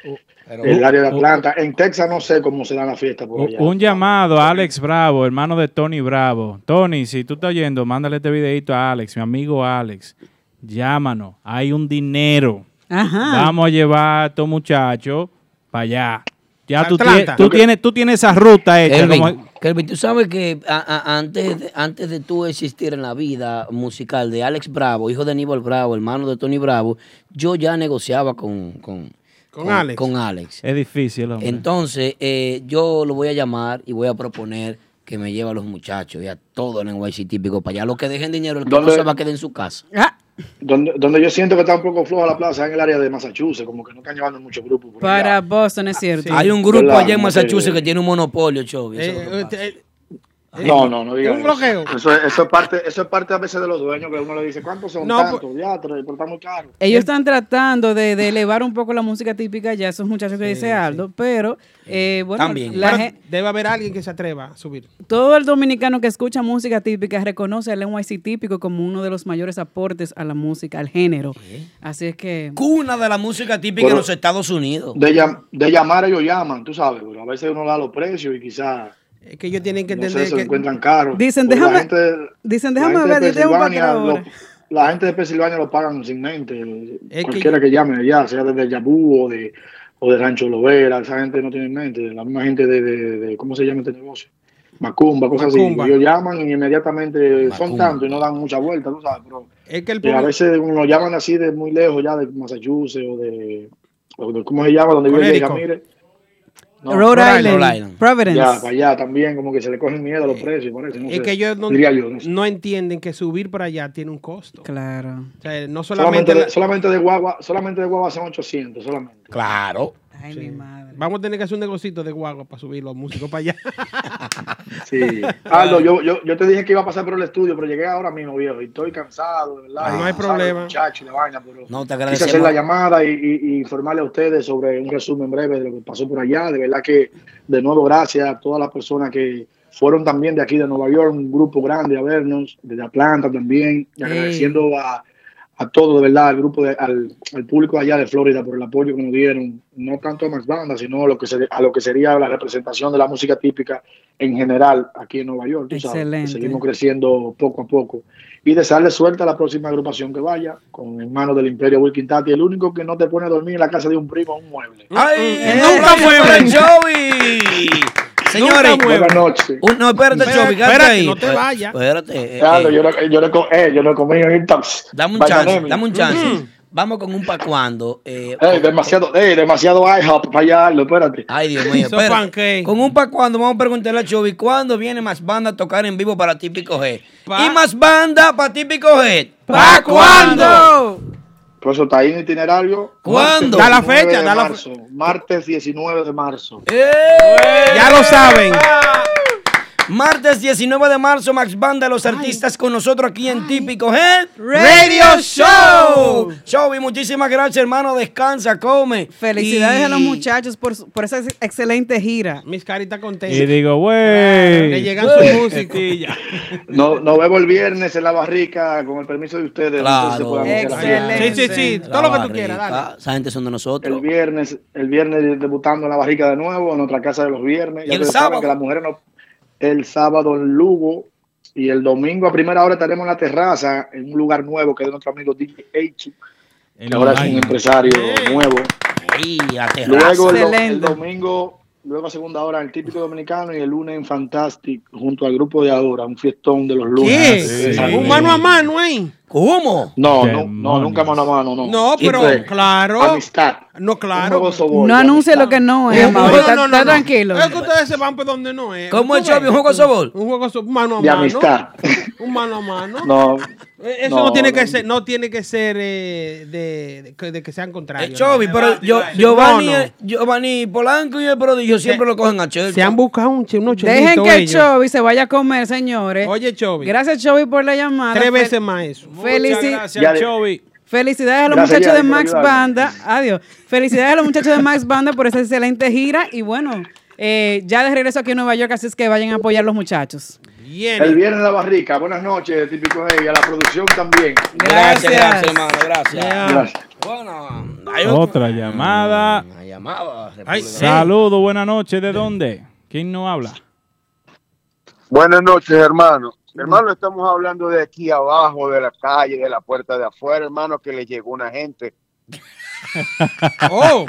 Speaker 15: el área de Atlanta. En Texas no sé cómo se dan las fiestas
Speaker 3: Oh,
Speaker 15: por allá.
Speaker 4: Un llamado a Alex Bravo, hermano de Tony Bravo. Tony, si tú estás oyendo, mándale este videito a Alex, mi amigo Alex. Llámanos, hay un dinero.
Speaker 2: Ajá.
Speaker 4: Vamos a llevar a estos muchachos para allá. Ya tú,
Speaker 1: Atlanta.
Speaker 4: tie- tú
Speaker 1: Porque-
Speaker 4: tienes, tú tienes esa ruta hecha.
Speaker 1: Kelvin,
Speaker 4: como-
Speaker 1: Kelvin, tú sabes que a- a- antes, de, antes de tú existir en la vida musical de Alex Bravo, hijo de Aníbal Bravo, hermano de Tony Bravo, yo ya negociaba con, con,
Speaker 4: Con Alex.
Speaker 1: con Alex.
Speaker 4: Es difícil, hombre.
Speaker 1: Entonces, eh, yo lo voy a llamar y voy a proponer que me lleve a los muchachos y a todo en NYC típico para allá. Los que dejen dinero, el que no
Speaker 15: ¿Dónde?
Speaker 1: se va a quedar en su casa.
Speaker 15: Donde, donde yo siento que está un poco floja la plaza es en el área de Massachusetts, como que no están llevando muchos grupos. por allá.
Speaker 2: Para Boston, es cierto.
Speaker 1: Hay un grupo
Speaker 15: Hola,
Speaker 1: allá en
Speaker 15: mujeres.
Speaker 1: Massachusetts que tiene un monopolio, Chovy. Eso es
Speaker 3: Eh,
Speaker 2: Eh,
Speaker 1: lo que pasa.
Speaker 15: No, no, no digas
Speaker 1: Un
Speaker 15: eso.
Speaker 1: bloqueo.
Speaker 15: Eso, es- eso es parte, eso es parte a veces de los dueños que uno le dice, ¿cuántos son
Speaker 2: No,
Speaker 15: tantos? Ya, pero está muy caro.
Speaker 3: eh,
Speaker 2: Ellos están tratando de, de elevar un poco la música típica ya esos muchachos que dice Aldo, pero eh, bueno,
Speaker 3: También.
Speaker 2: la
Speaker 3: Pero
Speaker 2: gen-
Speaker 3: debe haber alguien que se atreva a subir.
Speaker 2: todo el dominicano que escucha música típica reconoce al NYC típico como uno de los mayores aportes a la música, al género. Así es que
Speaker 1: Cuna de la música típica
Speaker 15: Pero-
Speaker 1: en los Estados Unidos.
Speaker 15: De, llam- de llamar ellos llaman, tú sabes, pero a veces uno da los precios y quizás
Speaker 3: Es que ellos tienen que
Speaker 15: no
Speaker 3: entender
Speaker 15: sé, se lo
Speaker 3: que.
Speaker 15: encuentran caros.
Speaker 2: Dicen,
Speaker 15: Porque
Speaker 2: déjame-
Speaker 15: la gente,
Speaker 2: dicen,
Speaker 15: la
Speaker 2: déjame
Speaker 15: gente de
Speaker 2: ver, yo tengo cuatro
Speaker 15: Pensilvania lo-
Speaker 2: horas.
Speaker 15: La gente de Pensilvania lo pagan sin mente.
Speaker 3: que-
Speaker 15: Cualquiera que, llame allá, sea desde Yabú o de, o de Rancho Lovera, esa gente no tiene mente. La misma gente de, de- de- ¿cómo se llama este negocio? Macumba, cosas
Speaker 3: Macumba.
Speaker 15: así. Ellos llaman y inmediatamente son
Speaker 3: Macumba.
Speaker 15: tanto y no dan mucha vuelta, tú sabes. Pero
Speaker 3: Es que el
Speaker 15: y a
Speaker 3: público-
Speaker 15: veces nos llaman así de muy lejos, ya de Massachusetts o de, o de- ¿cómo se llama? Donde vive Jay
Speaker 3: Connecticut.
Speaker 15: Ramírez.
Speaker 2: No, Rhode, Island, Providence.
Speaker 15: Ya, para allá también, como que se le cogen miedo a los precios, parece. No
Speaker 3: Eh, Es
Speaker 15: sé,
Speaker 3: que ellos no,
Speaker 15: diría yo, no sé.
Speaker 3: no entienden que subir para allá tiene un costo.
Speaker 2: Claro.
Speaker 3: O sea, no solamente.
Speaker 15: Solamente, de,
Speaker 3: la-
Speaker 15: solamente de guagua, solamente de guagua son 800, solamente.
Speaker 3: Claro. Vamos a tener que hacer un negocito de guagua para subir los músicos para allá.
Speaker 15: Sí. Aldo, yo, yo, yo te dije que iba a pasar por el estudio, pero llegué ahora mismo, viejo, y estoy cansado, de verdad.
Speaker 3: Ah, no hay
Speaker 15: Cansado,
Speaker 3: problema.
Speaker 15: Muchacho, de vaina, pero
Speaker 1: No, te
Speaker 15: quise hacer la
Speaker 1: agradecemos.
Speaker 15: llamada y, y- y informarle a ustedes sobre un resumen breve de lo que pasó por allá. De verdad que, de nuevo, gracias a todas las personas que fueron también de aquí de Nueva York, un grupo grande a vernos, desde Atlanta también, y
Speaker 16: Ey.
Speaker 15: agradeciendo a, a todos, de verdad, al grupo, de- al, al público allá de Florida por el apoyo que nos dieron, no tanto a más bandas, sino a lo, que se- a lo que sería la representación de la música típica en general aquí en Nueva York. tú sabes, que
Speaker 2: Excelente.
Speaker 15: seguimos creciendo poco a poco. Y desearle suerte a la próxima agrupación que vaya, con hermanos del Imperio Wilkin Tati, el único que no te pone a dormir en la casa de un primo o un mueble.
Speaker 1: Mm, ¡Ay! ¡Nunca fue para el Joey! Señores,
Speaker 15: mueble. Buenas noches.
Speaker 1: Un- no, espérate,
Speaker 15: Espérate,
Speaker 1: Joey, quédate
Speaker 15: espérate,
Speaker 1: ahí.
Speaker 15: no te
Speaker 1: Espérate,
Speaker 15: vayas.
Speaker 1: Espérate. eh,
Speaker 15: Claro,
Speaker 1: eh.
Speaker 15: yo, no, yo, no, he co- eh, yo no he comido en Intox.
Speaker 1: Dame un
Speaker 15: Vaya
Speaker 1: chance,
Speaker 15: anemia.
Speaker 1: dame un chance. Vamos con un pa' cuando. eh,
Speaker 15: Ey, demasiado, ey, demasiado IHOP para allá, Aldo, espérate.
Speaker 1: Ay, Dios mío,
Speaker 15: Eso
Speaker 1: espera. Con un pa' cuando, vamos a preguntarle a Chovy, ¿cuándo viene más banda a tocar en vivo para Típico G? Y más banda para Típico G. ¿Pa' cuándo?
Speaker 15: Por eso está ahí en itinerario.
Speaker 1: ¿Cuándo?
Speaker 15: Martes
Speaker 1: Da la
Speaker 15: 19
Speaker 1: fecha,
Speaker 15: de
Speaker 1: da la fe-
Speaker 15: marzo. Martes 19 de marzo.
Speaker 1: ¡Eh! Ya
Speaker 3: lo saben.
Speaker 1: Martes 19 de marzo, Max Banda, los artistas con nosotros aquí en Típico G
Speaker 2: Radio Show.
Speaker 1: Chovy, muchísimas gracias, hermano. Descansa, come.
Speaker 2: Felicidades
Speaker 1: Y-
Speaker 2: a los muchachos por, su- por esa ex- excelente gira.
Speaker 3: Mis caritas contentas.
Speaker 4: Y digo, güey.
Speaker 3: que llegan sus músicos.
Speaker 15: No- Nos vemos el viernes en la barrica, con el permiso de ustedes.
Speaker 1: Claro.
Speaker 15: Entonces, podamos hacer allá.
Speaker 3: Sí, sí, sí.
Speaker 1: La
Speaker 3: Todo lo que tú
Speaker 1: barrica.
Speaker 3: quieras, dale.
Speaker 1: Esa gente son de nosotros.
Speaker 15: El viernes, el viernes debutando en la barrica de nuevo, en otra casa de los viernes.
Speaker 1: ¿Y el
Speaker 15: ustedes saben
Speaker 1: sábado?
Speaker 15: Que las mujeres no, el sábado en Lugo y el domingo a primera hora estaremos en la terraza, en un lugar nuevo que es de nuestro amigo DJ H. que ahora es un empresario nuevo.
Speaker 1: Ahí, a terraza.
Speaker 15: Luego el, do- el domingo, luego a segunda hora, el típico dominicano y el lunes en Fantastic junto al grupo de ahora, un fiestón de los lunes. Eh,
Speaker 3: ¿Qué?
Speaker 15: Sí.
Speaker 3: Un mano a mano, ¿eh?
Speaker 1: ¿Cómo?
Speaker 15: No, no, no, nunca mano a mano, no.
Speaker 3: No, pero
Speaker 15: Siempre
Speaker 3: claro.
Speaker 15: Amistad.
Speaker 3: No, claro.
Speaker 2: No anuncie lo que no es, Amado. Está- está tranquilo.
Speaker 3: Es que ustedes se van por donde no ¿eh? es.
Speaker 1: ¿Cómo es,
Speaker 3: ¿Tú ves?
Speaker 1: Chovy? ¿Un juego de softball?
Speaker 3: Un juego de softball, mano a
Speaker 15: De
Speaker 3: mano.
Speaker 15: amistad.
Speaker 3: Un mano a mano.
Speaker 15: No.
Speaker 3: Eh, Eso no,
Speaker 15: No,
Speaker 3: tiene
Speaker 15: no.
Speaker 3: que ser, no tiene que ser eh, de, de que- de que sean contrarios.
Speaker 1: Eh, Chovy,
Speaker 3: ¿no?
Speaker 1: pero yo, Giovanni, Giovanni Polanco y el prodigio siempre lo cogen a Chovy.
Speaker 3: Se han buscado un, che- unos
Speaker 2: Dejen
Speaker 3: chelitos
Speaker 2: que
Speaker 3: ellos.
Speaker 2: Chovy se vaya a comer, señores.
Speaker 3: Oye, Chovy.
Speaker 2: Gracias, Chovy, por la llamada.
Speaker 3: Tres
Speaker 2: Fel-
Speaker 3: veces más eso.
Speaker 2: Felici-
Speaker 3: gracias, Chovy.
Speaker 2: Felicidades a los
Speaker 3: Gracias,
Speaker 2: muchachos de
Speaker 3: Yari, por
Speaker 2: Max
Speaker 3: ayudarme.
Speaker 2: Banda. Adiós. Felicidades a los muchachos de Max Banda por esa excelente gira. Y bueno, eh, ya de regreso aquí en Nueva York, así es que vayan a apoyar a los muchachos.
Speaker 15: El viernes en la barrica. Buenas noches, típico de y a la producción también.
Speaker 1: Gracias, gracias, hermano, gracias.
Speaker 15: Gracias.
Speaker 4: Otra llamada. Saludos, buenas noches. ¿De dónde? ¿Quién no habla?
Speaker 17: Buenas noches, hermano. Hermano, estamos hablando de aquí abajo, de la calle, de la puerta de afuera, hermano, que le llegó una gente.
Speaker 3: Oh,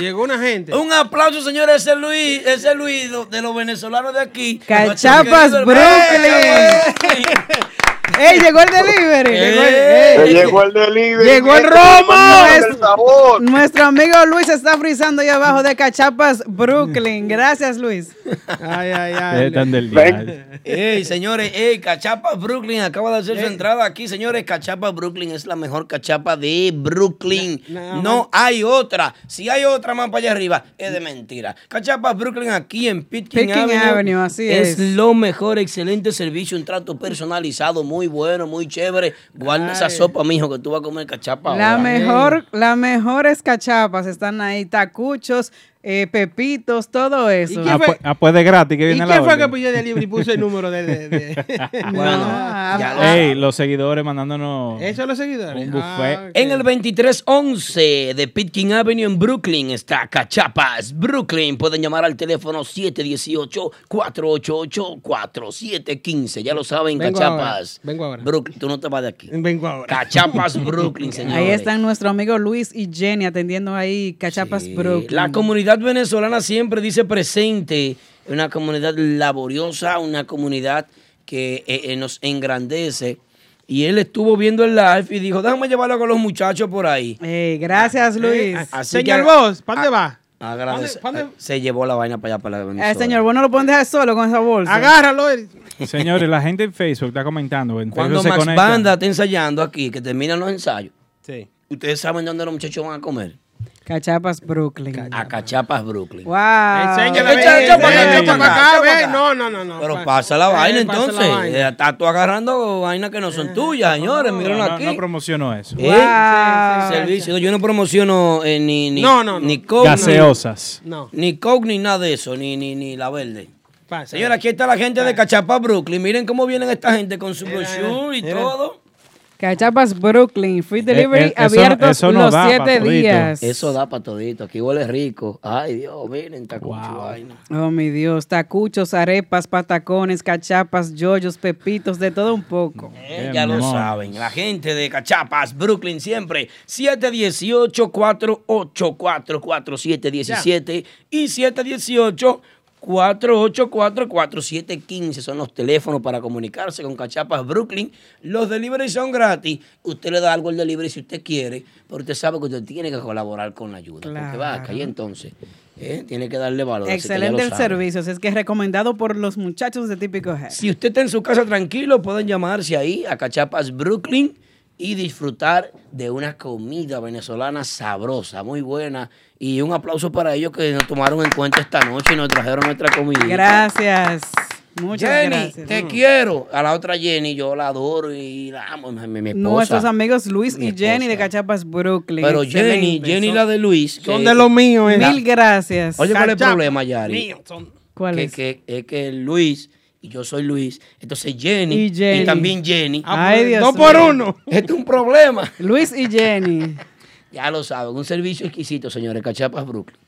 Speaker 3: llegó una gente.
Speaker 1: Un aplauso, señores. Ese Luis, ese Luis do- de los venezolanos de aquí.
Speaker 2: Cachapas,
Speaker 1: Nuestro querido
Speaker 2: Brooklyn. ¡Ey, llegó el delivery!
Speaker 3: Eh,
Speaker 2: Llegó el- ey.
Speaker 17: llegó el delivery.
Speaker 2: Eh, Llegó el
Speaker 17: Este,
Speaker 2: romo.
Speaker 17: el sabor.
Speaker 2: Nuestro amigo Luis está frizando ahí abajo de Cachapas, Brooklyn. Gracias, Luis.
Speaker 3: Ay, ay,
Speaker 4: Ustedes están del día.
Speaker 1: Ey, señores, ey, Cachapa Brooklyn acaba de hacer su entrada aquí, señores. Cachapa Brooklyn es la mejor cachapa de Brooklyn. no hay otra. Si hay otra más para allá arriba, es de mentira. Cachapa Brooklyn aquí en Pitkin,
Speaker 2: Pitkin Avenue, así es.
Speaker 1: lo mejor, excelente servicio, un trato personalizado, muy bueno, muy chévere. Guarda esa sopa, mijo, que tú vas a comer cachapa.
Speaker 2: La
Speaker 1: ahora.
Speaker 2: mejor, las mejores cachapas están ahí, tacuchos, eh, pepitos, todo eso.
Speaker 4: Ah, pues, ah, pues de gratis que
Speaker 2: ¿Y
Speaker 4: viene la
Speaker 2: quién fue
Speaker 4: orden.
Speaker 2: que
Speaker 3: Yo de libre y puse el número de. de- de-
Speaker 1: Ah.
Speaker 4: Ey, los seguidores mandándonos
Speaker 3: Eso es los seguidores. Ah.
Speaker 4: un buffet.
Speaker 1: En el 2311 de Pitkin Avenue en Brooklyn está Cachapas, Brooklyn. Pueden llamar al teléfono 718-488-4715. Ya lo saben,
Speaker 3: Vengo
Speaker 1: Cachapas.
Speaker 3: ahora, vengo ahora.
Speaker 1: Brooklyn, tú no te vas de aquí.
Speaker 3: Vengo ahora.
Speaker 1: Cachapas, Brooklyn, señores.
Speaker 2: Ahí están nuestro amigo Luis y Jenny atendiendo ahí cachapas Brooklyn.
Speaker 1: Eh, La comunidad venezolana siempre dice presente, una comunidad laboriosa, una comunidad que eh, eh, nos engrandece. Y él estuvo viendo el live y dijo, déjame llevarlo con los muchachos por ahí.
Speaker 2: gracias, Luis.
Speaker 1: Eh, así
Speaker 3: Señor
Speaker 1: que-
Speaker 3: Vos, ¿para dónde va?
Speaker 1: Agradece- Se llevó la vaina para allá, para la Venezuela.
Speaker 2: Eh, señor, vos no lo pueden dejar solo con esa bolsa.
Speaker 3: Agárralo. eh.
Speaker 4: Señores, la gente en Facebook está comentando. en
Speaker 1: Cuando
Speaker 4: Facebook se
Speaker 1: Max
Speaker 4: conecta.
Speaker 1: Banda está ensayando aquí, que terminan los ensayos,
Speaker 3: Sí.
Speaker 1: ustedes saben dónde los muchachos van a comer.
Speaker 2: Cachapas Brooklyn.
Speaker 1: A Cachapas, Brooklyn.
Speaker 2: Wow.
Speaker 3: Enséñala,
Speaker 2: Echa-
Speaker 3: ve,
Speaker 2: echa pa'
Speaker 3: ve,
Speaker 2: acá, echa
Speaker 3: echa
Speaker 2: pa'
Speaker 3: pa' acá,
Speaker 2: acá, echa
Speaker 3: ve.
Speaker 2: pa'
Speaker 3: No, no, no, no.
Speaker 1: Pero pasa la vaina
Speaker 3: pasa la
Speaker 1: entonces.
Speaker 3: vaina.
Speaker 1: Eh, Estás tú agarrando vainas que no son tuyas, señores. Miren
Speaker 4: No,
Speaker 1: aquí.
Speaker 4: no promociono eso.
Speaker 1: Eh, Servicio. Yo no promociono eh, ni, ni,
Speaker 4: No, no, no.
Speaker 1: ni Coke. ni-
Speaker 4: Gaseosas.
Speaker 3: No.
Speaker 1: Ni Coke ni nada de eso, ni, ni, ni la verde. Señora, aquí está la gente de Cachapa, Brooklyn. Miren cómo vienen esta gente con su brochure y todo.
Speaker 2: Cachapas Brooklyn. Food delivery
Speaker 1: Eh, eh, eso no-
Speaker 2: abiertos
Speaker 1: eso no
Speaker 2: los
Speaker 1: da pa'
Speaker 2: siete
Speaker 1: todito.
Speaker 2: días.
Speaker 1: Eso da para todito. Aquí huele rico. Ay, Dios, miren, está con su vaina.
Speaker 2: Oh, mi Dios. Tacuchos, arepas, patacones, cachapas, yoyos, pepitos, de todo un poco.
Speaker 1: Eh, ya lo saben, la gente de Cachapas, Brooklyn siempre, 718-484-4717 y 718-484-4715 son los teléfonos para comunicarse con Cachapas, Brooklyn. Los delivery son gratis, usted le da algo al delivery si usted quiere, pero usted sabe que usted tiene que colaborar con la ayuda, porque
Speaker 2: Claro.
Speaker 1: va acá y entonces eh, tiene que darle valor. así que ya lo
Speaker 2: Excelente el
Speaker 1: saben.
Speaker 2: servicio. así Es que es recomendado por los muchachos de Típico Head.
Speaker 1: Si usted está en su casa tranquilo, pueden llamarse ahí a Cachapas Brooklyn y disfrutar de una comida venezolana sabrosa, muy buena. Y un aplauso para ellos que nos tomaron en cuenta esta noche y nos trajeron nuestra comida.
Speaker 2: Gracias. Muchas
Speaker 1: Jenny,
Speaker 2: gracias. Mm.
Speaker 1: te quiero. A la otra Jenny, yo la adoro y la amo. Mi, mi- mi esposa.
Speaker 2: Nuestros amigos Luis y Jenny de Cachapas Brooklyn.
Speaker 1: Pero Jenny,
Speaker 2: Excelente.
Speaker 1: Jenny
Speaker 2: Son-
Speaker 1: la de Luis.
Speaker 2: son
Speaker 1: que-
Speaker 2: de los míos, eh. Mil gracias.
Speaker 1: Oye, ¿cuál es el
Speaker 2: Cachapas
Speaker 1: problema, Yari?
Speaker 2: míos ¿Cuál
Speaker 1: que,
Speaker 2: es?
Speaker 1: Que, es que Luis, y yo soy Luis, entonces Jenny,
Speaker 2: Y
Speaker 1: y,
Speaker 2: Jenny.
Speaker 1: también Jenny.
Speaker 2: Ay, Dios
Speaker 1: Ah, pues, Dos por
Speaker 2: mío.
Speaker 1: uno. Este es un problema.
Speaker 2: Luis y Jenny.
Speaker 1: Ya lo saben, un servicio exquisito, señores. Cachapas Brooklyn.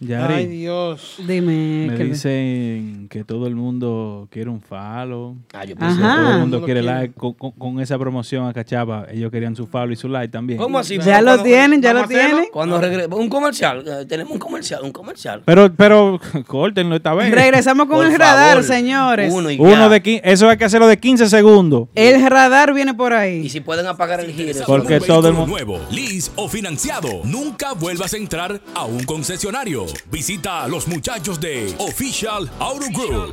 Speaker 4: Yari,
Speaker 3: Ay, Dios.
Speaker 2: Dime.
Speaker 4: me
Speaker 2: que-
Speaker 4: dicen que todo el mundo quiere un falo.
Speaker 1: yo
Speaker 4: que
Speaker 1: pensé que
Speaker 4: todo el mundo
Speaker 1: lo
Speaker 4: quiere
Speaker 1: quiere.
Speaker 4: like. Con, con- con esa promoción a Cachapa, ellos querían su falo y su like también.
Speaker 1: ¿Cómo así?
Speaker 2: Ya lo tienen, ya lo
Speaker 1: ¿Vamos a hacerlo?
Speaker 2: tienen.
Speaker 1: Cuando regre- Un comercial, eh, tenemos un comercial, un comercial.
Speaker 4: Pero, pero, córtenlo esta vez.
Speaker 2: Regresamos con
Speaker 1: Por
Speaker 2: el radar,
Speaker 1: favor.
Speaker 2: señores.
Speaker 1: Uno y
Speaker 4: Uno de quin- Eso hay que hacerlo de 15 segundos.
Speaker 2: El radar viene por ahí.
Speaker 1: Y si pueden apagar el giro.
Speaker 4: Porque todo el mundo.
Speaker 10: nuevo, lease o financiado. Nunca vuelvas a entrar a un concesionario. Visita a los muchachos de Official Auto Group.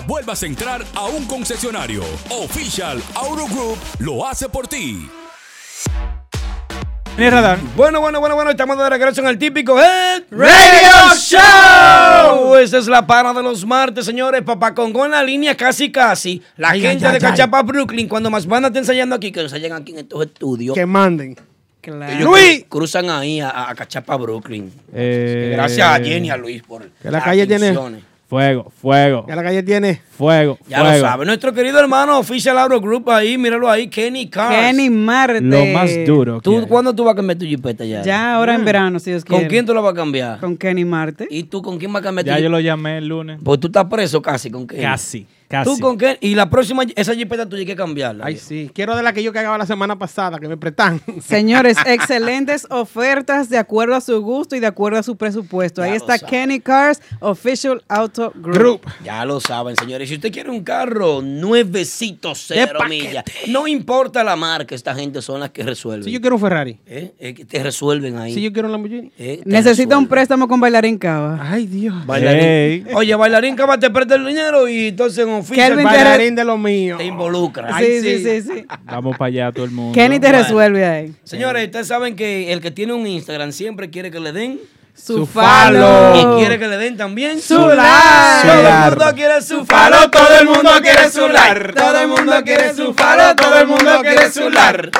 Speaker 10: vuelvas a entrar a un concesionario. Official Auto Group lo hace por ti.
Speaker 1: Bueno, bueno, bueno, bueno, estamos de regreso en el típico Head
Speaker 10: Radio
Speaker 1: Show. Esa es la para de los martes, señores. Papá Congo en la línea casi casi. La
Speaker 3: Ay,
Speaker 1: gente
Speaker 3: ay,
Speaker 1: de
Speaker 3: ay, ay.
Speaker 1: Cachapa Brooklyn, cuando más van a estar ensayando aquí, que ensayan aquí en estos estudios.
Speaker 3: Que manden.
Speaker 1: Ellos cru- cruzan ahí a, a Cachapa Brooklyn.
Speaker 4: Eh,
Speaker 1: Gracias a Jenny y a Luis por
Speaker 3: Que la calle tiene-
Speaker 1: atenciones.
Speaker 4: Fuego, fuego,
Speaker 3: Ya la calle tiene.
Speaker 4: fuego,
Speaker 1: Ya lo
Speaker 4: fuego.
Speaker 1: sabe. Nuestro querido hermano Official Auto Group ahí, míralo ahí, Kenny Cars.
Speaker 2: Kenny Marte.
Speaker 4: Lo más duro
Speaker 1: ¿Tú cuándo tú vas a cambiar tu jipeta ya?
Speaker 2: Ya ahora
Speaker 3: Ah.
Speaker 2: en verano, si Dios
Speaker 1: ¿Con
Speaker 2: quiere.
Speaker 1: quién tú lo vas a cambiar?
Speaker 2: Con Kenny Marte.
Speaker 1: ¿Y tú con quién vas a cambiar
Speaker 4: Ya
Speaker 1: tu
Speaker 4: yo
Speaker 1: jeep-
Speaker 4: lo llamé el lunes.
Speaker 1: Pues tú estás preso casi con Kenny.
Speaker 4: Casi, casi.
Speaker 1: ¿Tú con Kenny? Y la próxima, esa jipeta tuya hay que cambiarla.
Speaker 3: Ay, sí. Quiero de la que yo cagaba la semana pasada, que me prestan.
Speaker 2: Señores, excelentes ofertas de acuerdo a su gusto y de acuerdo a su presupuesto. Ahí está Kenny Cars Official Auto Group.
Speaker 1: Ya lo saben, señores. Si usted quiere un carro nuevecito, cero millas, no importa la marca, esta gente son las que resuelven.
Speaker 3: Si yo quiero un Ferrari.
Speaker 1: Eh, eh, que te resuelven ahí.
Speaker 3: Si yo quiero un Lamborghini.
Speaker 1: Eh, te
Speaker 2: Necesita un préstamo con Bailarín Cava.
Speaker 3: Ay, Dios.
Speaker 1: Bailarín. Oye, bailarín, cama, te presta el dinero y entonces en oficio
Speaker 2: Kelvin te re-
Speaker 3: Bailarín de lo mío.
Speaker 1: te involucra.
Speaker 2: Sí, sí, sí, sí.
Speaker 4: Vamos para allá todo el mundo.
Speaker 2: Kenny te resuelve ahí.
Speaker 1: Señores, ustedes saben que el que tiene un Instagram siempre quiere que le den
Speaker 2: Su
Speaker 1: Y
Speaker 2: falo.
Speaker 1: quiere que le den también
Speaker 2: Su lar.
Speaker 1: Todo
Speaker 2: Su
Speaker 1: el mundo quiere su
Speaker 2: falo,
Speaker 1: falo,
Speaker 2: todo el mundo quiere su lar.
Speaker 1: Todo el mundo quiere su falo, todo el mundo quiere su lar.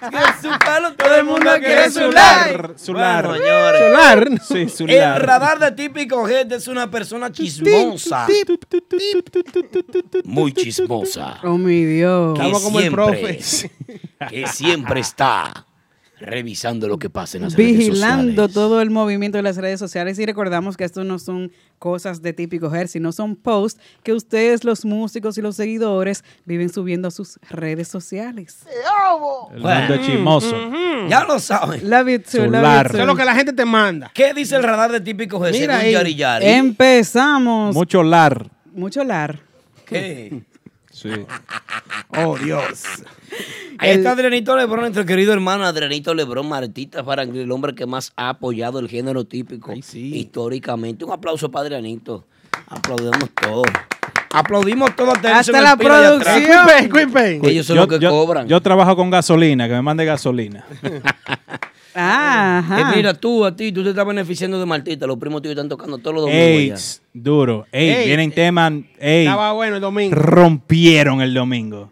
Speaker 1: Quiere su falo, todo el mundo quiere su lar.
Speaker 4: Sular.
Speaker 1: Bueno, señores.
Speaker 4: Sí,
Speaker 1: El
Speaker 4: sular.
Speaker 1: radar de típico gente es una persona chismosa. Muy chismosa.
Speaker 2: Oh, mi Dios.
Speaker 1: Que siempre, que siempre está revisando lo que pasa en las redes sociales.
Speaker 2: Vigilando todo el movimiento de las redes sociales y recordamos que esto no son cosas de típico Her, sino son posts que ustedes, los músicos y los seguidores, viven subiendo a sus redes sociales.
Speaker 4: El mundo chismoso.
Speaker 1: Ya lo saben.
Speaker 2: La virtud, la
Speaker 4: Solar.
Speaker 2: virtud.
Speaker 3: Eso es lo que la gente te manda.
Speaker 1: ¿Qué dice el radar de típico
Speaker 3: Mira
Speaker 1: G? Según
Speaker 3: ahí.
Speaker 1: Yari Yari.
Speaker 2: Empezamos.
Speaker 4: Mucho lar.
Speaker 2: Em, Mucho lar.
Speaker 1: ¿Qué?
Speaker 4: Sí.
Speaker 3: Oh, Dios.
Speaker 1: Ahí
Speaker 3: El-
Speaker 1: está Adrianito Lebrón, nuestro querido hermano Adrianito Lebrón Martita para el hombre que más ha apoyado el género típico históricamente. Un aplauso para Adrianito. Aplaudimos todo. Aplaudimos todo. Hasta
Speaker 4: Yo-
Speaker 1: Ellos son los que
Speaker 4: yo-
Speaker 1: cobran.
Speaker 4: Yo trabajo con gasolina, que me mande gasolina.
Speaker 2: Ajá.
Speaker 1: Eh, mira, tú, a ti, tú te estás beneficiando de Martita. Los primos tuyos están tocando todos los
Speaker 4: Ey,
Speaker 1: domingos.
Speaker 4: duro. Ey,
Speaker 1: Ey,
Speaker 4: vienen temas. Ey,
Speaker 1: estaba bueno el domingo.
Speaker 4: Rompieron el domingo.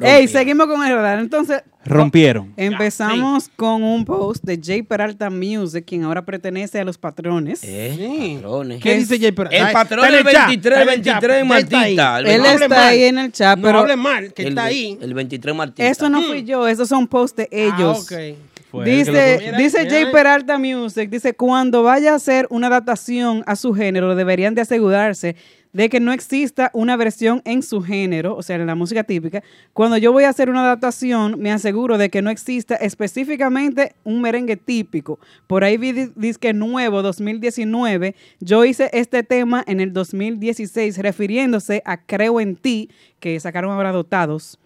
Speaker 2: Ey, seguimos con el radar. Entonces,
Speaker 4: Rompieron.
Speaker 2: Empezamos con un post de Jay Peralta Music, quien ahora pertenece a los patrones.
Speaker 1: Eh, Patrones.
Speaker 2: ¿Qué dice Jay Peralta?
Speaker 1: El
Speaker 2: Ay,
Speaker 1: patrón
Speaker 2: está
Speaker 1: del
Speaker 2: en el chat,
Speaker 1: 23,
Speaker 2: está en el chat.
Speaker 1: 23
Speaker 2: Él está ahí.
Speaker 1: Martita.
Speaker 2: Él
Speaker 1: No hable
Speaker 2: está
Speaker 1: mal.
Speaker 2: ahí en el chat, pero-
Speaker 1: El Mm. ve- El 23 Martita.
Speaker 2: Eso no fui yo, esos son posts de ellos.
Speaker 1: Fue él
Speaker 2: Dice,
Speaker 1: que lo puso.
Speaker 2: dice
Speaker 1: Mira, eh.
Speaker 2: Jay
Speaker 1: mira.
Speaker 2: Peralta Music, dice, cuando vaya a hacer una adaptación a su género, deberían de asegurarse de que no exista una versión en su género, o sea, en la música típica. Cuando yo voy a hacer una adaptación, me aseguro de que no exista específicamente un merengue típico. Por ahí vi dis- disque nuevo 2019. Yo hice este tema en el 2016 refiriéndose a Creo en ti, que sacaron ahora dotados.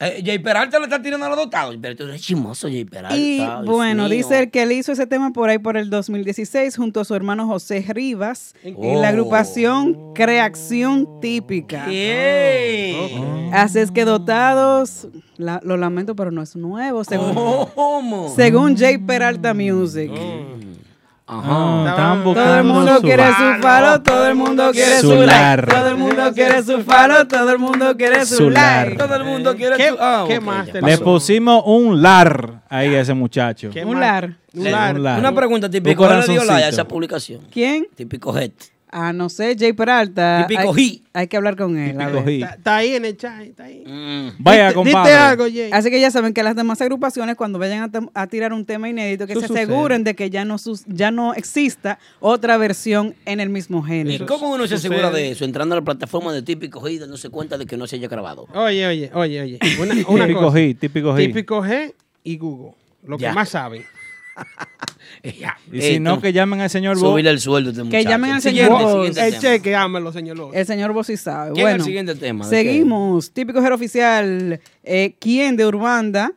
Speaker 1: Eh, Jay Peralta le está tirando a los dotados. Pero tú eres chismoso, Jay Peralta.
Speaker 2: Y
Speaker 1: Dios
Speaker 2: bueno,
Speaker 1: mío.
Speaker 2: dice el que él hizo ese tema por ahí por el 2016 junto a su hermano José Rivas en la
Speaker 1: Oh. Ah,
Speaker 2: agrupación Creación Típica. Así es que dotados, la- lo lamento, pero no es nuevo, según, según Jay Peralta Music.
Speaker 1: Oh,
Speaker 4: Ajá. Estaban
Speaker 2: Todo el
Speaker 4: Ah, buscando
Speaker 2: mundo
Speaker 4: su-
Speaker 2: quiere su falo, todo el mundo quiere su like.
Speaker 4: Solar.
Speaker 2: Todo el mundo quiere su falo, todo el mundo quiere su
Speaker 4: Solar.
Speaker 2: like.
Speaker 1: Todo el mundo quiere su Ah, ok, ya
Speaker 4: Le
Speaker 1: pasó.
Speaker 4: pusimos un lar ahí a ese muchacho.
Speaker 2: Un lar.
Speaker 4: Un lar.
Speaker 1: Una pregunta,
Speaker 4: Un
Speaker 1: típico. ¿Cuál le dio like a
Speaker 4: corazoncito.
Speaker 1: esa publicación?
Speaker 2: ¿Quién?
Speaker 1: Típico Jet.
Speaker 2: Ah, no sé, Jay Peralta.
Speaker 1: Típico
Speaker 2: hay, hay que hablar con él. a
Speaker 1: Típico
Speaker 2: ver.
Speaker 1: G.
Speaker 3: Está ahí en el chat, está ahí.
Speaker 4: Vaya,
Speaker 3: Dite-
Speaker 4: compadre.
Speaker 3: dite algo, Jay.
Speaker 2: Mm. Así que ya saben que las demás agrupaciones, cuando vayan a, tam- a tirar un tema inédito, que
Speaker 1: Eso
Speaker 2: se
Speaker 1: sucede.
Speaker 2: aseguren de que ya no, sus- ya no exista otra versión en el mismo
Speaker 1: ¿Y
Speaker 2: género.
Speaker 1: cómo uno se
Speaker 3: sucede.
Speaker 1: asegura de eso? Entrando a la plataforma de típico G y dándose cuenta de que no se haya grabado.
Speaker 3: Oye, oye, oye, oye. Una, una
Speaker 4: Típico
Speaker 3: cosa.
Speaker 4: G, típico G.
Speaker 3: Típico G y Google. Lo
Speaker 1: Ya.
Speaker 3: que más saben.
Speaker 4: Y si no, que llamen al señor Bo.
Speaker 1: Subirle el sueldo a este
Speaker 2: Que llamen al señor
Speaker 3: Siguiente,
Speaker 2: Bo.
Speaker 3: siguiente El tema. cheque, llámalo, señor Bo.
Speaker 2: El señor Bo sí sabe.
Speaker 3: ¿Quién es
Speaker 2: bueno,
Speaker 3: el siguiente tema? ¿De qué?
Speaker 2: Seguimos. Típico Jero Oficial. Eh, ¿Quién de Urbanda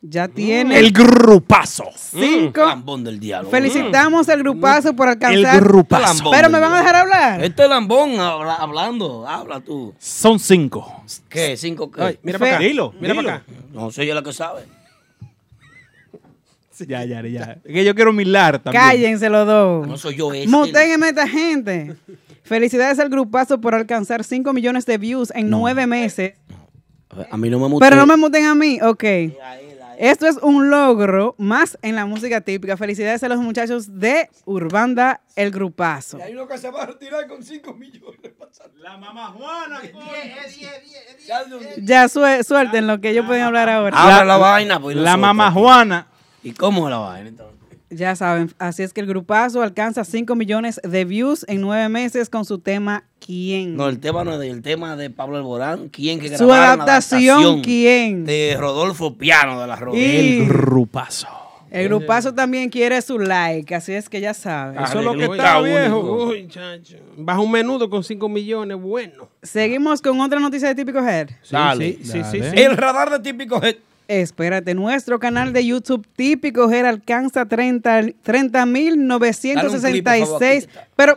Speaker 2: ya tiene.
Speaker 1: El grupazo.
Speaker 2: Cinco.
Speaker 1: Mm, Lambón del diablo.
Speaker 2: Felicitamos al grupazo por alcanzar.
Speaker 1: grupazo. Lambón
Speaker 2: Pero
Speaker 1: del
Speaker 2: me van a dejar hablar.
Speaker 1: Este lambón habla- hablando, habla tú.
Speaker 4: Son cinco.
Speaker 1: ¿Qué? ¿Cinco qué?
Speaker 4: Ay, mira pa' acá. Dilo, Mira dilo. pa' acá.
Speaker 1: No soy yo la que sabe.
Speaker 4: Ya, ya, ya. Es que yo quiero mi lar también.
Speaker 2: Cállense los dos.
Speaker 1: No soy yo este. ese.
Speaker 2: Mutéguenme esta gente. Felicidades al grupazo por alcanzar 5 millones de views en 9 meses.
Speaker 1: A mí no me muté.
Speaker 2: Pero no me muten a mí, ok. Esto es un logro más en la música típica. Felicidades a los muchachos de Urbanda El Grupazo.
Speaker 1: Hay uno que se va a retirar con 5 millones. La mamá Juana. Eh,
Speaker 2: Ya suelten suéltenlo, que ellos pueden hablar ahora.
Speaker 1: Habla la vaina. pues,
Speaker 4: La
Speaker 1: nosotros.
Speaker 4: mamá Juana.
Speaker 1: ¿Y cómo la vaina? entonces?
Speaker 2: Ya saben, así es que el grupazo alcanza 5 millones de views en 9 meses con su tema ¿Quién?
Speaker 1: No, el tema no es de, el tema de Pablo Alborán. ¿Quién que
Speaker 2: Su
Speaker 1: grabara la
Speaker 2: adaptación, ¿quién?
Speaker 1: De Rodolfo Piano de la Rosa.
Speaker 2: Y- El
Speaker 4: grupazo.
Speaker 2: El grupazo también quiere su like, así es que ya saben.
Speaker 3: Eso es lo que está viejo. Uy, chacho. Baja un menudo con 5 millones, bueno.
Speaker 2: Seguimos con otra noticia de Típico Head.
Speaker 3: Sí, Dale. sí, sí, sí, Dale. sí.
Speaker 1: El radar de Típico Head.
Speaker 2: Espérate, nuestro canal de YouTube Típico Head alcanza 30
Speaker 1: Dale un clip, por favor, aquí
Speaker 2: 30.966, pero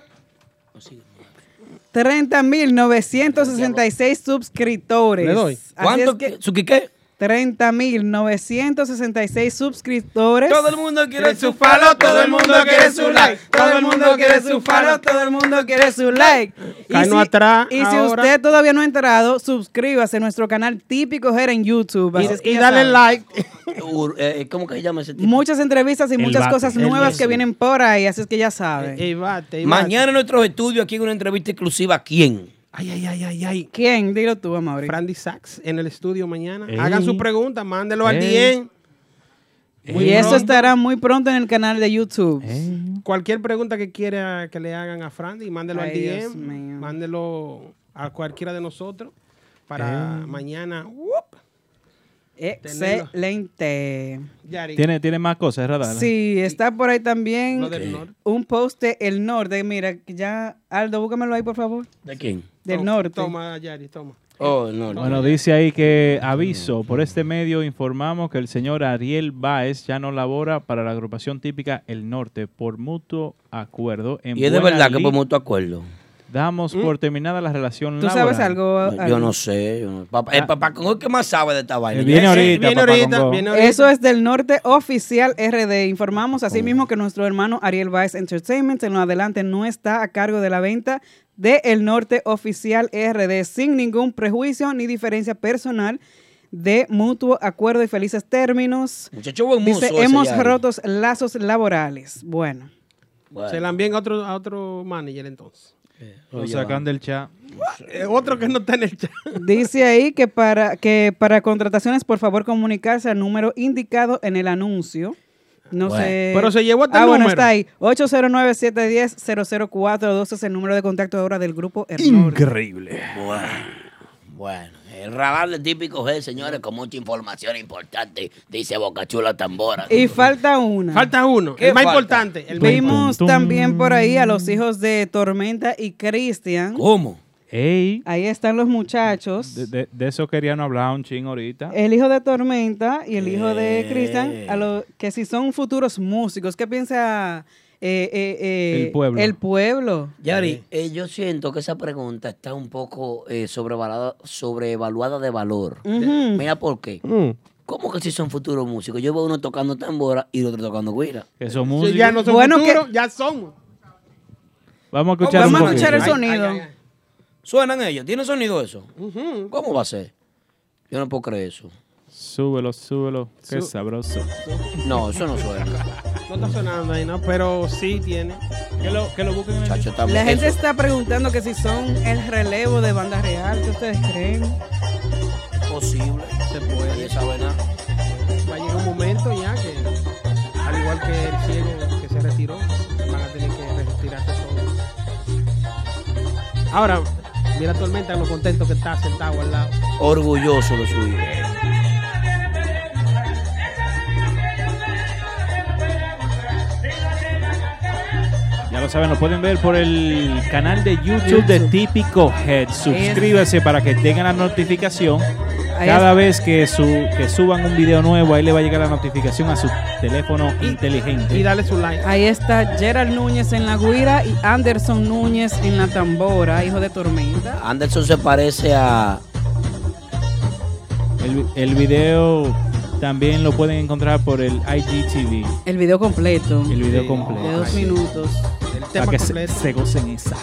Speaker 2: 30.966 suscriptores.
Speaker 1: Le doy.
Speaker 2: Así
Speaker 1: ¿Cuánto
Speaker 2: es que-
Speaker 1: que- su qué qué?
Speaker 2: 30.966 suscriptores.
Speaker 1: Todo el mundo quiere su palo, todo el mundo quiere su like,
Speaker 2: Todo el mundo quiere su palo, todo el mundo quiere su like. Y
Speaker 3: Caemos
Speaker 2: si,
Speaker 3: atrás
Speaker 2: y si
Speaker 3: ahora.
Speaker 2: usted todavía no ha entrado, suscríbase a nuestro canal Típico Her en YouTube. Así es que
Speaker 1: y
Speaker 2: ya
Speaker 1: dale
Speaker 2: saben.
Speaker 1: like. Ur- eh, ¿Cómo que se llama ese tipo?
Speaker 2: Muchas entrevistas y
Speaker 1: El
Speaker 2: muchas
Speaker 1: bate,
Speaker 2: cosas
Speaker 1: el
Speaker 2: nuevas
Speaker 1: bate.
Speaker 2: que vienen por ahí, así es que ya saben.
Speaker 1: Mañana en nuestros estudios, aquí en una entrevista exclusiva, ¿a quién?
Speaker 3: Ay, ay, ay, ay, ay.
Speaker 2: ¿Quién? Dilo tú, Mauri.
Speaker 3: Sandy Sachs en el estudio mañana.
Speaker 1: Ey.
Speaker 3: Hagan su pregunta, mándelo al
Speaker 1: Ey.
Speaker 3: 10.
Speaker 2: Y eso estará muy pronto en el canal de YouTube.
Speaker 1: Eh.
Speaker 3: Cualquier pregunta que quiera que le hagan a Frandy, mándelo
Speaker 2: Ay,
Speaker 3: al
Speaker 2: Dios
Speaker 3: DM, mándelo a cualquiera de nosotros para
Speaker 2: Eh.
Speaker 3: mañana. ¡Whoop! tenerlo.
Speaker 2: Excelente.
Speaker 3: Yari.
Speaker 4: ¿Tiene, tiene más cosas, radar.
Speaker 2: Sí, está por ahí también
Speaker 3: Lo del norte.
Speaker 2: un post de El Norte. Mira, que ya, Aldo, búscamelo ahí, por favor.
Speaker 1: ¿De quién?
Speaker 2: Del
Speaker 3: Toma,
Speaker 2: Norte.
Speaker 3: Toma, Yari, toma.
Speaker 1: Oh, no, no.
Speaker 4: Bueno, dice ahí que aviso, por este medio informamos que el señor Ariel Báez ya no labora para la agrupación típica El Norte por mutuo acuerdo. En
Speaker 1: Y es de
Speaker 4: buena
Speaker 1: verdad que por
Speaker 4: lid,
Speaker 1: mutuo acuerdo.
Speaker 4: Damos
Speaker 1: ¿Mm?
Speaker 4: por terminada la relación
Speaker 2: ¿Tú
Speaker 4: laboral.
Speaker 2: sabes algo? ah,
Speaker 1: No, Yo no sé. yo no- Papá, el papá Congo es el que más sabe de esta vaina.
Speaker 4: viene
Speaker 1: Yo sé.
Speaker 4: ahorita, Viene papá ahorita, Congo. viene
Speaker 2: Eso es del Norte Oficial RD. Informamos asimismo que nuestro hermano Ariel Vice Entertainment en lo adelante no está a cargo de la venta de El Norte Oficial RD sin ningún prejuicio ni diferencia personal de mutuo acuerdo y felices términos.
Speaker 1: Muchacho buen mozo
Speaker 2: Dice,
Speaker 1: ese
Speaker 2: hemos
Speaker 1: Yari".
Speaker 2: roto lazos laborales. Bueno.
Speaker 3: Se la envían a otro, a otro manager entonces.
Speaker 4: Lo sacan del chat.
Speaker 3: Eh, otro que no está en el chat.
Speaker 2: Dice ahí que para, que para contrataciones, por favor, comunicarse al número indicado en el anuncio. No
Speaker 3: Bueno.
Speaker 2: sé.
Speaker 3: Pero se llevó hasta
Speaker 2: Ah,
Speaker 3: el
Speaker 2: bueno,
Speaker 3: número.
Speaker 2: está ahí. 809-710-0042 es el número de contacto ahora del grupo Hernor.
Speaker 4: Increíble.
Speaker 1: Bueno, bueno. El radar de típico G, señores, con mucha información importante, dice Bocachula Tambora.
Speaker 2: Y falta una.
Speaker 3: Falta uno.
Speaker 1: ¿Qué
Speaker 3: El más
Speaker 1: falta?
Speaker 3: importante. El más
Speaker 2: Vimos también por ahí a los hijos de Tormenta y Cristian.
Speaker 1: ¿Cómo?
Speaker 4: Ey,
Speaker 2: Ahí están los muchachos.
Speaker 4: de, de- de eso quería no hablar un ching ahorita.
Speaker 2: El hijo de Tormenta y el hijo de
Speaker 4: Eh.
Speaker 2: Cristian, a lo que si son futuros músicos, ¿qué piensa eh, eh, eh,
Speaker 1: El pueblo.
Speaker 2: El pueblo.
Speaker 1: Yari, eh, yo siento que esa pregunta está un poco eh, sobrevalada- sobrevaluada de valor.
Speaker 2: Ujú.
Speaker 1: Mira por qué.
Speaker 4: Mm.
Speaker 1: ¿Cómo que si son futuros músicos? Yo veo uno tocando tambora y el otro tocando guira.
Speaker 4: Eso
Speaker 3: Sí,
Speaker 4: música.
Speaker 3: ya no son
Speaker 2: Bueno,
Speaker 3: futuros, ya somos.
Speaker 4: Vamos a escuchar
Speaker 1: Vamos
Speaker 4: un
Speaker 1: a
Speaker 4: poquito.
Speaker 1: escuchar el
Speaker 4: Ay,
Speaker 1: sonido.
Speaker 4: ay, ay.
Speaker 1: ¿Suenan ellos? ¿Tiene sonido eso?
Speaker 3: Ujú.
Speaker 1: ¿Cómo va a ser? Yo no puedo creer eso.
Speaker 4: Súbelo, súbelo. Qué
Speaker 1: Su-
Speaker 4: sabroso.
Speaker 1: No, eso no suena.
Speaker 3: No está sonando ahí, ¿no? Pero sí tiene. Que lo, que lo busquen en
Speaker 1: Chacho,
Speaker 2: La gente está preguntando que si son el relevo de banda real, ¿qué ustedes creen?
Speaker 1: Posible. Se puede. esa vaina.
Speaker 3: Va a llegar un momento ya que, al igual que el ciego que se retiró, van a tener que retirarse todos. Ahora, mira Tormenta lo contento que está sentado al lado.
Speaker 1: Orgulloso de su hijo.
Speaker 4: Ya lo saben, lo pueden ver por el canal de YouTube de Típico Head. Suscríbase para que tengan la notificación.
Speaker 2: Ahí
Speaker 4: Cada vez que, su, que suban un video nuevo, ahí le va a llegar la notificación a su teléfono inteligente.
Speaker 3: Y dale su like.
Speaker 2: Ahí está Gerald Núñez en la guira y Anderson Núñez en la tambora, hijo de Tormenta.
Speaker 1: Anderson se parece a.
Speaker 4: El, el video también lo pueden encontrar por el IGTV.
Speaker 2: El video completo.
Speaker 4: El video
Speaker 2: De
Speaker 4: completo.
Speaker 2: dos minutos.
Speaker 4: Para que se, se gocen esa.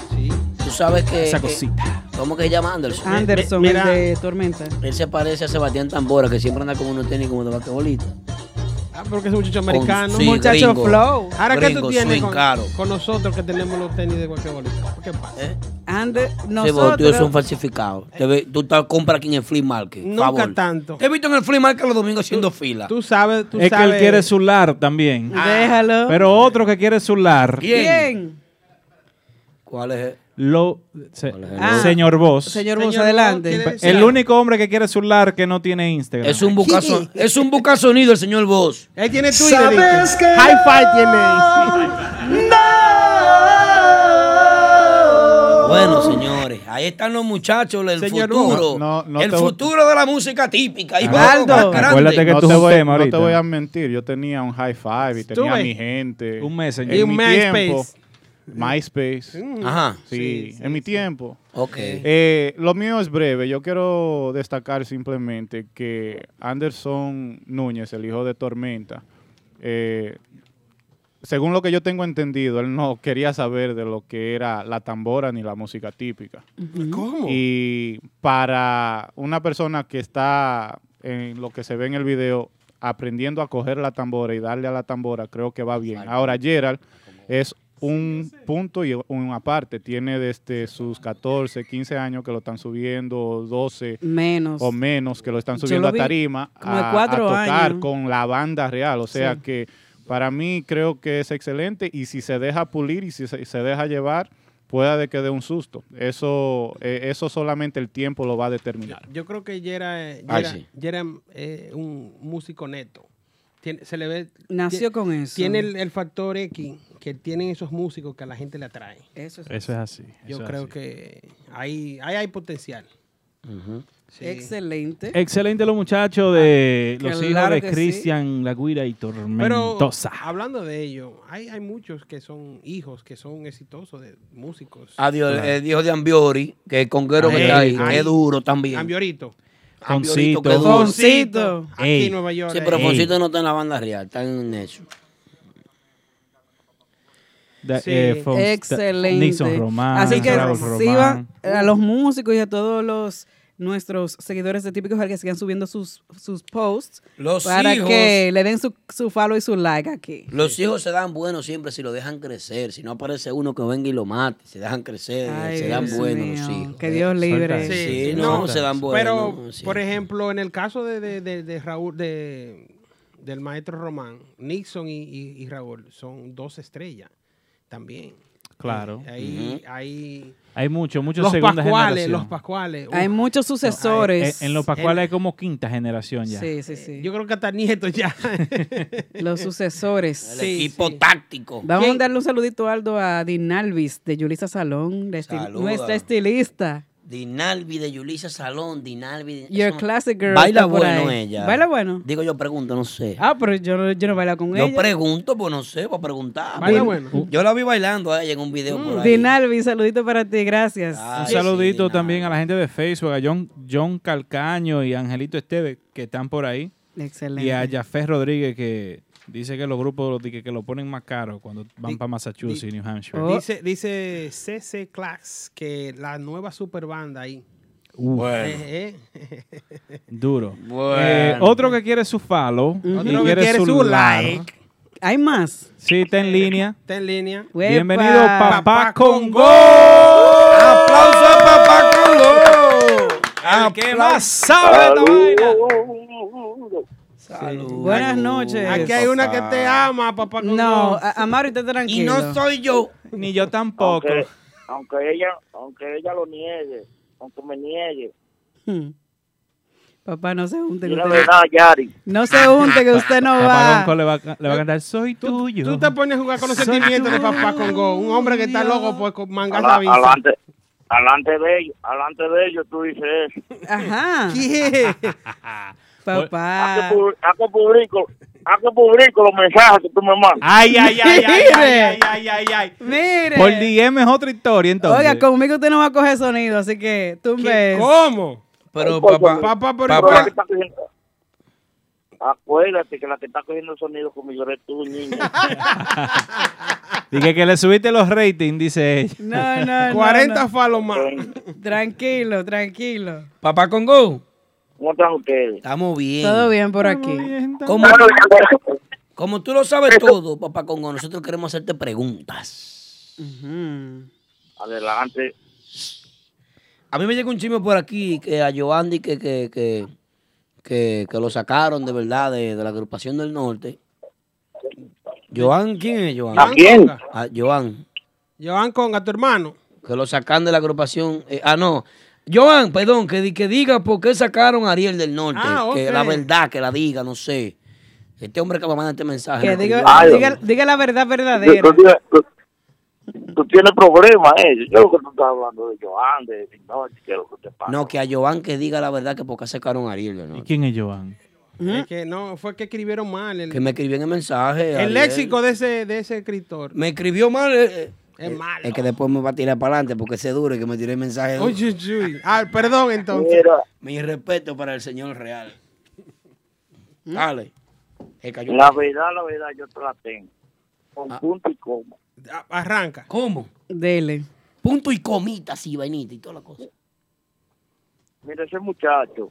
Speaker 1: Tú sabes que.
Speaker 4: Esa
Speaker 1: que-
Speaker 4: cosita.
Speaker 1: ¿Cómo que se llama Anderson?
Speaker 2: Anderson,
Speaker 1: Mi-
Speaker 2: el
Speaker 1: mi- mira,
Speaker 2: de Tormenta.
Speaker 1: Él se parece a Sebastián Tambora, que siempre anda como unos tenis como de basquetbolista.
Speaker 3: Ah, porque es un muchacho americano.
Speaker 1: Con- sí, Muchacho gringo. flow.
Speaker 3: Ahora, ¿qué tú
Speaker 1: Gringo,
Speaker 3: tienes
Speaker 1: swing
Speaker 3: con,
Speaker 1: caro.
Speaker 3: con nosotros que tenemos los tenis de cualquier bolita? ¿Qué pasa?
Speaker 2: Ander,
Speaker 1: Sebo, tú eres un
Speaker 2: nosotros,
Speaker 1: falsificado. Te ve- tú te compras aquí en el flea market.
Speaker 3: Nunca
Speaker 1: favor.
Speaker 3: tanto.
Speaker 1: Te he visto en el flea market los domingos haciendo fila.
Speaker 3: Tú sabes, tú
Speaker 4: Es que
Speaker 3: sabes.
Speaker 4: él quiere su lar también. Ah.
Speaker 2: déjalo.
Speaker 4: Pero otro que quiere su lar.
Speaker 2: ¿Quién?
Speaker 1: ¿Cuál es?
Speaker 4: Lo, se-
Speaker 2: Ah,
Speaker 4: señor Vos.
Speaker 2: Señor Vos, adelante.
Speaker 4: El único hombre que quiere su lar que no tiene Instagram.
Speaker 1: Es un bucazo, es un bucasonido el señor Boss.
Speaker 3: Él tiene
Speaker 4: Twitter,
Speaker 3: ¿Sabes
Speaker 4: dice.
Speaker 3: que High five tiene.
Speaker 1: Bueno, señores, ahí están los muchachos, el
Speaker 8: Señor
Speaker 1: futuro.
Speaker 8: Hugo, no, no
Speaker 1: el
Speaker 8: te-
Speaker 1: futuro de la música típica. Y
Speaker 8: Aldo.
Speaker 1: vamos más grande.
Speaker 4: Acuérdate que
Speaker 8: no
Speaker 4: tú
Speaker 8: te,
Speaker 4: un
Speaker 8: voy,
Speaker 4: tema
Speaker 8: no te
Speaker 4: ahorita.
Speaker 8: voy a mentir, yo tenía un high five y tenía
Speaker 4: ves?
Speaker 8: mi gente.
Speaker 4: Un messenger.
Speaker 8: En
Speaker 4: Y un
Speaker 8: mi
Speaker 4: MySpace.
Speaker 8: tiempo. MySpace.
Speaker 4: Mm. Ajá.
Speaker 8: Sí,
Speaker 4: Sí,
Speaker 8: en mi tiempo.
Speaker 1: Ok.
Speaker 8: Eh, lo mío es breve. Yo quiero destacar simplemente que Anderson Núñez, el hijo de Tormenta, eh, según lo que yo tengo entendido, él no quería saber de lo que era la tambora ni la música típica.
Speaker 3: ¿Cómo?
Speaker 8: Y para una persona que está en lo que se ve en el video aprendiendo a coger la tambora y darle a la tambora, creo que va bien. Ahora, Gerald es un punto y una parte. Tiene desde sus 14, 15 años que lo están subiendo, 12
Speaker 2: Menos.
Speaker 8: o menos que lo están
Speaker 2: Yo
Speaker 8: subiendo
Speaker 2: lo vi
Speaker 8: a tarima
Speaker 2: como de
Speaker 8: a,
Speaker 2: cuatro
Speaker 8: a tocar
Speaker 2: años.
Speaker 8: con la banda real. O sea
Speaker 2: Sí.
Speaker 8: que para mí creo que es excelente y si se deja pulir y si se, se deja llevar, pueda de que dé un susto. Eso, eh, eso solamente el tiempo lo va a determinar.
Speaker 3: Yo creo que Yera eh,
Speaker 8: Ay,
Speaker 3: Yera-
Speaker 8: sí.
Speaker 3: Yera, eh, un músico neto. Tiene- se le ve,
Speaker 2: Nació
Speaker 3: tie-
Speaker 2: con eso.
Speaker 3: Tiene el, el factor X que tienen esos músicos que a la gente le atrae.
Speaker 2: Eso
Speaker 4: es Eso es así. así,
Speaker 3: Yo
Speaker 4: eso es
Speaker 3: creo
Speaker 4: así.
Speaker 3: que ahí, ahí hay potencial. Sí.
Speaker 2: Excelente.
Speaker 4: Excelente los muchachos de
Speaker 3: Ah,
Speaker 4: los hijos
Speaker 3: claro
Speaker 4: de
Speaker 3: que sí.
Speaker 4: Cristian Laguira y
Speaker 3: Pero
Speaker 4: Tormentosa.
Speaker 3: hablando de ello, hay, hay muchos que son hijos que son exitosos de músicos.
Speaker 1: Adiós,
Speaker 3: Claro.
Speaker 1: el hijo de Ambiori, que el conguero que está ahí,
Speaker 3: Ay,
Speaker 1: que es eh, duro también.
Speaker 3: Ambiorito.
Speaker 1: Ambiorito, que es duro.
Speaker 3: Foncito. Aquí en Nueva York. eh.
Speaker 1: Sí, pero
Speaker 3: Ey.
Speaker 1: Foncito no está en la banda real, está en Necho.
Speaker 4: Da-
Speaker 2: Sí.
Speaker 4: eh, Fons- da-
Speaker 2: Excelente.
Speaker 4: Nixon Román.
Speaker 2: Así que
Speaker 4: Raúl
Speaker 2: sigan
Speaker 4: Román.
Speaker 2: a los músicos y a todos los nuestros seguidores de Típicos Hell que sigan subiendo sus, sus posts
Speaker 1: Los
Speaker 2: para
Speaker 1: hijos.
Speaker 2: que le den su, su follow y su like aquí.
Speaker 1: Los hijos se dan buenos siempre si lo dejan crecer. Si no aparece uno que venga y lo mate, se dejan crecer.
Speaker 2: Ay,
Speaker 1: se dan
Speaker 2: Dios
Speaker 1: buenos
Speaker 2: mío,
Speaker 1: los hijos.
Speaker 2: que Dios libre.
Speaker 1: Sí,
Speaker 2: Sí, sí,
Speaker 1: no,
Speaker 2: no,
Speaker 1: se dan buenos.
Speaker 3: Pero,
Speaker 1: no, sí.
Speaker 3: por ejemplo, en el caso de, de- de- de Raúl, de, del maestro Román, Nixon y, y- y Raúl son dos estrellas también. Eh,
Speaker 4: Claro.
Speaker 3: Ahí,
Speaker 4: Ujú.
Speaker 3: ahí-
Speaker 4: Hay muchos, muchos
Speaker 3: Los
Speaker 4: segunda
Speaker 3: pascuales,
Speaker 4: generación.
Speaker 3: los pascuales.
Speaker 2: Hay
Speaker 3: uf.
Speaker 2: muchos
Speaker 3: No, hay-
Speaker 2: sucesores.
Speaker 4: En, en los pascuales hay como quinta generación ya.
Speaker 2: Sí, sí, sí.
Speaker 3: Yo creo que hasta nieto ya.
Speaker 2: Los sucesores.
Speaker 1: El equipo táctico.
Speaker 2: Vamos a
Speaker 1: ¿Quién?
Speaker 2: mandarle un saludito, Aldo, a Dinalvis de Yulisa Salón, la esti-
Speaker 1: Saluda.
Speaker 2: nuestra estilista.
Speaker 1: Dinalvi de Yulisa Salón, Dinalvi. de-
Speaker 2: Your
Speaker 1: eso-
Speaker 2: classic girl.
Speaker 1: Baila
Speaker 2: está por
Speaker 1: bueno
Speaker 2: ahí.
Speaker 1: ella.
Speaker 2: Baila bueno.
Speaker 1: Digo yo pregunto, no sé.
Speaker 2: Ah, pero yo, no- yo no bailo con
Speaker 1: Yo
Speaker 2: ella.
Speaker 1: pregunto, pues no sé, para preguntar.
Speaker 2: Baila
Speaker 1: Pues,
Speaker 2: bueno.
Speaker 1: Yo la vi bailando a ella en un video
Speaker 2: Mm,
Speaker 1: por ahí.
Speaker 2: Dinalvis, saludito para ti, gracias.
Speaker 4: Un saludito también a la gente de Facebook, a John, John Calcaño y Angelito Esteves, que están por ahí.
Speaker 2: Excelente.
Speaker 4: Y a Jafé Rodríguez, que dice que los grupos de que, que lo ponen más caro cuando van para Massachusetts y New Hampshire.
Speaker 2: Oh.
Speaker 3: Dice, dice CC Clax que la nueva super banda ahí.
Speaker 4: Uh.
Speaker 3: Eh, eh.
Speaker 4: Duro.
Speaker 3: Bueno.
Speaker 4: Eh, otro que quiere su follow. y
Speaker 3: Otro que quiere su like.
Speaker 2: ¿Hay más?
Speaker 4: Sí, está en línea.
Speaker 3: Está en línea.
Speaker 4: Bienvenido, papá, Congo.
Speaker 1: ¡Oh! ¡Aplauso a papá Congo!
Speaker 4: El que más sabe esta vaina.
Speaker 2: Buenas noches.
Speaker 3: Aquí hay una que te ama, papá. Congo.
Speaker 2: No, a- Amaro, usted tranquilo.
Speaker 1: yo.
Speaker 4: Ni yo tampoco.
Speaker 3: Ok.
Speaker 16: aunque ella aunque ella lo niegue aunque me niegue
Speaker 2: Hmm. Papá, no se junte.
Speaker 16: Y
Speaker 2: que
Speaker 16: la
Speaker 2: usted-
Speaker 16: verdad, Yari.
Speaker 2: No se junte, que usted no
Speaker 4: Papá
Speaker 2: va.
Speaker 4: Ronco le va, a ca- le va a cantar Soy tuyo.
Speaker 3: Tú te pones a jugar con los
Speaker 4: Soy
Speaker 3: sentimientos de papá Congo. Un hombre que está loco pues con mangas
Speaker 16: Ala-
Speaker 3: la vista.
Speaker 16: alante alante de ellos alante de ellos tú dices eso.
Speaker 2: Ajá.
Speaker 16: Haz que pu- haz que publico haz que publico los mensajes que tú me mandas
Speaker 4: Ay, ay, ay, ay, ay, ay, ay, ay.
Speaker 2: Mire.
Speaker 4: Por DM es otra historia, entonces.
Speaker 2: Oiga, conmigo usted no va a coger sonido, así que tú ves.
Speaker 3: ¿Cómo?
Speaker 1: Pero
Speaker 16: papá,
Speaker 3: papá,
Speaker 16: pero
Speaker 1: papá.
Speaker 16: la que está cogiendo- Acuérdate que la que está cogiendo el sonido conmigo eres tú, niña.
Speaker 4: Dije que le subiste los ratings, dice ella.
Speaker 2: No, no, no.
Speaker 3: 40
Speaker 2: no.
Speaker 3: falos más.
Speaker 2: Tranquilo, tranquilo.
Speaker 1: Papá Congo.
Speaker 16: ¿Cómo están ustedes?
Speaker 1: Estamos bien.
Speaker 2: Todo bien por aquí.
Speaker 1: Como, como tú lo sabes todo, papá Congo, nosotros queremos hacerte preguntas.
Speaker 16: Adelante.
Speaker 1: A mí me llegó un chisme por aquí que a Giovanni que, que, que, que, que lo sacaron de verdad de, de la agrupación del norte. Joan, ¿quién es Joan?
Speaker 3: ¿A quién?
Speaker 1: A Joan,
Speaker 3: Joan Conga, tu hermano.
Speaker 1: que lo sacan de la agrupación. eh, ah, no. Joan, perdón, que, di- que diga por qué sacaron a Ariel del norte.
Speaker 3: Ah,
Speaker 1: Que
Speaker 3: ok.
Speaker 1: la verdad, que la diga, no sé. Este hombre que me manda este mensaje.
Speaker 2: Que
Speaker 1: ¿no?
Speaker 2: diga,
Speaker 1: Ay,
Speaker 2: diga, diga la verdad verdadera.
Speaker 16: Tú, tienes- tú- tú tienes problemas, ¿eh? Yo lo que tú estás hablando de Joan, de de noche, que es lo que te pasa.
Speaker 1: No, que a Joan que diga la verdad que por qué sacaron a Ariel del norte.
Speaker 4: ¿Quién es Joan?
Speaker 3: Es que no, fue que escribieron mal. El,
Speaker 1: ¿Mm? Que me escribió en el mensaje.
Speaker 3: el
Speaker 1: Ariel.
Speaker 3: léxico de ese, de ese escritor.
Speaker 1: Me escribió mal. eh, eh, eh,
Speaker 3: Es malo.
Speaker 1: Es que después me va a tirar para adelante porque se duro que me tiré el mensaje. duro.
Speaker 3: Uy, uy, uy. Ah, perdón entonces.
Speaker 1: Mi respeto para el señor real. Dale. Se cayó.
Speaker 16: La verdad, la verdad, yo te la tengo. Con
Speaker 1: Ah.
Speaker 16: punto y coma.
Speaker 3: Arranca.
Speaker 1: ¿Cómo?
Speaker 2: Dele.
Speaker 1: Punto y comitas y vainita y toda la cosa.
Speaker 16: Mira, ese muchacho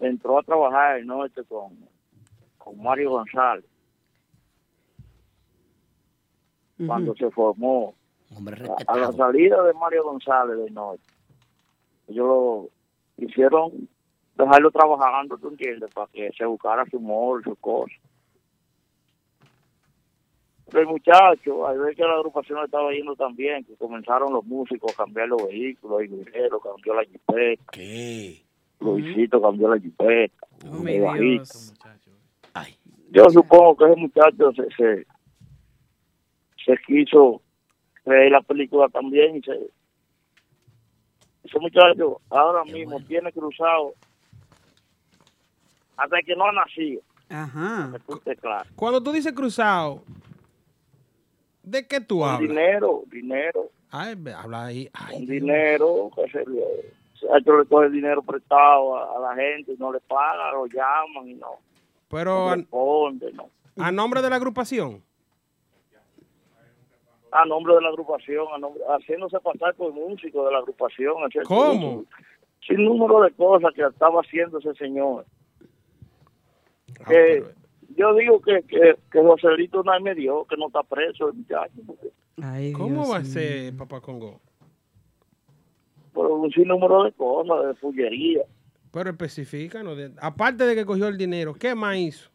Speaker 16: entró a trabajar el norte con, con Mario González. cuando se formó.
Speaker 1: Hombre
Speaker 16: A, a la salida de Mario González del norte, ellos lo hicieron dejarlo trabajando, ¿tú entiendes? Para que se buscara su humor, su cosa. Pero el muchacho, al ver que la agrupación le estaba yendo tan bien, que comenzaron los músicos a cambiar los vehículos, el guerrero cambió la jipeta. ¿Qué? Luisito cambió la jipeta. el bajista. Yo supongo que ese muchacho se, se, se quiso creer la película también. y se- ese muchacho ahora mismo tiene cruzado hasta que no ha nacido.
Speaker 2: Ajá.
Speaker 16: Escuche claro.
Speaker 3: Cuando tú dices cruzado, ¿de qué tú hablas?
Speaker 16: Dinero, dinero.
Speaker 3: Ay, ve- habla ahí. Ay,
Speaker 16: con
Speaker 3: Dios.
Speaker 16: dinero, que se le, se ha hecho le coge dinero prestado a, a la gente y no le paga, lo llaman y no,
Speaker 3: Pero
Speaker 16: no responde, no.
Speaker 3: a, a nombre de la agrupación.
Speaker 16: A nombre de la agrupación, a nombre, haciéndose pasar por músico de la agrupación, haciendo-
Speaker 3: ¿Cómo?
Speaker 16: Sin número de cosas que estaba haciendo ese señor.
Speaker 3: Ah,
Speaker 16: Que
Speaker 3: eh.
Speaker 16: yo digo que, que, que Joselito no me dio, que no está preso el muchacho, porque
Speaker 3: ¿Cómo va a ser Papá Congo?
Speaker 16: por un sinnúmero de cosas, de fullería.
Speaker 3: Pero específicanos. de- Aparte de que cogió el dinero, ¿qué más hizo?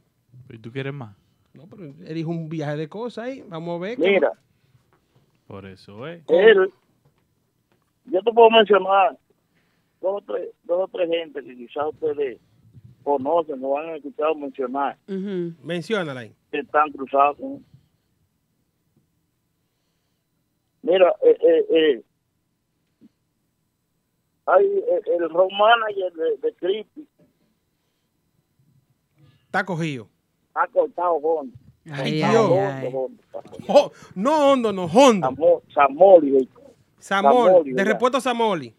Speaker 4: ¿Y tú quieres más?
Speaker 3: No, pero él hizo un viaje de cosas ahí. Vamos a ver. qué
Speaker 16: Mira,
Speaker 3: más.
Speaker 4: Por eso, eh.
Speaker 16: Él, yo te puedo mencionar dos o tres, dos o tres gente que quizás ustedes conocen o han escuchado mencionar
Speaker 3: Menciónala ahí.
Speaker 16: que están cruzados con Mira, eh, eh, eh, hay eh, el road manager de, de Crispy
Speaker 3: Está cogido.
Speaker 16: ha cortado Honda.
Speaker 3: Ay,
Speaker 16: Cortado
Speaker 3: Dios.
Speaker 16: Honda,
Speaker 3: Ay.
Speaker 16: Honda.
Speaker 3: Jo- no Hondo, no Hondo.
Speaker 16: Samoli.
Speaker 3: Samoli.
Speaker 16: Samoli,
Speaker 3: De
Speaker 16: ¿verdad?
Speaker 3: repuesto Samoli.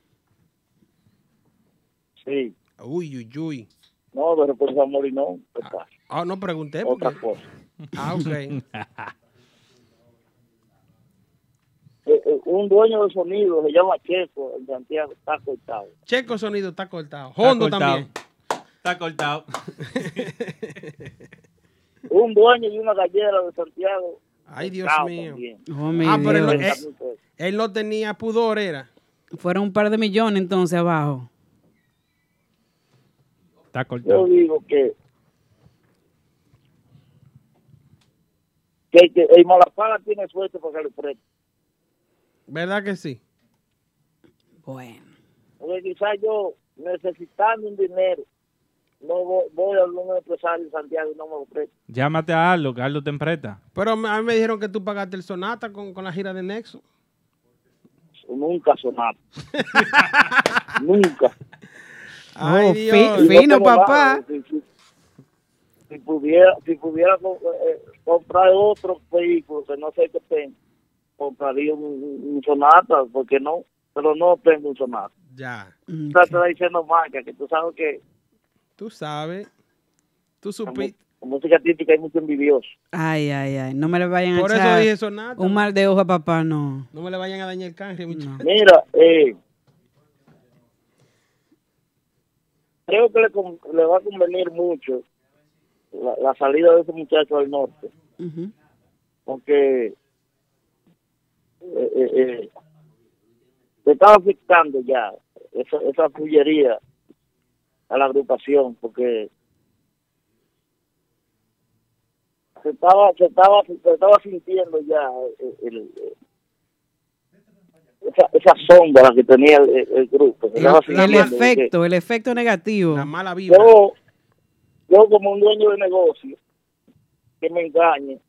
Speaker 16: Sí.
Speaker 3: Uy, uy, uy.
Speaker 16: No, de repente Samoli no. ¿qué pasa?
Speaker 3: Ah, no pregunté.
Speaker 16: Otra
Speaker 3: porque-
Speaker 16: cosa.
Speaker 3: Ah, ok.
Speaker 16: Eh, eh, un dueño de sonido se llama Checo en Santiago, está cortado.
Speaker 3: Checo Sonido está cortado. Hondo
Speaker 4: cortado.
Speaker 3: también.
Speaker 4: Está cortado.
Speaker 16: un dueño y una gallera de Santiago.
Speaker 3: Ay, Dios
Speaker 16: cortado
Speaker 3: mío.
Speaker 16: también.
Speaker 3: ah, pero él, no-
Speaker 2: Dios.
Speaker 3: él- él no tenía pudor, era.
Speaker 2: Fueron un par de millones entonces abajo.
Speaker 4: Está
Speaker 16: Yo digo que, que, que el Malapaga tiene suerte para que le preste.
Speaker 3: ¿Verdad que sí?
Speaker 2: Bueno.
Speaker 16: Porque quizás yo, necesitando un dinero, no voy, voy a algún empresario de Santiago y no me lo presta.
Speaker 4: Llámate a Arlo, que Arlo te empresta.
Speaker 3: Pero me- a mí me dijeron que tú pagaste el Sonata con, con la gira de Nexo.
Speaker 16: Nunca sonaba. Nunca.
Speaker 3: Ay,
Speaker 16: Oh,
Speaker 3: Dios.
Speaker 16: fi- Y no fino, tengo papá. nada, Si pudiera, si pudiera co- eh, comprar otro vehículo que no sé qué tengo, compraría un, un- un Sonata, porque no, pero no tengo un Sonata.
Speaker 3: Ya.
Speaker 16: Está te está diciendo marca, que tú sabes que
Speaker 3: Tú sabes. Tú
Speaker 16: en
Speaker 3: supiste.
Speaker 16: mu- en música típica hay mucho envidioso.
Speaker 2: Ay, ay, ay. No me le vayan
Speaker 3: Por
Speaker 2: a
Speaker 3: eso
Speaker 2: echar
Speaker 3: dije sonata.
Speaker 2: un mal de ojo a papá, no.
Speaker 3: No me le vayan a dañar el canje, muchachos.
Speaker 16: Mira, eh, creo que le, con- le va a convenir mucho la, la salida de ese muchacho al norte, porque eh, eh, eh, se está afectando ya esa, esa fullería a la agrupación, porque se estaba, se estaba, se estaba sintiendo ya eh, el- el- esa, esa sombra que tenía el, el- el grupo. Se
Speaker 2: El,
Speaker 16: estaba
Speaker 2: el
Speaker 16: sintiendo de que-
Speaker 2: efecto, el efecto negativo. La
Speaker 3: mala
Speaker 16: yo, yo como un dueño de negocio, que me engañe,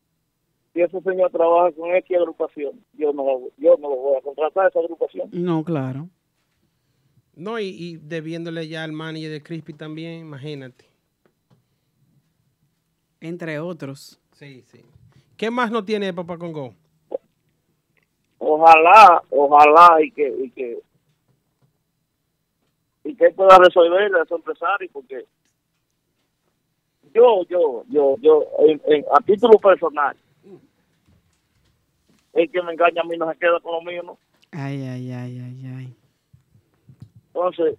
Speaker 16: si ese señor trabaja con X agrupación, yo no, lo- yo no lo voy a contratar a esa agrupación.
Speaker 2: No, claro.
Speaker 3: No, y, y debiéndole ya al manager de Crispy también, imagínate.
Speaker 2: Entre otros.
Speaker 3: Sí, sí. ¿Qué más no tiene Papá Congo?
Speaker 16: Ojalá, ojalá y que, y que y que él pueda resolver a ese empresario, porque yo, yo, yo, yo, en- en- a título personal, el que me engaña a mí no se queda con lo mío, ¿no?
Speaker 2: Ay, ay, ay, ay, ay.
Speaker 16: Entonces,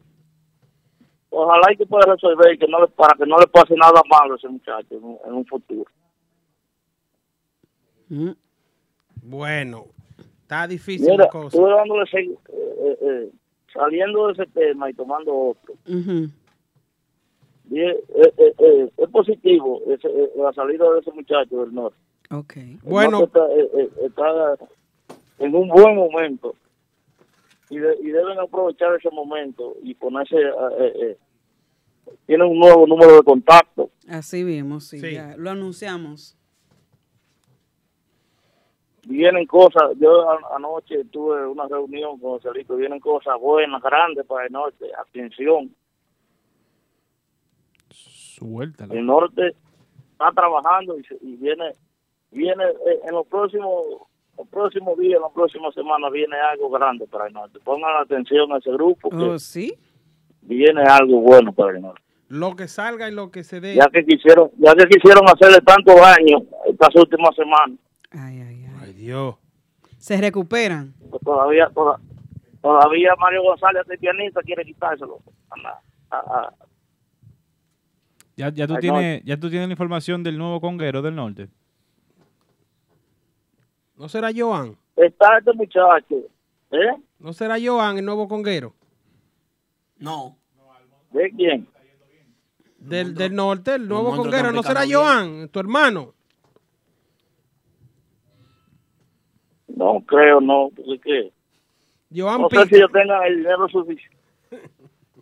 Speaker 16: ojalá y que pueda resolver y que no le, para que no le pase nada
Speaker 2: Mm.
Speaker 16: malo a ese muchacho en, un- en un futuro.
Speaker 3: Bueno, está difícil
Speaker 16: Mira,
Speaker 3: la cosa.
Speaker 16: estuve dándole se- eh, eh, saliendo de ese tema y tomando otro. Y es, eh, eh, eh, es positivo ese- eh, la salida de ese muchacho del norte.
Speaker 2: Ok.
Speaker 16: El Bueno. Está, eh, eh, está en un buen momento y, de- y deben aprovechar ese momento y ponerse. eh, eh, eh, tiene un nuevo número de contacto.
Speaker 2: Así vimos, sí. ya, Lo anunciamos.
Speaker 16: Vienen cosas. Yo a- anoche tuve una reunión con Celito. Vienen cosas buenas, grandes para el norte. Atención.
Speaker 4: Suéltala.
Speaker 16: El norte está trabajando y, se- y viene viene eh, en los próximos los próximos días, en las próximas semanas viene algo grande para el norte. Pongan atención a ese grupo que
Speaker 2: Oh, sí.
Speaker 16: viene algo bueno para el norte.
Speaker 3: Lo que salga y lo que se dé.
Speaker 16: Ya que quisieron ya que quisieron hacerle tanto daño estas últimas semanas,
Speaker 3: Dios.
Speaker 2: Se recuperan.
Speaker 16: pues todavía toda- todavía Mario González, este pianista, quiere quitárselo. A- a- a-
Speaker 4: Ya, ya, tú
Speaker 16: Ay, no.
Speaker 4: tienes, ya tú tienes la información del nuevo conguero del norte.
Speaker 3: ¿No será Joan?
Speaker 16: Está este muchacho. ¿Eh?
Speaker 3: ¿No será Joan el nuevo conguero?
Speaker 7: No.
Speaker 16: ¿De quién?
Speaker 3: Del, del norte, el nuevo
Speaker 16: monstruo
Speaker 3: conguero. ¿No será
Speaker 16: dominicano
Speaker 3: Joan, tu hermano?
Speaker 16: No creo, no. porque qué?
Speaker 3: Joan
Speaker 16: no sé si yo tenga el dinero suficiente.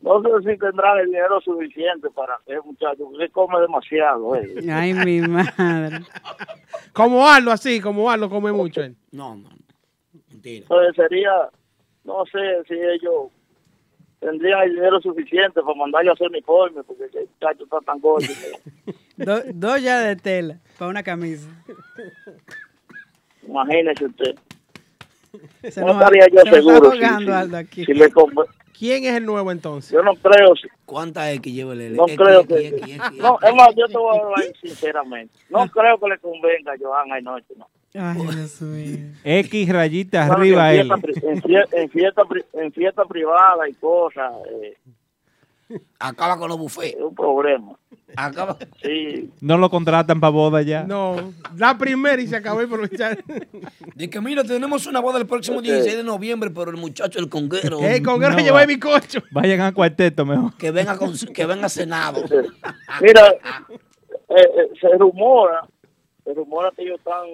Speaker 16: No sé si tendrán el dinero suficiente para que muchacho, porque él come demasiado. eh.
Speaker 2: Ay, mi madre.
Speaker 3: Como Arlo, así, como Arlo come mucho él.
Speaker 7: No, no.
Speaker 16: Entonces sería, no sé si ellos tendrían el dinero suficiente para mandarle a hacer uniforme, porque el muchacho está tan gordo. que-
Speaker 2: Do- Dos ya de tela para una camisa.
Speaker 16: Imagínese usted.
Speaker 2: Se
Speaker 16: no
Speaker 2: nos-
Speaker 16: estaría yo
Speaker 2: se nos está
Speaker 16: seguro. si-
Speaker 2: ahogando,
Speaker 16: si-
Speaker 2: Aldo, aquí.
Speaker 16: si le compre-
Speaker 3: ¿Quién es el nuevo entonces?
Speaker 16: Yo no creo.
Speaker 7: ¿Cuánta X lleva el
Speaker 16: No
Speaker 7: X,
Speaker 16: creo
Speaker 7: X,
Speaker 16: que.
Speaker 7: X, X,
Speaker 16: No,
Speaker 7: X?
Speaker 16: es más, yo te voy a hablar sinceramente. No creo que le convenga a Johan Aynoche, no.
Speaker 2: Ay, Dios mío.
Speaker 4: X rayita
Speaker 16: Claro,
Speaker 4: arriba
Speaker 16: en
Speaker 4: él.
Speaker 16: fiesta pri- En fiesta, en, fiesta, pri- en fiesta privada y cosas. eh,
Speaker 7: Acaba con los bufés.
Speaker 16: Es un problema.
Speaker 7: Acaba.
Speaker 16: Sí.
Speaker 4: No lo contratan para boda ya.
Speaker 3: No, la primera y se acabó de aprovechar.
Speaker 7: De que mira, tenemos una boda el próximo 16 de noviembre, pero el muchacho, el conguero.
Speaker 3: El
Speaker 4: conguero No, llevó
Speaker 3: llevó
Speaker 4: va.
Speaker 3: el bizcocho.
Speaker 4: Vayan al cuarteto mejor.
Speaker 7: Que venga, con, que venga cenado.
Speaker 16: Mira, eh, eh, se rumora, se rumora que ellos están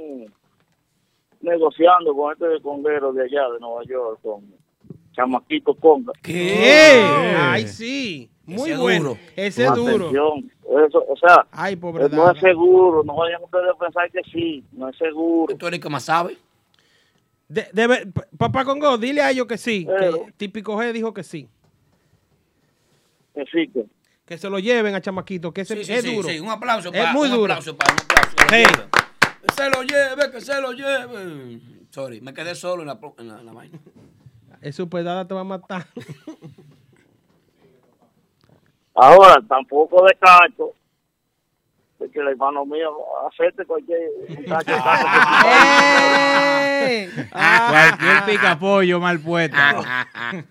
Speaker 16: negociando con este conguero de allá, de Nueva York, con Chamaquito Conga.
Speaker 3: ¿Qué? Ay, sí. Muy
Speaker 16: Ese
Speaker 3: bueno.
Speaker 16: duro.
Speaker 3: Ese es duro.
Speaker 16: Atención, Eso, o sea,
Speaker 3: Ay,
Speaker 16: eh, no es seguro, no vayan ustedes a pensar que sí, no es seguro.
Speaker 7: Tú eres que más sabe.
Speaker 3: De- debe- pa- papá Congo, dile a ellos que sí. que típico G dijo que sí.
Speaker 16: Que sí, que.
Speaker 3: se lo lleven a Chamaquito, que ese-
Speaker 7: Sí, sí,
Speaker 3: es
Speaker 7: sí,
Speaker 3: duro.
Speaker 7: sí, un aplauso
Speaker 3: Es
Speaker 7: para-
Speaker 3: muy
Speaker 7: un
Speaker 3: duro.
Speaker 7: aplauso para- un aplauso, que
Speaker 3: Sí.
Speaker 7: lo lleve. Que se lo lleve, que se lo lleve. Sorry, me quedé solo en la, pro- en la, en la vaina.
Speaker 3: Eso pedada te va a matar.
Speaker 16: Ahora, tampoco descarto de que el hermano mío acepte cualquier muchacho.
Speaker 4: ¡Eh! Cualquier picapollo mal puesto.
Speaker 16: Ah.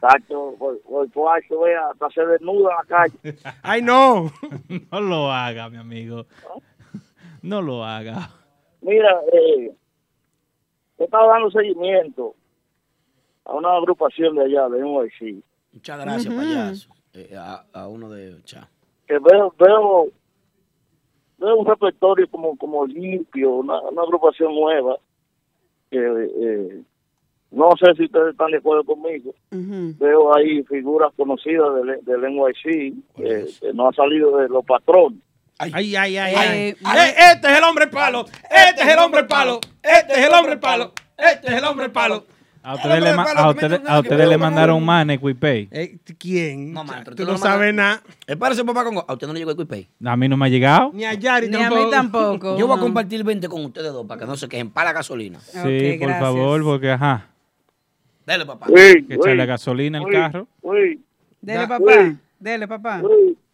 Speaker 16: Tacho, por, por cuarto, vea, hasta se desnuda en la calle.
Speaker 3: Ay, no.
Speaker 4: No lo haga, mi amigo. No lo haga.
Speaker 16: Mira, eh, yo estaba dando seguimiento a una agrupación de allá, de NYC,
Speaker 7: Muchas gracias,
Speaker 16: Ujú.
Speaker 7: payaso. Eh, a, a uno de cha.
Speaker 16: que veo, veo, veo un repertorio como, como limpio, una, una agrupación nueva, que eh, no sé si ustedes están de acuerdo conmigo, veo ahí figuras conocidas del, del NYC, eh, que no ha salido de los patrones.
Speaker 3: Ay, ay, ay, ay. Eh, este es el hombre palo. Este es el hombre palo. Este es el hombre palo. Este es el hombre palo.
Speaker 4: A ustedes le, ma- a ustedes- a ustedes le mandaron un man en Quipay.
Speaker 3: Eh, ¿Quién?
Speaker 7: No, maestro,
Speaker 3: tú no sabes nada.
Speaker 1: Eh,
Speaker 7: Espérese, papá Congo. A usted no le llegó el Quipay.
Speaker 4: A mí no me ha llegado.
Speaker 3: Ni a Yari
Speaker 2: Ni a mí tampoco,
Speaker 7: Yo voy a
Speaker 2: no.
Speaker 7: compartir 20 con ustedes dos para que no se quejen para la gasolina.
Speaker 4: Sí, por favor, porque ajá.
Speaker 7: Dale, papá.
Speaker 4: Hay que echarle gasolina al
Speaker 16: uy.
Speaker 4: carro.
Speaker 2: Dele,
Speaker 16: Ya.
Speaker 2: papá. Dele, papá.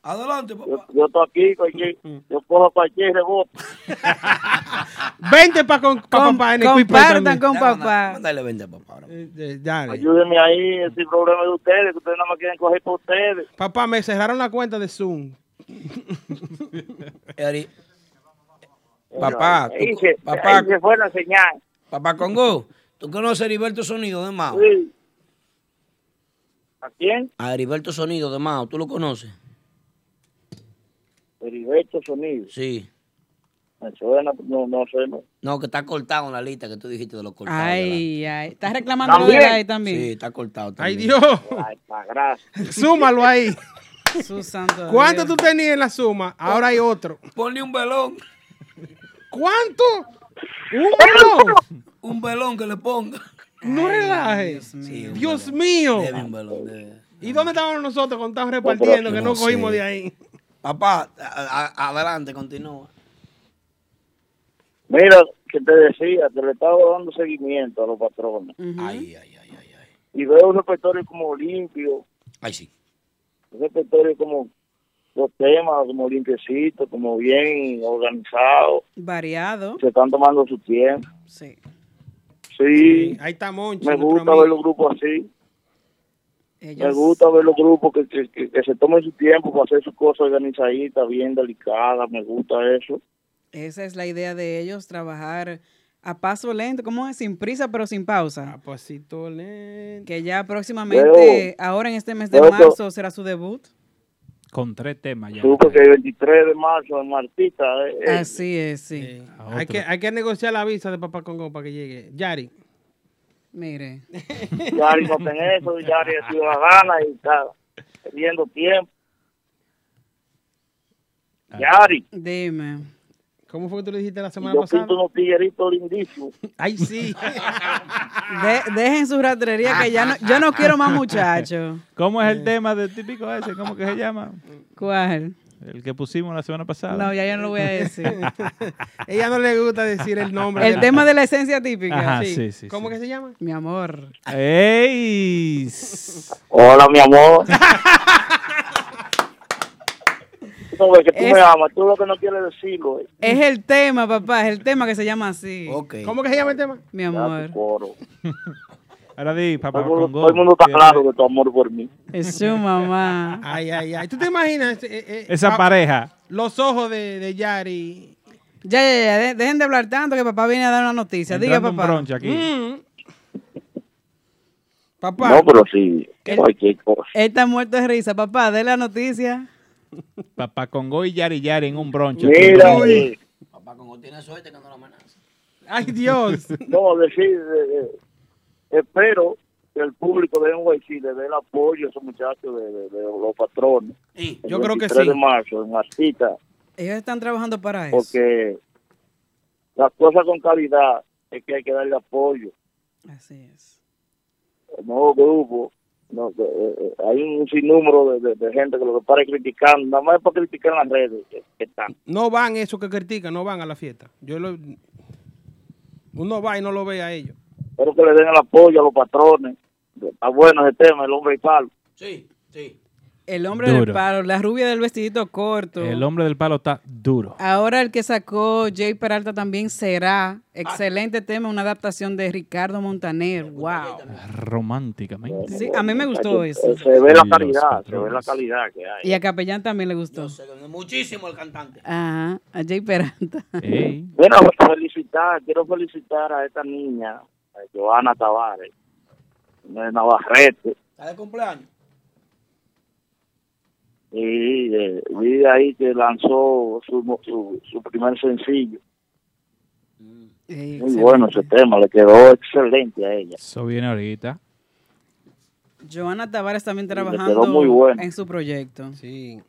Speaker 7: Adelante,
Speaker 16: Yo, yo estoy aquí, cualquier-
Speaker 3: Mm.
Speaker 16: yo cojo cualquier rebote.
Speaker 3: Vente para con, pa, papá en el
Speaker 2: Compartan con papá.
Speaker 7: Dale, vente, papá.
Speaker 16: Ayúdenme ahí, ese problema de ustedes, que ustedes nada más quieren coger por ustedes.
Speaker 3: Papá, me cerraron la cuenta de Zoom.
Speaker 7: Eri,
Speaker 1: Papá,
Speaker 16: Ahí
Speaker 1: tú-
Speaker 16: se,
Speaker 1: papá.
Speaker 16: ahí se fue la señal.
Speaker 1: Papá Congo, ¿tú conoces a Heriberto Sonido de Mao?
Speaker 16: Sí. ¿A quién?
Speaker 1: A Heriberto Sonido de Mao, ¿tú lo conoces?
Speaker 16: Heriberto Sonido.
Speaker 1: Sí.
Speaker 16: Me suena, no, no sé. No.
Speaker 1: No, que está cortado en la lista que tú dijiste de los cortados.
Speaker 2: Ay, ay. ¿Estás reclamando de ahí también?
Speaker 1: Sí, está cortado también.
Speaker 16: Ay, pa' gracia.
Speaker 3: Súmalo ahí.
Speaker 2: Su santo
Speaker 3: ¿Cuánto
Speaker 2: Dios.
Speaker 3: tú tenías en la suma? Ahora hay otro.
Speaker 1: Ponle un velón.
Speaker 3: ¿Cuánto? ¿Un velón?
Speaker 1: Un velón que le ponga.
Speaker 3: No relajes. Dios mío. ¿Y dónde estábamos nosotros cuando estábamos repartiendo que no,
Speaker 1: No sé.
Speaker 3: cogimos de ahí?
Speaker 1: Papá, a- a- adelante, continúa.
Speaker 16: Mira, que te decía, que le estaba dando seguimiento a los patrones.
Speaker 1: Ay, ay,
Speaker 16: Y veo un repertorio como limpio,
Speaker 1: Ay, sí.
Speaker 16: un repertorio como los temas, como limpiecito, como bien organizado.
Speaker 2: Variado.
Speaker 16: Se están tomando su tiempo.
Speaker 2: Sí.
Speaker 16: Sí.
Speaker 3: Ahí está Monchi.
Speaker 16: Me
Speaker 3: nuestro
Speaker 16: gusta
Speaker 3: amigo.
Speaker 16: ver los grupos así. Me gusta ver los grupos que, que- que- que se tomen su tiempo para hacer sus cosas organizaditas, bien delicadas. Me gusta eso.
Speaker 2: Esa es la idea de ellos, trabajar a paso lento, ¿cómo es? Sin prisa, pero sin pausa. A
Speaker 3: pasito lento.
Speaker 2: Que ya
Speaker 16: Veo-
Speaker 2: próximamente, ahora en este mes de
Speaker 16: veo que-
Speaker 2: marzo, será su debut.
Speaker 4: Con tres temas ya.
Speaker 16: Supe que el 23 de marzo en Martita. eh, eh,
Speaker 2: Así es, sí.
Speaker 4: Ah,
Speaker 3: Hay que, hay que negociar la visa de Papá Congo para que llegue. Yari.
Speaker 2: Mire.
Speaker 16: Yari no ten eso, Yari es ciudadana y está perdiendo tiempo. Yari.
Speaker 2: Dime.
Speaker 3: ¿Cómo fue que tú le dijiste la semana
Speaker 16: Yo
Speaker 3: pasada?
Speaker 16: pinto unos tigueritos lindísimos.
Speaker 3: Ay, sí.
Speaker 2: De- dejen su ratrería que ya no, yo no quiero más muchachos.
Speaker 4: ¿Cómo es el tema del típico ese? ¿Cómo que se llama?
Speaker 2: ¿Cuál?
Speaker 4: El que pusimos la semana pasada.
Speaker 2: No, ya yo no lo voy a decir.
Speaker 3: Ella no le gusta decir el nombre.
Speaker 2: El tema de la esencia típica.
Speaker 4: Ajá, sí, sí, sí.
Speaker 3: ¿Cómo que se llama?
Speaker 2: Mi amor.
Speaker 4: ¡Ey!
Speaker 16: Hola, mi amor. No, es que tú
Speaker 2: Es-
Speaker 16: me amas, tú lo que no quieres decirlo. eh.
Speaker 2: Es el tema, papá, es el tema que se llama así.
Speaker 3: ¿Cómo que se llama el tema?
Speaker 2: Mi amor.
Speaker 4: Ahora di, papá.
Speaker 16: Todo el mundo-
Speaker 4: Congo,
Speaker 16: todo el mundo está
Speaker 4: tiene-
Speaker 16: claro de tu amor por mí.
Speaker 2: Es su mamá.
Speaker 3: Ay, ay, ay. ¿Tú te imaginas? eh, eh,
Speaker 16: Ah.
Speaker 4: Esa
Speaker 3: pa-
Speaker 4: pareja.
Speaker 3: Los ojos de, de Yari.
Speaker 2: Ya, ya, ya, de- dejen de hablar tanto que papá viene a dar una noticia. Diga,
Speaker 4: Entrando un
Speaker 2: papá.
Speaker 4: bronche aquí.
Speaker 3: Mm. Papá.
Speaker 16: No, pero sí, cualquier cosa.
Speaker 2: Él está muerto de risa, papá, dé la noticia.
Speaker 4: Papá Congo y Yari Yari en un broncho.
Speaker 16: Mira,
Speaker 4: Uy.
Speaker 16: eh,
Speaker 1: Papá Congo tiene suerte que no lo amenaza.
Speaker 3: Ay, Dios.
Speaker 16: No, decir, eh, eh, espero que el público de NYC le dé el apoyo a esos muchachos de, de- de los patrones. El
Speaker 2: yo creo que
Speaker 16: 23
Speaker 2: sí.
Speaker 16: de marzo, en Martita,
Speaker 2: Ellos están trabajando para eso.
Speaker 16: porque las cosas con calidad es que hay que darle apoyo.
Speaker 2: Así es.
Speaker 16: El nuevo grupo, no, que, eh, eh, hay un sinnúmero de, de- de gente que lo que para es criticar, nada más es para criticar en las redes que, que están.
Speaker 3: No van esos que critican, no van a la fiesta. Yo lo, uno va y no lo ve a ellos.
Speaker 16: Espero que le den el apoyo a los patrones. Está bueno ese tema, el hombre y palo.
Speaker 1: Sí, sí.
Speaker 2: El hombre del
Speaker 4: Duro.
Speaker 2: palo, la rubia del vestidito corto.
Speaker 4: El hombre del palo está duro.
Speaker 2: Ahora el que sacó Jay Peralta también será. Excelente tema, una adaptación de Ricardo Montaner. Wow.
Speaker 4: Románticamente.
Speaker 2: Sí, a mí me gustó eso.
Speaker 16: eh, Se ve la
Speaker 4: Los
Speaker 16: calidad, se ve
Speaker 4: patrones.
Speaker 16: la calidad que hay.
Speaker 2: Y a Capellán también le gustó.
Speaker 1: Muchísimo el cantante.
Speaker 2: Ajá, a Jay Peralta.
Speaker 16: Bueno, pues, felicitar, quiero felicitar a esta niña, a eh. Joana Tavares, de Navarrete,
Speaker 1: ¿Está de cumpleaños?
Speaker 16: y eh, vi ahí que lanzó su, mo- su, su primer sencillo. Muy bueno ese tema, le quedó excelente a ella.
Speaker 4: Eso viene ahorita.
Speaker 2: Joana Tavares también
Speaker 16: quedó
Speaker 2: trabajando
Speaker 16: muy bueno.
Speaker 2: en su proyecto.
Speaker 3: Sí.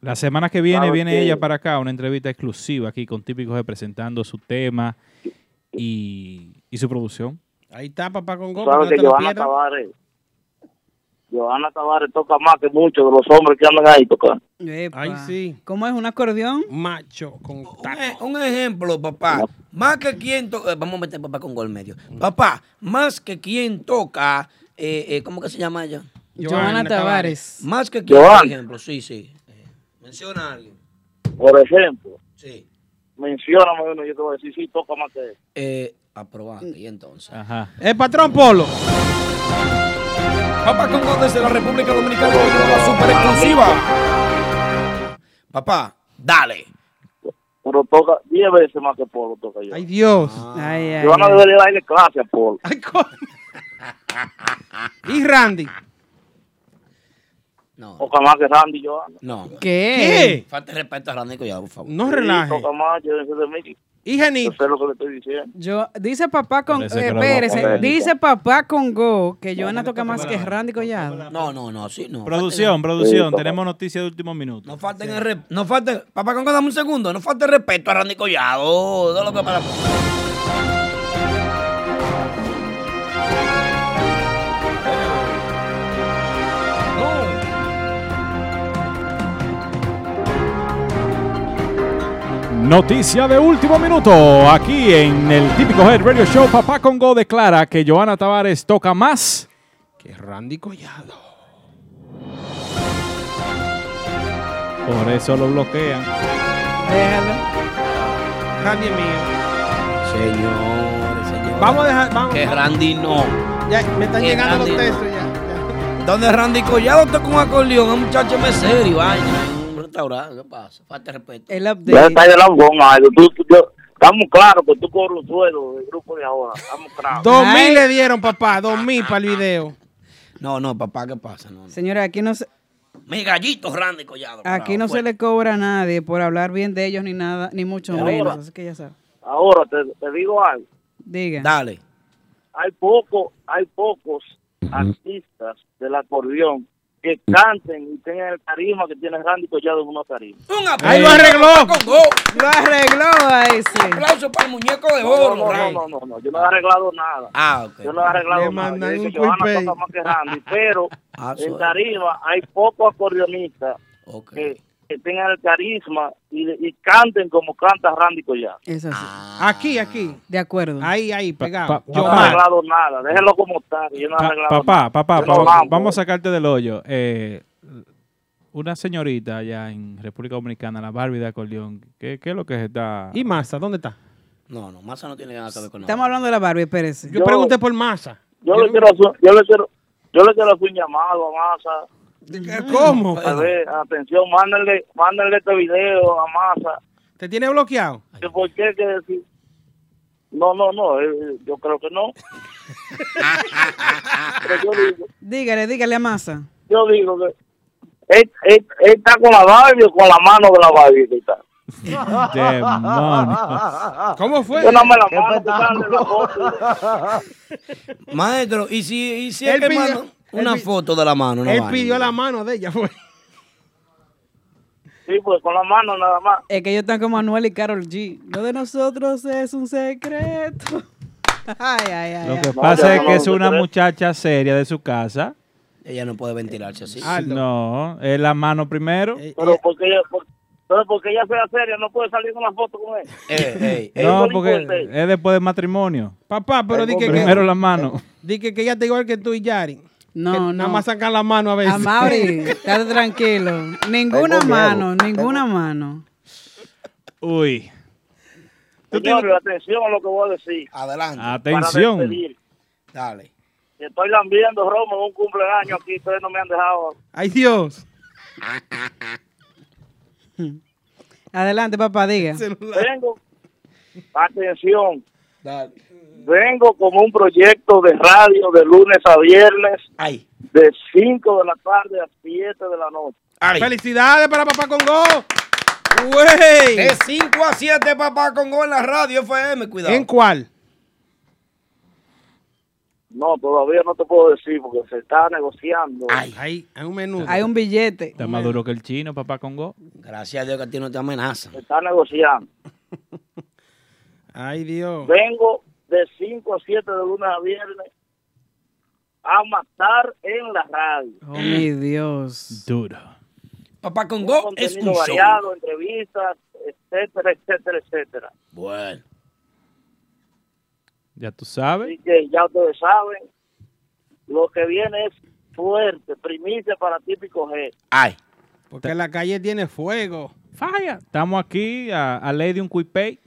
Speaker 4: La semana que viene
Speaker 16: Claro
Speaker 4: viene
Speaker 16: que-
Speaker 4: ella para acá, una entrevista exclusiva aquí con Típicos G presentando su tema y, y su producción.
Speaker 3: Ahí está papá con
Speaker 16: Tú
Speaker 3: Go.
Speaker 16: sabes
Speaker 3: no te
Speaker 16: que
Speaker 3: lo
Speaker 16: Joana
Speaker 3: pierdas.
Speaker 16: Tavares, Joana Tavares toca más que muchos de los hombres que andan ahí tocando.
Speaker 3: Ay, sí.
Speaker 2: ¿Cómo es? ¿Un acordeón?
Speaker 3: Macho con
Speaker 1: Un, e- un ejemplo, papá. Más que quien toca. Vamos a meter papá con gol medio. Papá, Ah, más que quien toca. eh, eh, ¿Cómo que se llama ella?
Speaker 2: Joana Joana Tavares. Tavares.
Speaker 1: Más que quien,
Speaker 16: Joana.
Speaker 1: por ejemplo. Sí, sí. Eh, menciona a alguien.
Speaker 16: Por ejemplo,
Speaker 1: Sí.
Speaker 16: mencióname uno, yo te voy a decir, sí, toca más que él.
Speaker 1: Eh, aprobante, y entonces.
Speaker 4: Ajá.
Speaker 3: El patrón Polo.
Speaker 1: Papá Congo desde la República Dominicana con una super exclusiva. Papá, dale.
Speaker 16: pero toca 10 veces más que Polo toca yo.
Speaker 3: Ay, Dios.
Speaker 2: Ah. Ay,
Speaker 16: Le van a deber de darle clase a Polo.
Speaker 3: ¿Y Randy?
Speaker 16: Toca más que Randy yo.
Speaker 1: No.
Speaker 3: ¿Qué?
Speaker 1: Falta de respeto a Randy Collado, por favor.
Speaker 3: No
Speaker 16: Sí,
Speaker 3: relaje.
Speaker 16: Toca más, llévense de mí.
Speaker 3: Hija ni.
Speaker 16: Eso es lo que le estoy diciendo.
Speaker 2: Yo, dice papá con,
Speaker 1: Parece que
Speaker 2: eh,
Speaker 1: lo voy a
Speaker 2: espérese,
Speaker 1: poner.
Speaker 2: dice papá con Go que Joana toca más que Randy Collado.
Speaker 1: No, no, no, sí, no.
Speaker 4: Producción, producción, tenemos noticias de último minuto.
Speaker 1: No falten el re- no falten, papá Conga, dame un segundo, no falte el respeto a Randy Collado, no lo que para-
Speaker 4: Noticia de último minuto. Aquí en el típico Head Radio Show, Papá Congo declara que Joana Tavares toca más.
Speaker 3: Que Randy Collado.
Speaker 4: Por eso lo bloquean.
Speaker 3: Randy es mío.
Speaker 1: Señores, señores.
Speaker 3: Vamos a dejar- vamos,
Speaker 1: Que
Speaker 3: vamos.
Speaker 1: Randy no.
Speaker 3: Ya, me están
Speaker 1: Que
Speaker 3: llegando los
Speaker 1: Randy no.
Speaker 3: textos ya.
Speaker 1: Donde Randy Collado toca un acordeón, a un muchacho mesero y vaina en un restaurante. ¿Qué pasa? Falta de respeto.
Speaker 2: El
Speaker 16: Ya está de lambón, Aldo. Tú- tú- yo- Estamos claros que tú cobras un sueldo del grupo de ahora. Estamos claros.
Speaker 3: Dos mil le dieron, papá. Dos mil para el video.
Speaker 1: No, no, papá, ¿qué pasa? No,
Speaker 2: Señores, aquí no se,
Speaker 1: Mi gallito Randy Collado.
Speaker 2: aquí no se le cobra a nadie por hablar bien de ellos ni nada, ni mucho
Speaker 16: Ahora.
Speaker 2: menos. Así que ya sabes.
Speaker 16: Ahora te, te digo algo.
Speaker 2: Diga.
Speaker 1: Dale.
Speaker 16: Hay poco, hay pocos artistas del acordeón que canten y tengan el carisma que tiene Randy Collado en una tarima.
Speaker 1: Ahí lo arregló.
Speaker 3: Oh.
Speaker 1: Lo
Speaker 2: arregló ahí sí.
Speaker 1: aplauso para el muñeco de
Speaker 16: No,
Speaker 1: oro,
Speaker 16: no, no,
Speaker 1: Randy.
Speaker 16: no, no, no, yo no he arreglado nada.
Speaker 1: Ah, ok.
Speaker 16: Yo no he arreglado
Speaker 1: Le
Speaker 16: nada.
Speaker 1: mandan
Speaker 16: Yo
Speaker 1: un
Speaker 16: dije que Johanna
Speaker 1: quick pay.
Speaker 16: toca más que Randy, pero
Speaker 1: Ah,
Speaker 16: en
Speaker 1: suave.
Speaker 16: Tarima hay pocos acordeonistas que, que tengan el carisma y, y canten como canta Randy Collado.
Speaker 2: Es así.
Speaker 3: Ah. Aquí, aquí.
Speaker 2: De acuerdo.
Speaker 3: Ahí, ahí, pegado.
Speaker 4: pa-
Speaker 16: Yo no he
Speaker 4: Papá.
Speaker 16: arreglado nada, déjenlo como está. Yo no he
Speaker 4: Pa-
Speaker 16: arreglado
Speaker 4: papá,
Speaker 16: nada.
Speaker 4: papá,
Speaker 16: Yo no
Speaker 4: papá,
Speaker 16: mamo.
Speaker 4: vamos a sacarte del hoyo. Eh, una señorita allá en República Dominicana, la Barbie de acordeón, ¿qué, qué es lo que es esta?
Speaker 3: ¿Y Massa? ¿Dónde está?
Speaker 1: No, no, Massa no tiene nada que ver con
Speaker 2: Estamos hablando de la Barbie, espérese.
Speaker 3: Yo pregunté por Massa.
Speaker 16: Yo le quiero hacer, yo le quiero, yo le quiero hacer un llamado a Massa.
Speaker 3: ¿Cómo?
Speaker 16: A ver, atención, mándenle, mándenle este video a Massa.
Speaker 3: ¿Te tiene bloqueado?
Speaker 16: que ¿Por qué que decir? No, no, no, eh, yo creo que no. Pero yo digo,
Speaker 2: Dígale, dígale a Massa.
Speaker 16: yo digo que él, él- él está con la Barbie o con la mano de la Barbie. que está.
Speaker 3: ¿Cómo fue?
Speaker 16: Yo no me la mano, tú sabes, la foto.
Speaker 1: Maestro, y si, y si es
Speaker 3: Él
Speaker 1: que
Speaker 3: pidió-
Speaker 1: mandan una
Speaker 3: él pi-
Speaker 1: foto de la mano, una
Speaker 3: Él
Speaker 1: vaina.
Speaker 3: pidió la mano de ella, fue.
Speaker 16: Sí, pues con la mano nada más.
Speaker 2: Es que ellos están como Manuel y Carol G. Lo de nosotros es un secreto. Ay, ay, ay.
Speaker 4: Lo que
Speaker 2: ay.
Speaker 4: pasa es
Speaker 1: no,
Speaker 4: que es
Speaker 1: no,
Speaker 4: una
Speaker 1: pero es-
Speaker 4: muchacha seria de su casa.
Speaker 1: Ella no puede ventilarse así.
Speaker 4: No, es la mano primero.
Speaker 3: Eh,
Speaker 16: Pero porque ella, por- pero porque ella sea seria, no puede salir con la foto con él.
Speaker 4: no,
Speaker 16: Eso le
Speaker 4: porque
Speaker 16: importa a él.
Speaker 4: es después del matrimonio.
Speaker 3: Papá, Ah, pero di que, Eh,
Speaker 4: primero
Speaker 3: que,
Speaker 4: la mano.
Speaker 3: di que, que ella está igual que tú y Yari.
Speaker 2: No,
Speaker 3: Que
Speaker 2: no.
Speaker 3: Nada más sacar la mano a veces.
Speaker 2: Amaury, estate tranquilo. Ninguna
Speaker 3: Tengo miedo.
Speaker 2: mano, ninguna mano.
Speaker 4: Uy.
Speaker 16: Señores, atención a lo que voy a decir.
Speaker 1: Adelante.
Speaker 4: Atención.
Speaker 1: Dale.
Speaker 16: Que estoy lambiendo Roma en un cumpleaños aquí, ustedes no me han dejado.
Speaker 3: Ay, Dios.
Speaker 2: Adelante, papá, diga.
Speaker 16: Vengo, atención, vengo como un proyecto de radio de lunes a viernes, de 5 de la tarde a 7 de la noche.
Speaker 3: ¡Felicidades para papá Congo!
Speaker 1: De
Speaker 3: ¡Wey!
Speaker 1: 5 a 7, papá, con Go en la radio FM, cuidado.
Speaker 3: ¿En cuál?
Speaker 16: No, todavía no te puedo decir porque se está negociando.
Speaker 3: Hay, un menú.
Speaker 2: Hay un billete.
Speaker 4: Está
Speaker 3: eh.
Speaker 4: más duro que el chino, papá Congo.
Speaker 1: Gracias a Dios que a ti no te amenaza.
Speaker 16: Se está negociando.
Speaker 3: Ay, Dios.
Speaker 16: Vengo de 5 a 7 de lunes a viernes a matar en la radio.
Speaker 2: Oh, mi Dios.
Speaker 4: Duro.
Speaker 1: Papá Congo es
Speaker 16: Contenido
Speaker 1: un show.
Speaker 16: variado, entrevistas, etcétera, etcétera, etcétera.
Speaker 1: Bueno.
Speaker 4: Ya tú sabes.
Speaker 16: Así que ya ustedes saben, lo que viene es fuerte, primicia para típico G.
Speaker 1: Ay.
Speaker 3: Porque la calle tiene fuego.
Speaker 4: ¡Falla! Estamos aquí a, a Lady Un Cuipey,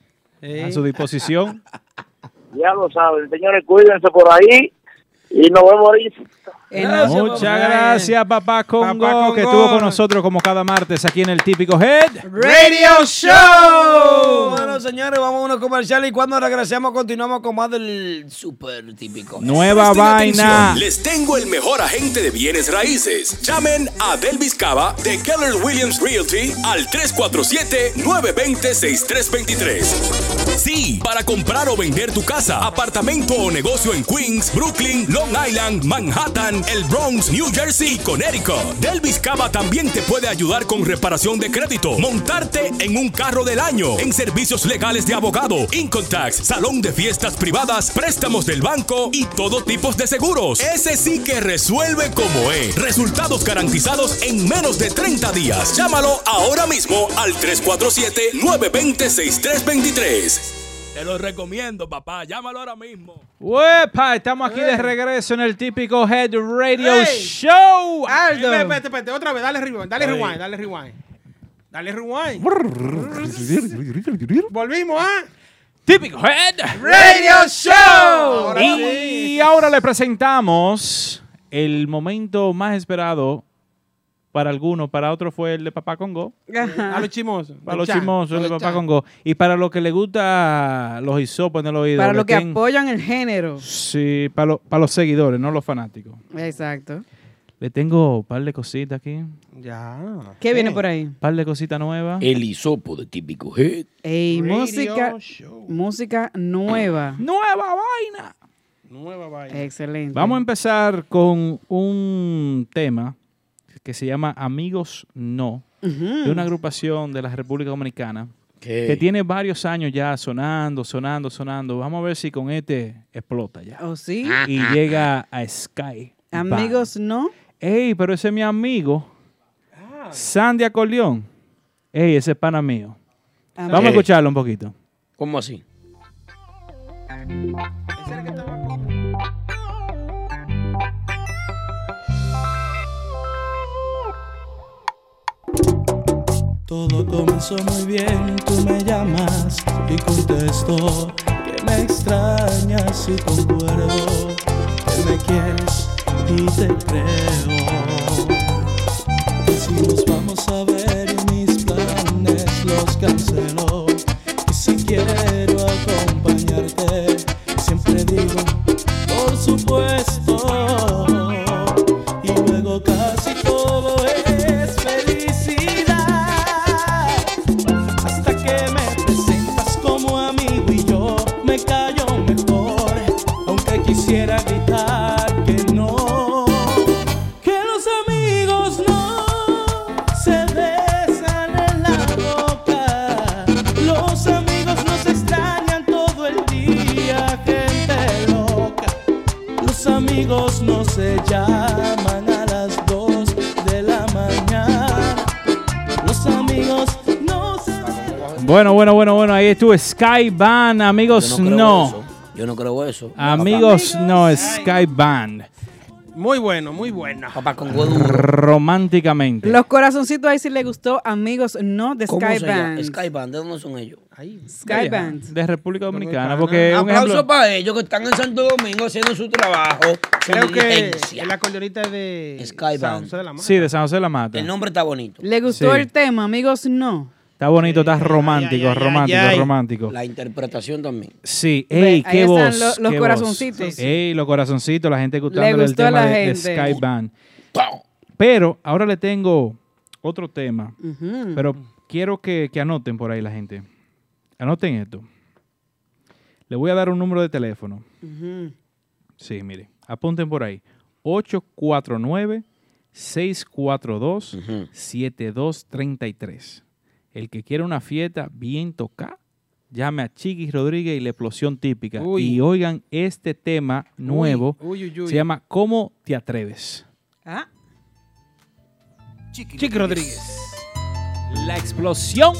Speaker 4: a su disposición.
Speaker 16: Ya lo saben, señores, cuídense por ahí y nos vemos ahorita.
Speaker 4: Muchas gracias, papá Congo, que estuvo con nosotros como cada martes aquí en el típico Head
Speaker 3: Radio Show.
Speaker 1: señores, vamos a unos comerciales y cuando regresemos continuamos con más del super típico.
Speaker 4: Nueva
Speaker 1: Presten
Speaker 4: vaina.
Speaker 1: atención.
Speaker 10: Les tengo el mejor agente de bienes raíces. Llamen a Delvis Cava de Keller Williams Realty al 347-920-6323. Sí, para comprar o vender tu casa, apartamento o negocio en Queens, Brooklyn, Long Island, Manhattan, el Bronx, New Jersey y Connecticut. Delvis Cava también te puede ayudar con reparación de crédito, montarte en un carro del año, en servicios legales de abogado, Incontax, salón de fiestas privadas, préstamos del banco y todo tipo de seguros. Ese sí que resuelve como es. Resultados garantizados en menos de 30 días. Llámalo ahora mismo al 347-920-6323. Te lo recomiendo, papá. Llámalo ahora mismo.
Speaker 4: ¡Uepa! Estamos aquí de regreso en el típico Head Radio
Speaker 3: Ey.
Speaker 4: Show.
Speaker 3: Aldo.
Speaker 4: Aldo.
Speaker 3: Espérate, espérate, espérate, otra vez, dale rewind, dale
Speaker 4: Ey.
Speaker 3: rewind, dale rewind. Dale rewind. Volvimos, ¿ah?
Speaker 4: Típico Head
Speaker 3: Radio Show.
Speaker 4: ¡Oh! y ahora le presentamos el momento más esperado para algunos, para otros fue el de Papá Congo.
Speaker 3: A los chimosos.
Speaker 4: Para los chismosos, el de Papá Congo. Y para los que les gusta los hisopos en el oído.
Speaker 2: Para los que
Speaker 4: estén-
Speaker 2: apoyan el género.
Speaker 4: Sí, para, lo- para los seguidores, no los fanáticos.
Speaker 2: Exacto.
Speaker 4: Le tengo un par de cositas aquí.
Speaker 3: Ya.
Speaker 2: ¿Qué viene por ahí?
Speaker 4: Un par de cositas nuevas.
Speaker 1: El hisopo de típico Head.
Speaker 2: Ey,
Speaker 4: Radio
Speaker 2: música, música nueva.
Speaker 4: ¡Nueva vaina!
Speaker 3: Nueva vaina.
Speaker 2: Excelente.
Speaker 4: Vamos a empezar con un tema que se llama Amigos No,
Speaker 1: Mm.
Speaker 4: de una agrupación de la República Dominicana que tiene varios años ya sonando, sonando, sonando. Vamos a ver si con este explota ya.
Speaker 2: ¿O Oh, sí?
Speaker 4: Y
Speaker 1: Ah,
Speaker 4: llega a Sky. Band.
Speaker 2: Amigos, no.
Speaker 4: Ey, pero ese es mi amigo. Sandy Acordeón. Ey, ese es pana mío.
Speaker 1: Ah,
Speaker 4: Vamos a
Speaker 1: ok.
Speaker 4: escucharlo un poquito.
Speaker 1: ¿Cómo así?
Speaker 18: Todo comenzó muy bien, tú me llamas y contesto que me extrañas y concuerdo que me quieres y te creo. Si nos vamos a ver, mis planes los cancelo. Y si quiero acompañarte, siempre digo, por supuesto y luego casi todo es felicidad. Hasta que me presentas como amigo y yo me callo mejor, aunque quisiera gritar que no, que los amigos no se besan en la boca, los amigos no se extrañan todo el día, gente loca. Los amigos no se llaman a las dos de la mañana. Los amigos no se
Speaker 4: Bueno, bueno, bueno, bueno. Ahí estuvo Sky Band, amigos
Speaker 1: creo
Speaker 4: no.
Speaker 1: eso. Yo no creo eso.
Speaker 4: Amigos no, Sky Band.
Speaker 3: Muy bueno, muy bueno.
Speaker 1: Papá con
Speaker 4: Románticamente.
Speaker 2: Los corazoncitos ahí sí le gustó. Amigos, no de
Speaker 1: ¿Cómo se llama?
Speaker 2: Skyband.
Speaker 1: Skyband, ¿de dónde son ellos?
Speaker 2: Skyband.
Speaker 4: De República Dominicana. Porque un
Speaker 1: Aplauso
Speaker 4: ejemplo,
Speaker 1: para ellos que están en Santo Domingo haciendo su trabajo. su
Speaker 3: Creo que
Speaker 1: diligencia.
Speaker 3: la acordeonista de San
Speaker 1: Skyband.
Speaker 3: José de la Mata.
Speaker 4: sí, de San José de la Mata.
Speaker 1: El nombre está bonito.
Speaker 2: ¿Le gustó
Speaker 4: Sí.
Speaker 2: el tema? Amigos, no.
Speaker 4: Está bonito, está romántico, romántico,
Speaker 1: Eh, ay.
Speaker 4: romántico.
Speaker 1: La interpretación también.
Speaker 4: Sí, ey,
Speaker 2: ahí
Speaker 4: qué
Speaker 2: están
Speaker 4: voz.
Speaker 2: lo- los
Speaker 4: qué voz.
Speaker 2: corazoncitos.
Speaker 4: Ey, los corazoncitos, la gente gustándole el
Speaker 2: gustó a
Speaker 4: tema
Speaker 2: la
Speaker 4: de, de
Speaker 2: gente.
Speaker 4: Sky Band. Pero ahora le tengo otro tema.
Speaker 2: Ujú.
Speaker 4: Pero quiero que, que anoten por ahí la gente. Anoten esto. Le voy a dar un número de teléfono.
Speaker 2: Ujú.
Speaker 4: Sí, mire. Apunten por ahí. 849-642-7233. El que quiera una fiesta bien tocada, llame a Chiquis Rodríguez y la explosión típica.
Speaker 3: Uy.
Speaker 4: Y oigan este tema nuevo.
Speaker 3: uy, uy, uy.
Speaker 4: Se llama ¿Cómo te atreves?
Speaker 3: Chiqui Rodríguez.
Speaker 4: La explosión.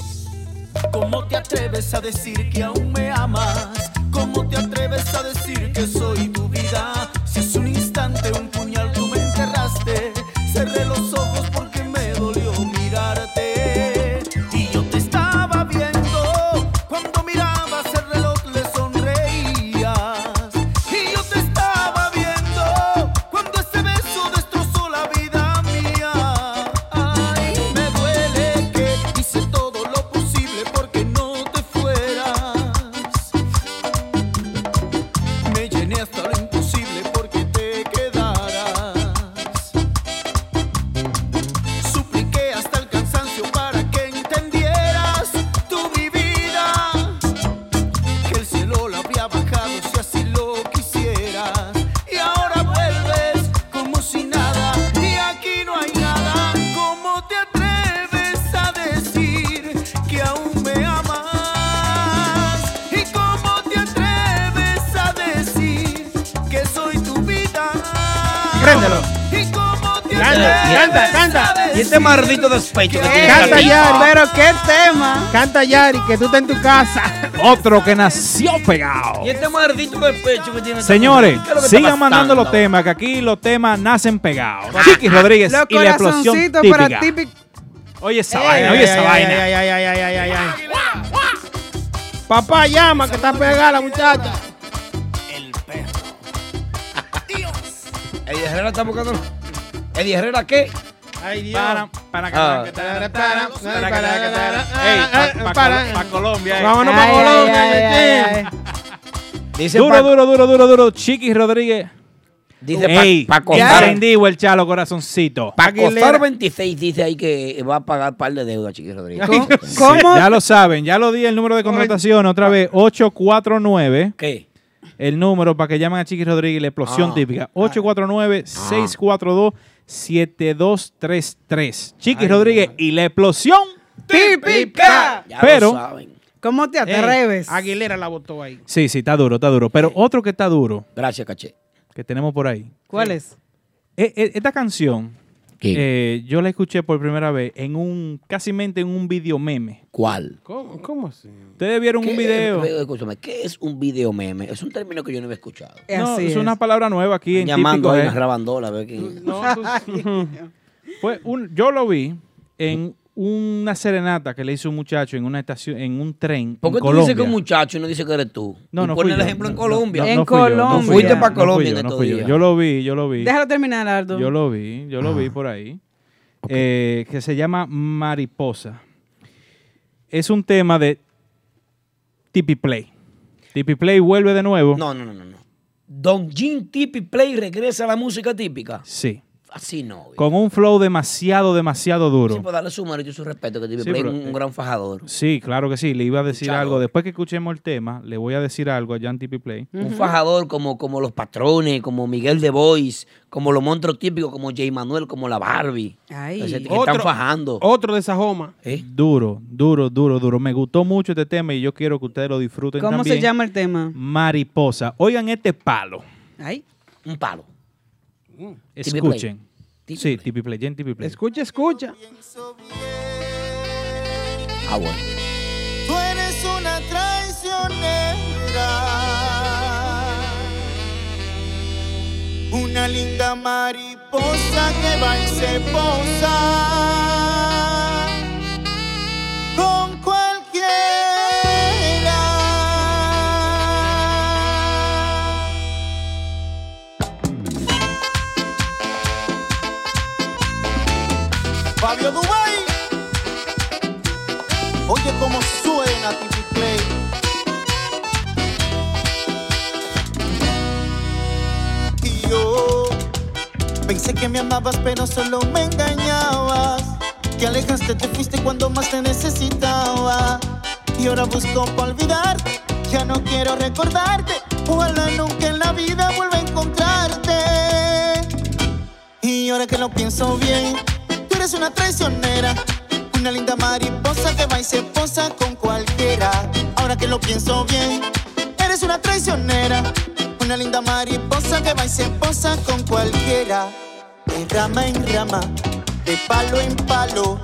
Speaker 18: ¿Cómo te atreves a decir que aún me amas? ¿Cómo te atreves a decir que soy tu vida? Si es un instante, un puñal, tú me enterraste. Cerré los ojos porque me dolió mirarte. Y yo te estaba viendo. Cuando mirabas el reloj, le sonreías. Y yo te estaba viendo. Cuando ese beso destrozó la vida mía. Ay, me duele que hice todo lo posible porque no te fueras.
Speaker 7: préndelo.
Speaker 3: Canta, canta.
Speaker 7: Y este maldito despecho que tiene
Speaker 3: Canta
Speaker 7: Carlito.
Speaker 3: Yari.
Speaker 2: Pero qué tema.
Speaker 3: Canta Yari, que tú estás en tu casa.
Speaker 4: Otro que nació pegado.
Speaker 7: Y este maldito despecho que tiene. esta
Speaker 4: Señores,
Speaker 7: mujer. ¿Qué es lo que está
Speaker 4: sigan mandando
Speaker 7: pasando?
Speaker 4: los temas, que aquí los temas nacen pegados. Chiquis Rodríguez
Speaker 2: Los
Speaker 4: y la explosión
Speaker 2: corazoncitos para
Speaker 4: típica.
Speaker 2: típico.
Speaker 4: Oye esa
Speaker 2: Ey,
Speaker 4: vaina,
Speaker 2: ey,
Speaker 4: oye esa
Speaker 2: ey,
Speaker 4: vaina.
Speaker 3: Ay, ay, ay, ay, ay, ay, ay. Papá llama, que está pegada la muchacha.
Speaker 7: Eddie Herrera está buscando. Eddie Herrera, ¿qué?
Speaker 3: Ay, Dios.
Speaker 4: Para, para,
Speaker 7: Ah.
Speaker 4: para, para, para, para, para, para, para, para, para Colombia. eh.
Speaker 3: Vámonos para
Speaker 4: Ay,
Speaker 3: Colombia.
Speaker 4: ay, ay, ay,
Speaker 3: ay.
Speaker 4: Dice duro,
Speaker 3: Paco-
Speaker 4: duro, duro, duro, duro. Chiquis Rodríguez.
Speaker 7: Dice Pa-
Speaker 4: Ey,
Speaker 7: Paco Sar-
Speaker 4: encendido el chalo, corazoncito.
Speaker 7: Acostar 26 dice ahí que va a pagar par de deuda, Chiqui Rodríguez.
Speaker 4: Sí, Ya lo saben, ya lo di el número de contratación otra vez, 849.
Speaker 7: ¿Qué?
Speaker 4: El número para que llamen a Chiqui Rodríguez, la explosión
Speaker 7: Ah.
Speaker 4: típica. 849-642-7233. Chiqui Rodríguez y la explosión.
Speaker 2: Típica.
Speaker 4: lo Pero-
Speaker 2: ¿Cómo te
Speaker 3: Ey,
Speaker 2: atreves?
Speaker 3: Aguilera la botó ahí.
Speaker 4: Sí, sí, está duro, está duro. Pero otro que está duro.
Speaker 7: Gracias, caché.
Speaker 4: Que tenemos por ahí.
Speaker 2: ¿Cuál es?
Speaker 4: E- e- Esta canción eh, yo la escuché por primera vez en un, casi mente en un video meme.
Speaker 7: ¿Cuál?
Speaker 3: ¿Cómo, cómo así?
Speaker 4: Ustedes vieron un
Speaker 7: ¿Qué-
Speaker 4: video.
Speaker 7: eh, escúchame, ¿qué es un video meme? Es un término que yo no había escuchado.
Speaker 4: No, es, una palabra nueva aquí en
Speaker 7: Llamando
Speaker 4: Típico
Speaker 7: a
Speaker 4: Head.
Speaker 7: una rabandola. a ver quién-
Speaker 4: Fue un, yo lo vi en una serenata que le hizo un muchacho en una estación, en un tren.
Speaker 7: ¿Por qué
Speaker 4: en
Speaker 7: tú dices que
Speaker 4: Colombia.
Speaker 7: un muchacho y no dices que eres tú?
Speaker 4: No,
Speaker 7: Y
Speaker 4: no
Speaker 7: Pon
Speaker 4: fui
Speaker 7: el
Speaker 4: yo,
Speaker 7: ejemplo
Speaker 4: no,
Speaker 7: en
Speaker 4: no,
Speaker 7: Colombia.
Speaker 4: no, no
Speaker 2: En
Speaker 4: fui yo, no
Speaker 2: Colombia.
Speaker 4: fui
Speaker 2: Fuiste
Speaker 4: yo,
Speaker 2: pa'
Speaker 4: no fui
Speaker 7: Colombia
Speaker 4: yo,
Speaker 7: en
Speaker 4: no
Speaker 7: estos
Speaker 4: fui yo.
Speaker 7: días.
Speaker 4: Yo lo vi, yo lo vi.
Speaker 2: Déjalo terminar, Ardo.
Speaker 4: Yo lo vi, yo lo
Speaker 7: Ah.
Speaker 4: vi por ahí. Eh, que se llama Mariposa. Es un tema de Tipi Play. Tipi Play vuelve de nuevo.
Speaker 7: No, no, no, no. no. Don Jim Tipi Play regresa a la música típica.
Speaker 4: Sí.
Speaker 7: Así no.
Speaker 4: Con un flow demasiado, demasiado duro.
Speaker 7: Sí, pues darle su mérito y su respeto, que
Speaker 4: Sí,
Speaker 7: Tipi Play es
Speaker 4: pero,
Speaker 7: un
Speaker 4: eh,
Speaker 7: gran fajador.
Speaker 4: Sí, claro que sí. Le iba a decir
Speaker 7: Luchador.
Speaker 4: algo. Después que escuchemos el tema, le voy a decir algo a Jan Tipi Play.
Speaker 7: Un fajador como, como los patrones, como Miguel de Bois, como los monstruos típicos, como J. Manuel, como la Barbie. Ese- que están fajando.
Speaker 3: Otro de esa joma.
Speaker 7: ¿Eh?
Speaker 4: Duro, duro, duro, duro. Me gustó mucho este tema y yo quiero que ustedes lo disfruten
Speaker 2: ¿Cómo
Speaker 4: también.
Speaker 2: se llama el tema?
Speaker 4: Mariposa. Oigan este palo.
Speaker 2: Ay.
Speaker 7: Un palo.
Speaker 4: Escuchen. Sí, Tipi Play. Jan Tipi Play.
Speaker 3: Escucha, escucha.
Speaker 7: Ah, bueno.
Speaker 12: Tú eres una traicionera. Una linda mariposa que va y se posa con cualquiera. Fabio Dubai. Oye cómo suena TV Play. Y yo pensé que me amabas, pero solo me engañabas. Te alejaste, te fuiste cuando más te necesitaba. Y ahora busco para olvidarte. Ya no quiero recordarte. Ojalá nunca en la vida vuelva a encontrarte. Y ahora que lo pienso bien, tú eres una traicionera. Una linda mariposa que va y se posa con cualquiera. Ahora que lo pienso bien, eres una traicionera. Una linda mariposa que va y se posa con cualquiera. De rama en rama, de palo en palo.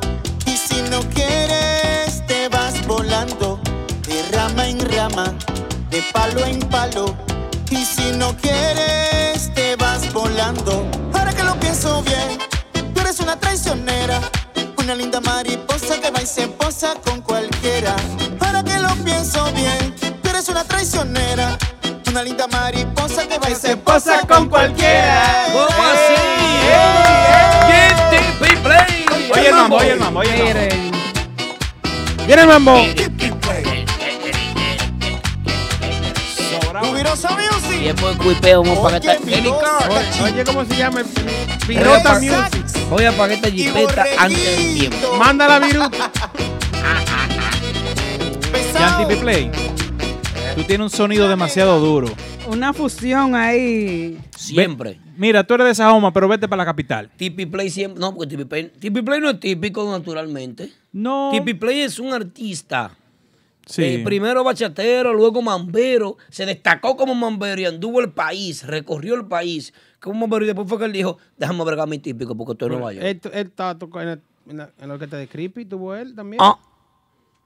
Speaker 12: Y si no quieres, te vas volando. De rama en rama, de palo en palo. Y si no quieres, te vas volando. Ahora que lo pienso bien, tú eres una traicionera. Una linda mariposa que va y se posa con cualquiera. Ahora que lo pienso bien, tú eres una traicionera. Una linda mariposa que va y se posa con cualquiera.
Speaker 7: ¿Cómo así?
Speaker 4: Oye el mambo, oye el mambo, oye el mambo.
Speaker 3: Viene el mambo.
Speaker 12: Rubirosa Music.
Speaker 7: Y después cuipeo, vamos para esta
Speaker 3: Oye, oye, ¿cómo se llama? Pirota
Speaker 7: Pirota
Speaker 3: Music.
Speaker 7: Voy a pagar esta jipeta antes del tiempo.
Speaker 3: Manda la viruta.
Speaker 4: Jan Tipi Play. Tú tienes un sonido demasiado duro.
Speaker 2: Una fusión ahí.
Speaker 7: Siempre.
Speaker 4: Mira, tú eres de Sajoma, pero vete para la capital.
Speaker 7: Tipi Play siempre. No, porque Tipi Play, Tipi Play no es típico naturalmente.
Speaker 4: No.
Speaker 7: Tipi Play es un artista
Speaker 4: Sí.
Speaker 1: Eh, primero bachatero, luego mambero. Se destacó como mambero y anduvo el país, recorrió el país como mambero. Y después fue que él dijo: Déjame bregar mi típico porque estoy en Nueva York.
Speaker 3: Él, él estaba tocando en, la- en la- en la orquesta de Creepy, tuvo él también.
Speaker 1: Ah.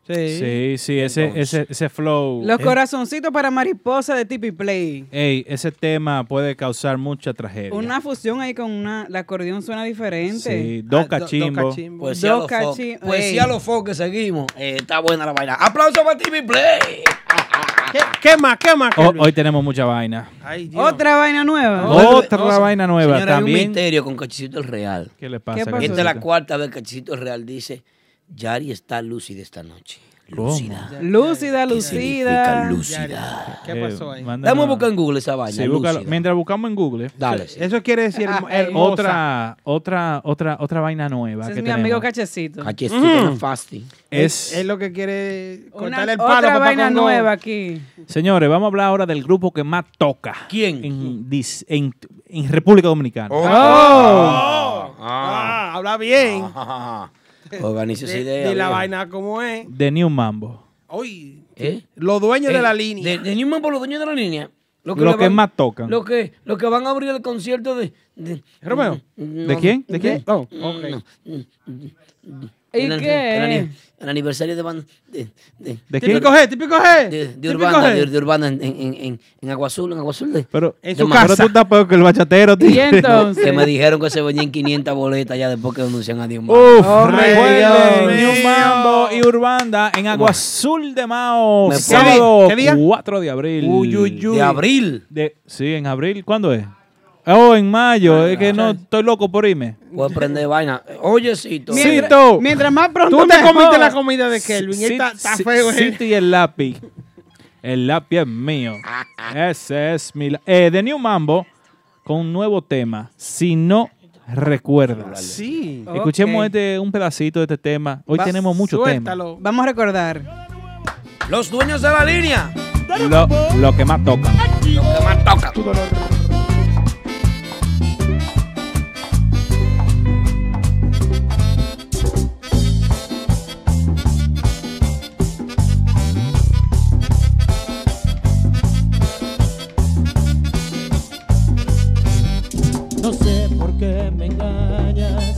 Speaker 3: Sí.
Speaker 4: Sí, sí, ese, ese, ese flow.
Speaker 2: Los
Speaker 4: eh,
Speaker 2: corazoncitos para mariposa de Tipi Play.
Speaker 4: ey, ese tema puede causar mucha tragedia.
Speaker 2: Una fusión ahí con una. El acordeón suena diferente.
Speaker 4: Sí, dos cachimbos.
Speaker 1: Pues sí, a los
Speaker 2: Dos
Speaker 1: focos.
Speaker 2: cachi-
Speaker 1: Pues sí,
Speaker 2: Ey.
Speaker 1: a los focos que seguimos. Eh, está buena la vaina. ¡Aplauso para TV Play!
Speaker 3: Quema, quema.
Speaker 4: Ho- hoy tenemos mucha vaina.
Speaker 2: Otra vaina nueva.
Speaker 4: Otra vaina nueva
Speaker 1: Señora, Hay un
Speaker 4: también.
Speaker 1: misterio con Cachicito el Real.
Speaker 4: ¿Qué le pasa, ¿Qué pasó?
Speaker 1: Esta es la
Speaker 4: Cachicito?
Speaker 1: cuarta vez que Cachicito el Real dice: Yari está lúcida esta noche. Lúcida.
Speaker 2: Lúcida,
Speaker 1: ¿Qué significa
Speaker 2: lucida.
Speaker 1: lúcida?
Speaker 3: ¿Qué pasó ahí?
Speaker 1: Vamos a buscar en Google esa vaina.
Speaker 4: Eh, Sí, búscalo.
Speaker 1: lúcida.
Speaker 4: Mientras buscamos en Google.
Speaker 1: Dale.
Speaker 3: Eso quiere decir hermo- hermosa.
Speaker 4: Otra, otra, otra, otra vaina nueva.
Speaker 2: Ese es
Speaker 4: que
Speaker 2: mi amigo
Speaker 4: tenemos.
Speaker 2: Cachecito.
Speaker 1: Cachecito
Speaker 4: Mm.
Speaker 1: no fasting.
Speaker 4: Es-
Speaker 3: Es lo que quiere
Speaker 2: Una,
Speaker 3: cortarle el palo.
Speaker 2: otra
Speaker 3: papá
Speaker 2: vaina
Speaker 3: Congo.
Speaker 2: nueva aquí.
Speaker 4: Señores, vamos a hablar ahora del grupo que más toca.
Speaker 1: ¿Quién?
Speaker 4: En, dis- en- en República Dominicana.
Speaker 3: Oh.
Speaker 1: Oh.
Speaker 3: Ah, habla bien.
Speaker 1: Organice esa
Speaker 3: De-
Speaker 1: idea.
Speaker 3: de Oh. la
Speaker 1: viejo.
Speaker 3: vaina como es.
Speaker 4: De New Mambo.
Speaker 3: Hoy.
Speaker 1: ¿Eh?
Speaker 3: Los dueños de
Speaker 1: Eh,
Speaker 3: la línea.
Speaker 1: De, de Newman por los dueños de la línea. Los
Speaker 4: Lo
Speaker 1: le
Speaker 4: que más tocan.
Speaker 1: Lo que, lo que van a abrir el concierto de. de
Speaker 4: Romeo.
Speaker 1: no,
Speaker 4: ¿De quién? ¿De quién? Oh,
Speaker 1: no,
Speaker 2: ¿Y
Speaker 1: el,
Speaker 2: qué?
Speaker 1: El, ani- el aniversario de Van. ¿De, de,
Speaker 4: ¿De quién?
Speaker 3: Típico G, típico G.
Speaker 1: De, de
Speaker 3: Típico
Speaker 1: Urbana,
Speaker 3: G.
Speaker 1: de, de Urbana en, en, en, en Agua Azul, en Agua Azul. De,
Speaker 4: Pero,
Speaker 1: de
Speaker 4: pero
Speaker 1: Manhattan.
Speaker 4: tú estás peor que el bachatero, tío.
Speaker 1: Que me dijeron que se vendían 500 boletas ya después que anuncian a Dios mío.
Speaker 4: Uf, recuerden, New Mambo y Urbanda en Agua Azul de Mao,
Speaker 1: Me
Speaker 4: sábado
Speaker 1: puedo- ¿Qué día?
Speaker 4: 4 de abril.
Speaker 1: Uy, uy, uy. ¿De abril?
Speaker 4: De- sí, en abril. ¿Cuándo es? Oh, en mayo. es que no, estoy loco por irme.
Speaker 1: Ah, Voy a prender vaina. Oye, Cito.
Speaker 4: Mientras- Cito.
Speaker 2: mientras más
Speaker 3: pronto Tú te mejor. comiste la comida de Kelvin, él está- está feo, eh.
Speaker 4: City y el lápiz. El lápiz es mío. Ese es mi... la- Eh, de New Mambo, con un nuevo tema. Si no recuerdas.
Speaker 3: Sí.
Speaker 4: Escuchemos
Speaker 3: Ok.
Speaker 4: este, un pedacito de este tema. Hoy
Speaker 3: Va-
Speaker 4: tenemos mucho tema.
Speaker 3: suéltalo.
Speaker 2: Vamos a recordar.
Speaker 1: Los dueños de la línea.
Speaker 4: Lo, lo que más toca.
Speaker 1: Lo que más toca.
Speaker 18: No sé por qué me engañas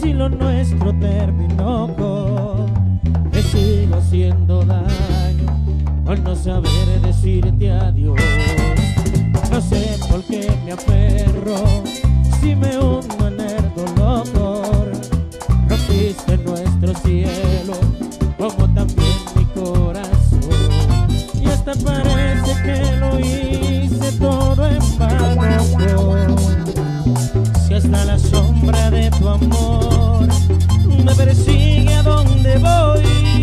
Speaker 18: si lo nuestro terminó con Te sigo haciendo daño por no saber decirte adiós. No sé por qué me aferro si me hundo en el dolor. Rompiste nuestro cielo como también mi corazón. Y hasta parece que lo hice todo en vano. por- Si hasta la sombra de tu amor me persigue a donde voy. Hoy si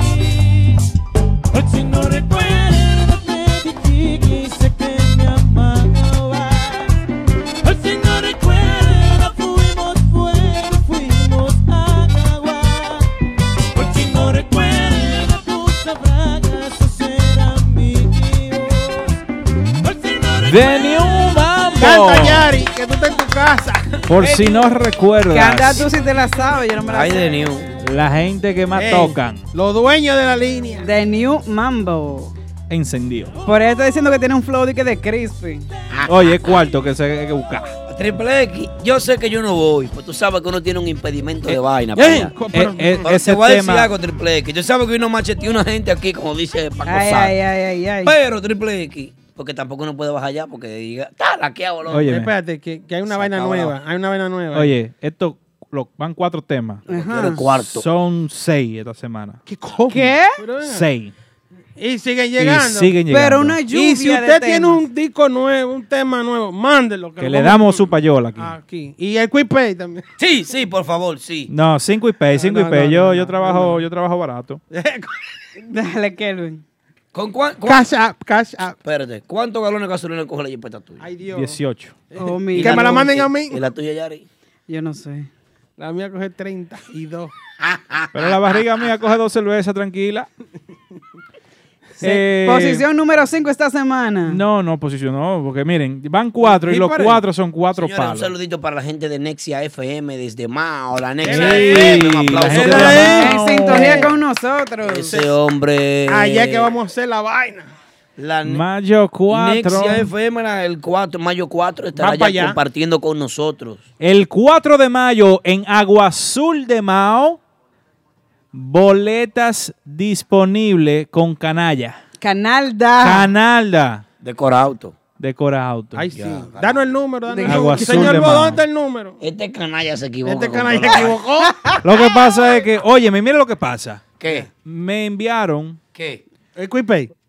Speaker 18: no recuerdo te dije quise que me amaba. Hoy Pues si no recuerdo fuimos fuego, fuimos agua. Hoy si no recuerdo tus abrazos serán míos. Hoy si no
Speaker 4: De New Mambo.
Speaker 3: Canta, Yari, que tú estás en tu casa.
Speaker 4: Por si no recuerdas.
Speaker 2: Canta tú si te la sabes, yo no me la sé.
Speaker 1: New.
Speaker 4: La gente que más
Speaker 2: Ey.
Speaker 4: tocan.
Speaker 3: Los dueños de la línea.
Speaker 2: The New Mambo.
Speaker 4: Encendido.
Speaker 2: Por eso está diciendo que tiene un flow de que de crispy.
Speaker 1: Ah.
Speaker 4: Oye, es cuarto que se hay que buscar.
Speaker 1: Triple X, yo sé que yo no voy, pues tú sabes que uno tiene un impedimento de vaina.
Speaker 4: eh,
Speaker 1: para allá.
Speaker 4: co- pero- eh,
Speaker 1: Pero
Speaker 4: ese
Speaker 1: te voy a decir
Speaker 4: tema-
Speaker 1: algo, Triple X. Yo sabes que uno macheteó una gente aquí, como dice Paco
Speaker 2: Ay,
Speaker 1: Sá.
Speaker 2: ay, ay, ay, ay.
Speaker 1: Pero Triple X, porque tampoco uno puede bajar allá, porque diga, está laqueado, loco.
Speaker 4: Óyeme.
Speaker 3: Espérate, que, que hay una
Speaker 1: Se
Speaker 3: vaina
Speaker 1: acabó la-
Speaker 3: nueva. Hay una vaina nueva.
Speaker 4: Oye, esto lo- van cuatro temas.
Speaker 3: quiero el cuarto.
Speaker 4: Son seis esta semana. ¿Qué?
Speaker 2: ¿Qué?
Speaker 4: Seis.
Speaker 3: Y siguen llegando.
Speaker 4: Y siguen llegando. Pero una
Speaker 3: Y si
Speaker 4: lluvia de
Speaker 3: usted tiene
Speaker 4: temas.
Speaker 3: un disco nuevo, un tema nuevo, mándelo.
Speaker 4: Que le damos su payola aquí.
Speaker 3: aquí. Y el Quick Pay también.
Speaker 1: Sí, sí, por favor, sí.
Speaker 4: No, cinco y pay, cinco
Speaker 3: no,
Speaker 4: y pay.
Speaker 3: no,
Speaker 4: yo,
Speaker 3: no,
Speaker 4: yo
Speaker 3: no,
Speaker 4: trabajo, yo trabajo barato.
Speaker 2: Dale, Kelvin.
Speaker 1: ¿Con cuán, cuán-
Speaker 3: Cash up, cash up.
Speaker 1: Espérate, ¿cuántos galones de gasolina coge la jipeta tuya?
Speaker 3: Ay, Dios. Eh,
Speaker 4: 18.
Speaker 2: Oh,
Speaker 3: Y
Speaker 2: mi-
Speaker 3: que me la manden a mí.
Speaker 1: ¿Y la tuya, Yari?
Speaker 2: Yo no sé.
Speaker 3: La mía coge 32.
Speaker 4: Pero la barriga mía coge dos cervezas tranquila. Eh,
Speaker 2: Posición número 5 esta semana.
Speaker 4: No, no posicionó, porque miren, van cuatro y los
Speaker 1: Disparen.
Speaker 4: cuatro son cuatro
Speaker 1: Señores,
Speaker 4: palos.
Speaker 1: Un saludito para la gente de Nexia FM desde Mao, la Nexia
Speaker 4: Sí,
Speaker 1: FM. Un
Speaker 4: la
Speaker 1: aplauso
Speaker 4: gente
Speaker 1: para
Speaker 4: de
Speaker 1: Mao.
Speaker 2: En sintonía con nosotros.
Speaker 1: Ese hombre.
Speaker 3: Allá que vamos a hacer la vaina.
Speaker 1: La ne-
Speaker 4: Mayo 4.
Speaker 1: Nexia FM, la- el 4, mayo 4, estará
Speaker 4: Va pa'
Speaker 1: ya
Speaker 4: allá.
Speaker 1: compartiendo con nosotros.
Speaker 4: El 4 de mayo en Agua Azul de Mao, boletas disponibles con canalla.
Speaker 2: Canalda.
Speaker 4: Canalda.
Speaker 1: De Corauto.
Speaker 4: De Corauto.
Speaker 3: Ay, sí. Danos el número, danos el
Speaker 4: Agua
Speaker 3: número.
Speaker 4: azul
Speaker 3: Señor,
Speaker 4: de
Speaker 3: Bo,
Speaker 4: mano.
Speaker 3: ¿dónde está el número?
Speaker 1: Este canalla se equivocó.
Speaker 3: Este canal se equivocó.
Speaker 4: Lo que pasa es que, oye, mira lo que pasa.
Speaker 1: ¿Qué?
Speaker 4: Me enviaron
Speaker 1: ¿Qué?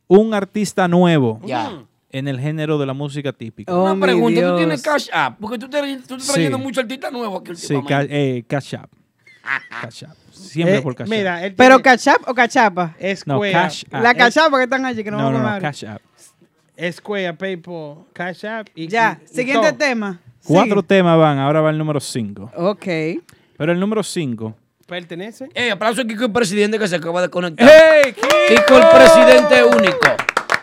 Speaker 4: un artista
Speaker 3: Mm.
Speaker 4: nuevo
Speaker 1: Ya.
Speaker 4: en el género de la música típica.
Speaker 7: Oh,
Speaker 2: Oh,
Speaker 1: Una pregunta, ¿tú tienes Cash App? Porque tú, te, tú estás
Speaker 4: Sí.
Speaker 1: trayendo mucho artista nuevo aquí
Speaker 4: Sí,
Speaker 1: últimamente.
Speaker 4: ca- eh, Cash App. Cash App. Siempre
Speaker 2: Eh,
Speaker 4: por Cash App.
Speaker 2: ¿Pero cachap o cachapa?
Speaker 3: Es
Speaker 4: No, cuea. cash app.
Speaker 2: La
Speaker 4: Es-
Speaker 2: cachapa que están allí, que no,
Speaker 4: no, no,
Speaker 2: vamos a
Speaker 4: no,
Speaker 2: hablar.
Speaker 4: Cash App.
Speaker 3: Square, PayPal, Cash App y
Speaker 2: Ya,
Speaker 3: y- y
Speaker 2: siguiente
Speaker 3: todo.
Speaker 2: tema.
Speaker 4: Cuatro temas van, ahora va el número 5.
Speaker 2: Ok.
Speaker 4: Pero el número 5.
Speaker 3: ¿Pertenece?
Speaker 1: Ey, Eh, aplauso a Kiko el presidente que se acaba de conectar.
Speaker 4: ¡Hey,
Speaker 1: Kiko! el presidente único.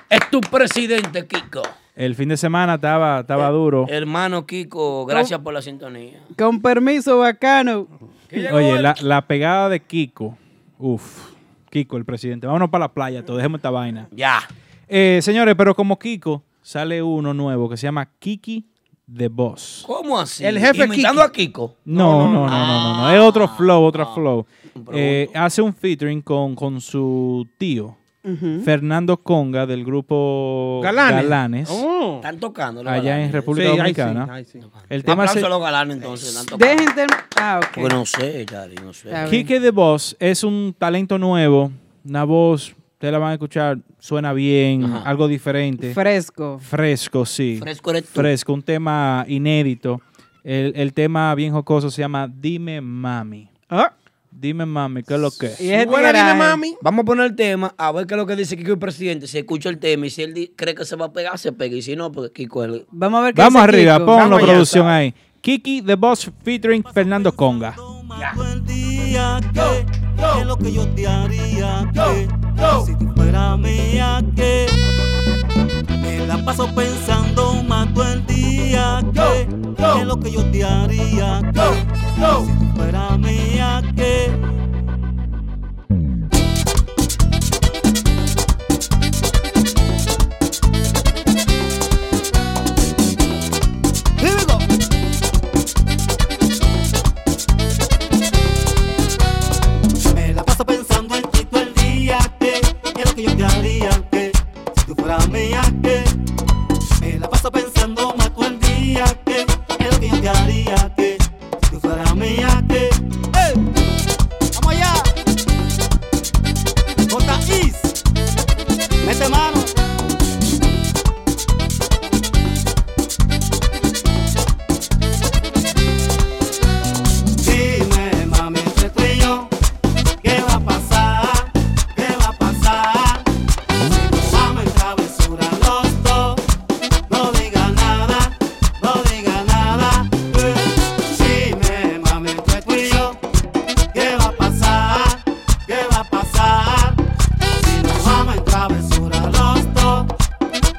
Speaker 1: Es tu presidente, Kiko.
Speaker 4: El fin de semana estaba, estaba duro.
Speaker 1: Eh, Hermano Kiko, gracias por la sintonía.
Speaker 2: Con permiso, bacano.
Speaker 4: Oye, la, la pegada de Kiko. Uf, Kiko, el presidente. Vámonos para la playa, todo. Dejemos esta vaina.
Speaker 1: Ya.
Speaker 4: Eh, señores, pero como Kiko, sale uno nuevo que se llama Kiki The Boss.
Speaker 1: ¿Cómo así?
Speaker 4: El jefe
Speaker 1: Imitando a Kiko.
Speaker 4: No, no, no, no, no, no. Es otro flow, otro flow. Eh, hace un featuring con, con su tío,
Speaker 7: ¿Mm?
Speaker 1: Ujú.
Speaker 4: Fernando Conga, del grupo Galanes. Oh.
Speaker 1: Galanes. Están tocando los
Speaker 4: allá en
Speaker 1: galanes.
Speaker 4: República
Speaker 1: Sí, ahí sí,
Speaker 4: Dominicana.
Speaker 1: ahí sí.
Speaker 4: El tema
Speaker 1: Aplauso
Speaker 4: se-
Speaker 1: a los galanes, entonces, están tocando.
Speaker 2: Dejen de... Ah, ok.
Speaker 1: Porque no sé, Yari, no sé.
Speaker 2: Está bien.
Speaker 4: Kike The Boss es un talento nuevo, una voz, ustedes la van a escuchar, suena bien, algo diferente.
Speaker 2: Fresco.
Speaker 4: Fresco, sí.
Speaker 1: Fresco eres tú.
Speaker 4: Fresco, un tema inédito. El, el tema bien jocoso se llama Dime Mami. Dime Mami, ¿qué es lo que Ah. es?
Speaker 1: Vamos a poner el tema, a ver qué es lo que dice Kiko el presidente. Si escucha el tema y si él di- cree que se va a pegar, se pega. Y si no, pues Kiko es el...
Speaker 2: Vamos a ver
Speaker 4: Vamos arriba, ponlo producción ahí. Kiki The Boss featuring Fernando Conga.
Speaker 18: día que, que lo que yo te haría que, si tú fuera mía que me la paso pensando más todo el día que, que lo que yo te haría que, si tú fuera mía que
Speaker 11: Me la paso pensando en ti todo el día que que es lo que yo te haría que si tú fueras mía que me la paso pensando más todo el día que que es lo que yo te haría que si tú fueras mía que vamos allá J Is mete mano Dime, mami, entre tú y yo, ¿qué va a pasar? ¿Qué va a pasar? Si nos vamos en travesura los dos, no diga nada, no diga nada. Eh. Dime, mami, entre tú y yo, ¿qué va a pasar? ¿Qué va a pasar? Si nos vamos en travesura los dos,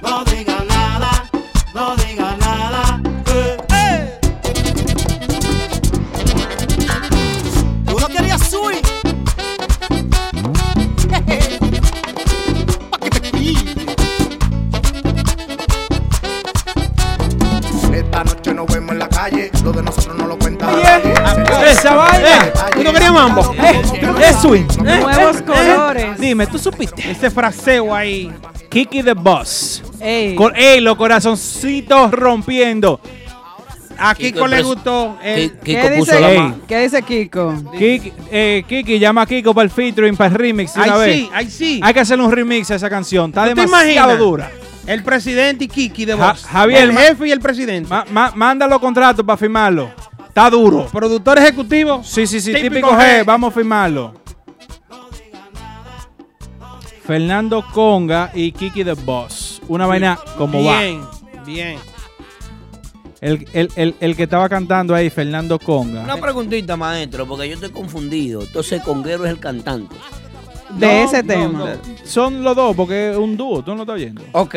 Speaker 11: no diga nada, no diga nada. Eh.
Speaker 18: tú no querías subir
Speaker 11: Pa' que te quille.
Speaker 15: Esta noche nos vemos en la calle, lo de nosotros no lo cuenta Eh,
Speaker 4: Oye, esa vaina. ¿Tú no querías mambo? Eh, es swing. Eh,
Speaker 2: Nuevos
Speaker 4: eh,
Speaker 2: colores.
Speaker 4: Dime, ¿tú supiste? Ese fraseo ahí. Kiki The Boss.
Speaker 2: Ey.
Speaker 4: Con, ey, los corazoncitos rompiendo.
Speaker 3: A Kiko le gustó el-
Speaker 2: ¿Qué dice, ¿Qué dice Kiko?
Speaker 4: Kiki, eh, Kiki, llama a Kiko para el featuring, para el remix. de
Speaker 3: Ay,
Speaker 4: Una vez.
Speaker 3: sí, ay, sí.
Speaker 4: Hay que hacerle un remix a esa canción. Está
Speaker 3: ¿Tú te
Speaker 4: demasiado
Speaker 3: imaginas?
Speaker 4: dura.
Speaker 3: El presidente y Kiki de
Speaker 4: Ja-
Speaker 3: voz.
Speaker 4: Javier,
Speaker 3: El
Speaker 4: ma-
Speaker 3: jefe y el presidente.
Speaker 4: Ma- ma- manda los contratos para firmarlo. Está duro.
Speaker 3: ¿Productor ejecutivo?
Speaker 4: Sí, sí, sí. Típico,
Speaker 3: Típico
Speaker 4: G.
Speaker 3: G.
Speaker 4: Vamos a firmarlo. Fernando Conga y Kiki the Boss. Una vaina como va.
Speaker 3: bien, Bien.
Speaker 4: El, el- el- el que estaba cantando ahí, Fernando Conga.
Speaker 1: Una preguntita, maestro, porque yo estoy confundido. Entonces, Conguero es el cantante.
Speaker 2: de ese
Speaker 4: no,
Speaker 2: tema.
Speaker 4: no. Son los dos, porque es un dúo, tú no lo estás oyendo.
Speaker 1: Ok.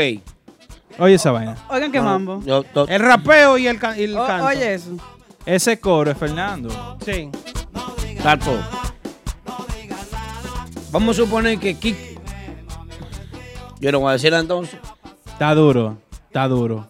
Speaker 4: Oye esa vaina.
Speaker 2: Oigan qué
Speaker 4: No,
Speaker 2: mambo.
Speaker 4: yo- yo-
Speaker 3: El rapeo y el, ca- y el
Speaker 2: O-
Speaker 3: canto.
Speaker 2: oye eso.
Speaker 4: Ese coro es Fernando.
Speaker 3: Sí.
Speaker 1: Tato. Vamos a suponer que Kik. Yo no voy a decir entonces.
Speaker 4: Está duro, está duro.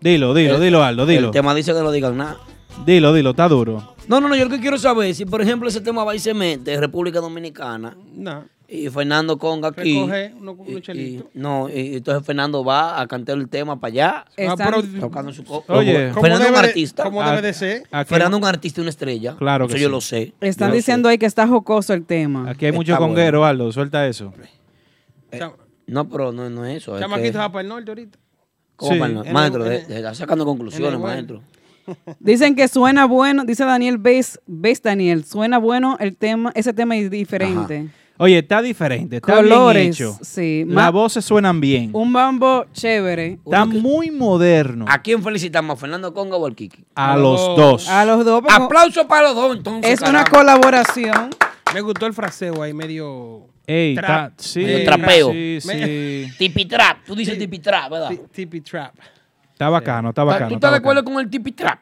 Speaker 4: Dilo, dilo, dilo, Aldo, dilo.
Speaker 1: Eh, El tema dice que no digan nada.
Speaker 4: Dilo, dilo, está duro.
Speaker 1: No, no, no, yo lo que quiero saber es si, por ejemplo, ese tema va y se mete en República Dominicana
Speaker 3: No.
Speaker 1: y Fernando Conga aquí.
Speaker 3: Recoge uno con un
Speaker 1: y-
Speaker 3: chelito.
Speaker 1: no, y entonces Fernando va a cantar el tema para allá.
Speaker 3: Exacto. Ah, pero-
Speaker 1: tocando su co-
Speaker 4: Oye.
Speaker 3: ¿Cómo
Speaker 1: Fernando es un
Speaker 3: debe de-
Speaker 1: artista. Ah,
Speaker 3: cómo debe de ser?
Speaker 4: Aquí-
Speaker 1: Fernando es un artista y una estrella.
Speaker 4: Claro que
Speaker 1: Eso yo
Speaker 4: sí.
Speaker 1: lo sé.
Speaker 2: Están
Speaker 4: Yo
Speaker 2: diciendo ahí que está jocoso el tema.
Speaker 4: Aquí hay mucho
Speaker 1: Está
Speaker 4: conguero, Aldo, suelta eso. Eh,
Speaker 1: No, pero no, no es eso. es que-
Speaker 3: Chamaquito va para el norte ahorita.
Speaker 1: ¿Cómo
Speaker 4: Sí.
Speaker 1: para el norte?
Speaker 4: En el-
Speaker 1: Maestro, de-
Speaker 4: en
Speaker 1: de- está sacando conclusiones,
Speaker 3: vuelo.
Speaker 1: maestro.
Speaker 2: Dicen que suena bueno, dice Daniel Ves, ves Daniel, suena bueno el tema, ese tema es diferente.
Speaker 4: Oye, está diferente, está
Speaker 2: Colores,
Speaker 4: bien hecho.
Speaker 2: sí. Ma-
Speaker 4: Las voces suenan bien.
Speaker 2: Un mambo chévere.
Speaker 4: Está muy moderno.
Speaker 1: ¿A quién felicitamos? ¿A Fernando Conga o al Kiki?
Speaker 4: A los dos.
Speaker 2: A los dos. porque
Speaker 1: Aplauso para los dos, entonces.
Speaker 2: Es una
Speaker 1: caramba.
Speaker 2: colaboración.
Speaker 3: Me gustó el fraseo ahí, medio.
Speaker 4: Ey,
Speaker 3: trap.
Speaker 4: está- sí,
Speaker 1: Medio trapeo.
Speaker 4: sí, sí.
Speaker 1: Tipi trap. Tú dices tipi trap, ¿verdad?
Speaker 3: Tipi trap.
Speaker 4: Está bacano, está bacano. está
Speaker 1: ¿Tú estás de
Speaker 4: bacano.
Speaker 1: acuerdo con el tipi trap?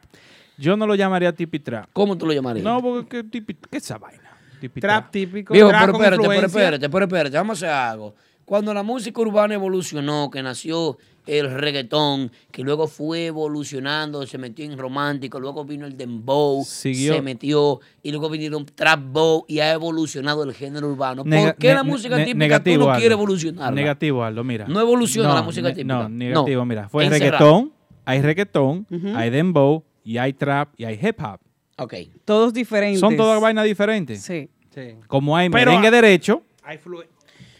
Speaker 4: Yo no lo llamaría tipi trap.
Speaker 1: ¿Cómo tú lo llamarías?
Speaker 4: No, porque ¿qué, tipi, ¿qué es esa vaina? Tipi
Speaker 3: Trap típico.
Speaker 1: Viejo,
Speaker 3: trap
Speaker 1: pero
Speaker 3: con
Speaker 1: espérate, pero
Speaker 3: influencia.
Speaker 1: espérate, pero espérate, vamos a hacer algo. Cuando la música urbana evolucionó, que nació el reggaetón, que luego fue evolucionando, se metió en romántico, luego vino el dembow,
Speaker 4: Siguió.
Speaker 1: se metió, y luego vinieron trap bow y ha evolucionado el género urbano.
Speaker 4: Nega-
Speaker 1: ¿Por qué
Speaker 4: ne-
Speaker 1: la
Speaker 4: ne-
Speaker 1: música
Speaker 4: ne-
Speaker 1: típica
Speaker 4: negativo,
Speaker 1: tú no
Speaker 4: Aldo.
Speaker 1: quieres evolucionar?
Speaker 4: Negativo, Aldo, mira.
Speaker 1: No evoluciona la música
Speaker 4: ne-
Speaker 1: típica.
Speaker 4: No,
Speaker 1: No.
Speaker 4: negativo, mira. Fue
Speaker 1: Encerrado.
Speaker 4: reggaetón, hay reggaetón,
Speaker 1: Ujú.
Speaker 4: hay dembow, y hay trap, y hay hip hop.
Speaker 1: Ok.
Speaker 2: Todos diferentes.
Speaker 4: Son todas vainas diferentes.
Speaker 2: Sí.
Speaker 3: Sí.
Speaker 4: Como hay
Speaker 3: Pero-
Speaker 4: merengue derecho
Speaker 3: Hay, flu-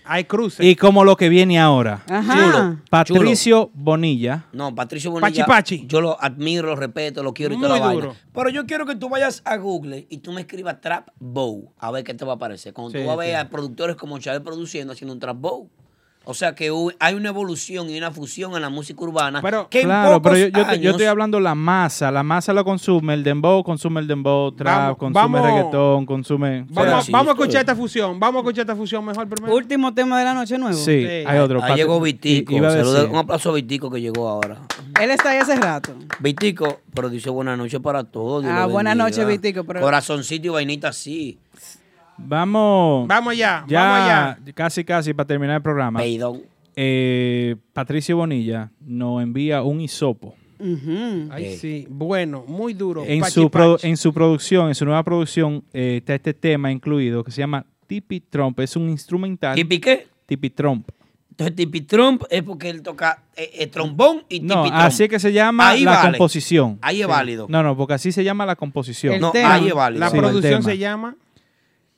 Speaker 3: hay cruces.
Speaker 4: y como lo que viene ahora.
Speaker 3: Ajá. Chulo,
Speaker 4: Patricio Bonilla.
Speaker 1: No, Patricio Bonilla.
Speaker 4: Pachi, pachi.
Speaker 1: Yo lo admiro, lo respeto, lo quiero y
Speaker 4: Muy
Speaker 1: toda la
Speaker 4: duro.
Speaker 1: vaina. Pero yo quiero que tú vayas a Google y tú me escribas trap bow. A ver qué te va a aparecer. Cuando
Speaker 4: Sí,
Speaker 1: tú vas a ver
Speaker 4: sí.
Speaker 1: a productores como Chávez produciendo haciendo un trap bow. O sea que hu- hay una evolución y una fusión en la música urbana. que en
Speaker 4: claro, pero
Speaker 1: pocos
Speaker 4: yo, yo te- yo estoy
Speaker 1: años-
Speaker 4: hablando la masa. La masa lo consume. El dembow consume el dembow, trap,
Speaker 3: Vamos-
Speaker 4: consume
Speaker 3: vamos-
Speaker 4: reggaetón, consume.
Speaker 3: Vamos,
Speaker 4: Sí.
Speaker 3: vamos a escuchar esta fusión. Vamos a escuchar esta fusión mejor primero.
Speaker 2: Último tema de la noche nueva.
Speaker 4: Sí, hay otro.
Speaker 1: Ahí
Speaker 4: Patri-
Speaker 1: llegó
Speaker 4: i-
Speaker 1: Vitico.
Speaker 4: iba a
Speaker 1: Saluda-
Speaker 4: decir.
Speaker 1: un aplauso a Vitico que llegó ahora.
Speaker 2: Él está ahí hace rato.
Speaker 1: Vitico, pero dice buenas noches para todos. Dios
Speaker 2: Ah,
Speaker 1: lo
Speaker 2: buenas
Speaker 1: bendiga.
Speaker 2: noches, Vitico, pero-
Speaker 1: Corazoncito y vainita, sí.
Speaker 4: Vamos.
Speaker 3: Vamos allá,
Speaker 4: Ya,
Speaker 3: vamos allá.
Speaker 4: casi, casi para terminar el programa.
Speaker 1: Peidón.
Speaker 4: Eh, Patricio Bonilla nos envía un hisopo.
Speaker 3: Ay, sí. Bueno, muy duro.
Speaker 4: En
Speaker 3: Oh, Pachi,
Speaker 4: su, pro-
Speaker 3: pachi.
Speaker 4: en su producción, en su nueva producción, eh, está este tema incluido que se llama Tipi Trump. Es un instrumental.
Speaker 1: ¿Tipi qué?
Speaker 4: Tipi Trump.
Speaker 1: Entonces, Tipi Trump es porque él toca eh, eh, trombón y
Speaker 4: No,
Speaker 1: Tipi Trump.
Speaker 4: así que se llama
Speaker 1: Ahí
Speaker 4: la
Speaker 1: vale.
Speaker 4: composición.
Speaker 1: Ahí es
Speaker 4: Sí.
Speaker 1: válido.
Speaker 4: No, no, porque así se llama la composición.
Speaker 3: El No, tema. ahí es válido. La
Speaker 4: el
Speaker 3: producción
Speaker 4: tema.
Speaker 3: se llama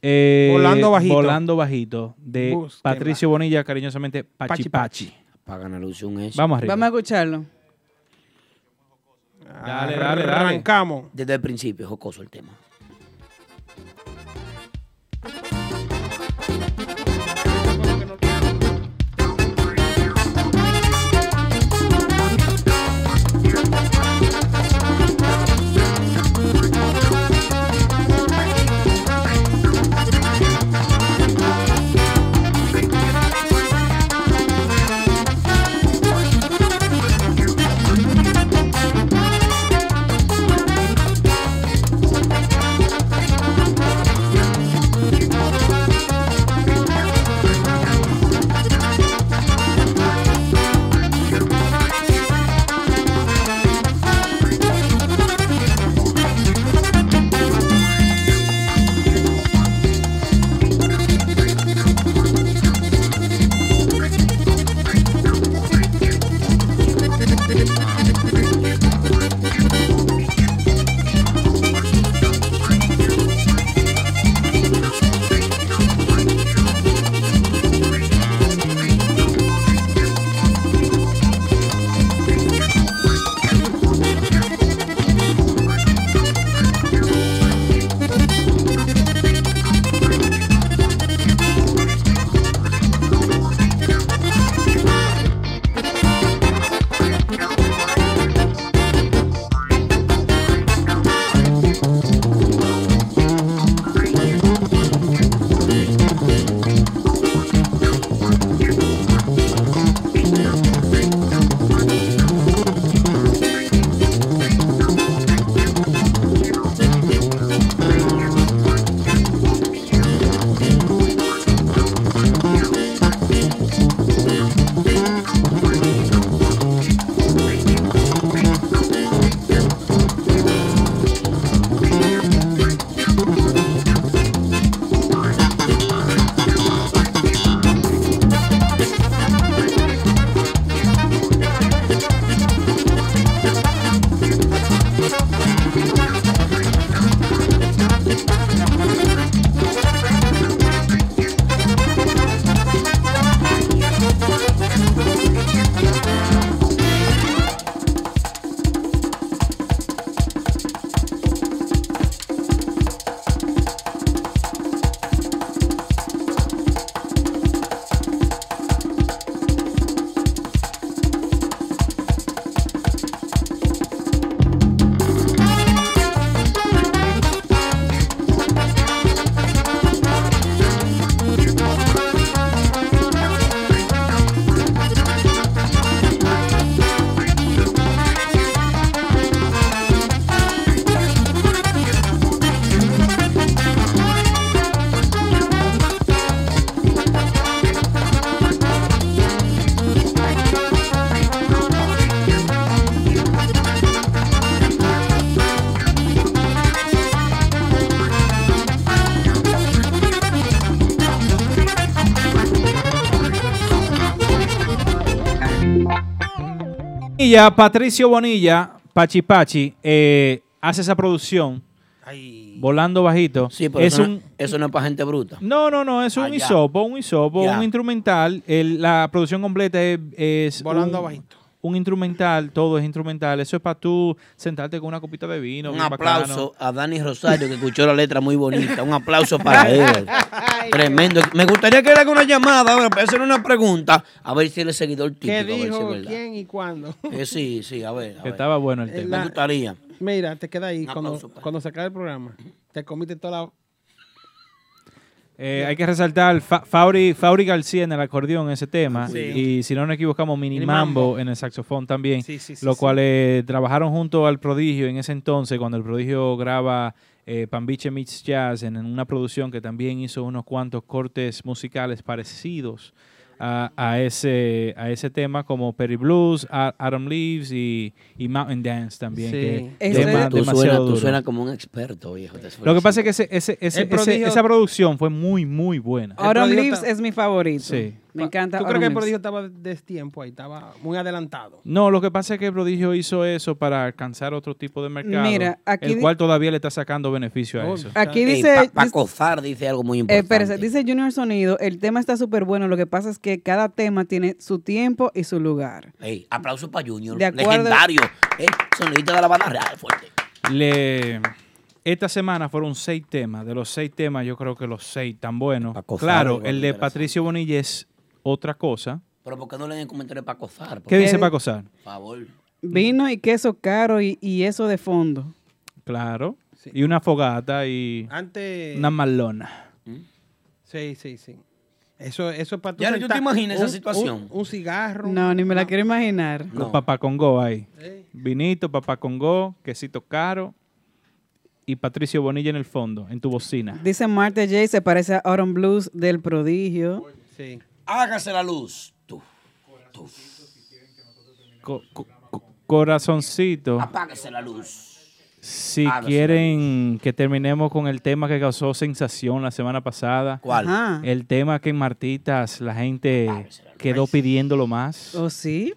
Speaker 4: Eh,
Speaker 3: Volando Bajito.
Speaker 4: Volando Bajito de
Speaker 3: Bus,
Speaker 4: Patricio Bonilla, cariñosamente Pachi
Speaker 3: Pachi
Speaker 4: Pachi.
Speaker 1: Pagan alusión eso.
Speaker 4: Vamos arriba.
Speaker 2: Vamos a escucharlo.
Speaker 1: Ah,
Speaker 2: Ah,
Speaker 4: Dale, dale, dale.
Speaker 3: Arrancamos.
Speaker 1: Desde el principio, jocoso el tema.
Speaker 19: Thank
Speaker 4: Bonilla, Patricio Bonilla, Pachi Pachi, eh, hace esa producción. Volando bajito.
Speaker 1: Sí, pero
Speaker 4: es
Speaker 1: eso,
Speaker 4: un
Speaker 1: no, eso no es para gente bruta.
Speaker 4: No, no, no, es un
Speaker 1: Ah, ya.
Speaker 4: isopo, un isopo,
Speaker 1: Ya.
Speaker 4: un instrumental. El- la producción completa es, es
Speaker 3: Volando
Speaker 4: un,
Speaker 3: bajito.
Speaker 4: un instrumental, todo es instrumental. Eso es para tú sentarte con una copita de vino.
Speaker 1: Un
Speaker 4: bien bacano.
Speaker 1: aplauso a Dani Rosario que escuchó la letra muy bonita. Un aplauso para él. Tremendo. Me gustaría que le haga una llamada ahora para hacerle una pregunta. A ver si él es seguidor típico.
Speaker 3: ¿Qué
Speaker 1: a ver si es
Speaker 3: dijo?
Speaker 1: verdad.
Speaker 3: ¿Quién y cuándo?
Speaker 1: Eh, sí, sí, a ver. a
Speaker 4: Que
Speaker 1: ver.
Speaker 4: estaba bueno el
Speaker 3: Eh,
Speaker 4: tema.
Speaker 3: la-
Speaker 1: Me gustaría.
Speaker 3: Mira, te queda ahí.
Speaker 1: Un
Speaker 3: Cuando,
Speaker 1: aplauso para-
Speaker 3: cuando se acabe el programa, te comiste toda la.
Speaker 4: Eh, hay que resaltar Fa- Fabri, Fabri García en el acordeón en ese tema.
Speaker 3: Ah, Sí.
Speaker 4: Y si no nos equivocamos, Mini
Speaker 3: Minimambo.
Speaker 4: Mambo en el saxofón también.
Speaker 3: Sí, sí, sí,
Speaker 4: lo
Speaker 3: sí.
Speaker 4: cual eh, trabajaron junto al Prodigio en ese entonces, cuando el Prodigio graba eh, Pambiche Meets Jazz en, en una producción que también hizo unos cuantos cortes musicales parecidos a, a ese, a ese tema, como Perry Blues, A- Adam Leaves y, y Mountain Dance también.
Speaker 1: Sí.
Speaker 4: que
Speaker 1: Ese-
Speaker 4: tema
Speaker 1: tú,
Speaker 4: demasiado
Speaker 1: suena,
Speaker 4: duro.
Speaker 1: tú suena como un experto, viejo. te
Speaker 4: Lo que
Speaker 1: felicito.
Speaker 4: pasa es que ese- ese- ese- ese-
Speaker 1: El prodigio-
Speaker 4: esa producción fue muy, muy buena.
Speaker 2: Autumn Leaves es mi favorito.
Speaker 4: Sí.
Speaker 2: Me encanta.
Speaker 3: ¿Tú crees que el
Speaker 2: Autumn
Speaker 3: prodigio
Speaker 2: Leaves.
Speaker 3: estaba destiempo ahí? Estaba muy adelantado.
Speaker 4: No, lo que pasa es que Prodigio hizo eso para alcanzar otro tipo de mercado,
Speaker 2: Mira, aquí
Speaker 4: el
Speaker 2: di-
Speaker 4: cual todavía le está sacando beneficio a
Speaker 1: Oh,
Speaker 4: eso.
Speaker 2: Aquí dice-
Speaker 1: Pa-
Speaker 2: dice-
Speaker 1: Paco Zar dice algo muy
Speaker 2: Eh,
Speaker 1: importante.
Speaker 2: espérese, dice Junior Sonido, el tema está súper bueno, lo que pasa es que cada tema tiene su tiempo y su lugar.
Speaker 1: Ey, aplauso para Junior.
Speaker 2: De acuerdo.
Speaker 1: Legendario. Eh, sonidito de la banda real. Fuerte.
Speaker 4: Le- esta semana fueron seis temas. De los seis temas, yo creo que los seis tan buenos. Claro,
Speaker 1: Sarri,
Speaker 4: el de Patricio Bonilla es otra cosa.
Speaker 1: Pero ¿por qué no leen el comentario de Paco Zar?
Speaker 4: ¿Qué dice Paco Zar?
Speaker 1: Por favor.
Speaker 3: Mm.
Speaker 2: Vino y queso caro y, y eso de fondo.
Speaker 4: Claro. Y una fogata y
Speaker 3: Antes-
Speaker 4: una malona.
Speaker 3: Sí, sí, sí. Eso, eso es para tú.
Speaker 1: Ya, yo
Speaker 3: sentar-
Speaker 1: te imagino esa
Speaker 3: un-
Speaker 1: situación.
Speaker 3: Un, un cigarro.
Speaker 2: No, ni me la quiero imaginar.
Speaker 4: Con papá Congo ahí. Vinito, papá Congo, quesito caro y Patricio Bonilla en el fondo, en tu bocina.
Speaker 2: Dice Marta J, se parece a Autumn Blues del prodigio.
Speaker 3: Sí.
Speaker 1: Hágase la luz. Tú. Tú.
Speaker 4: Co- co- co- corazoncito,
Speaker 1: Apágase la luz.
Speaker 4: si
Speaker 1: hágase.
Speaker 4: quieren que terminemos con el tema que causó sensación la semana pasada.
Speaker 1: ¿Cuál? Ajá.
Speaker 4: El tema que en Martitas la gente quedó pidiéndolo más.
Speaker 2: ¿Oh, sí?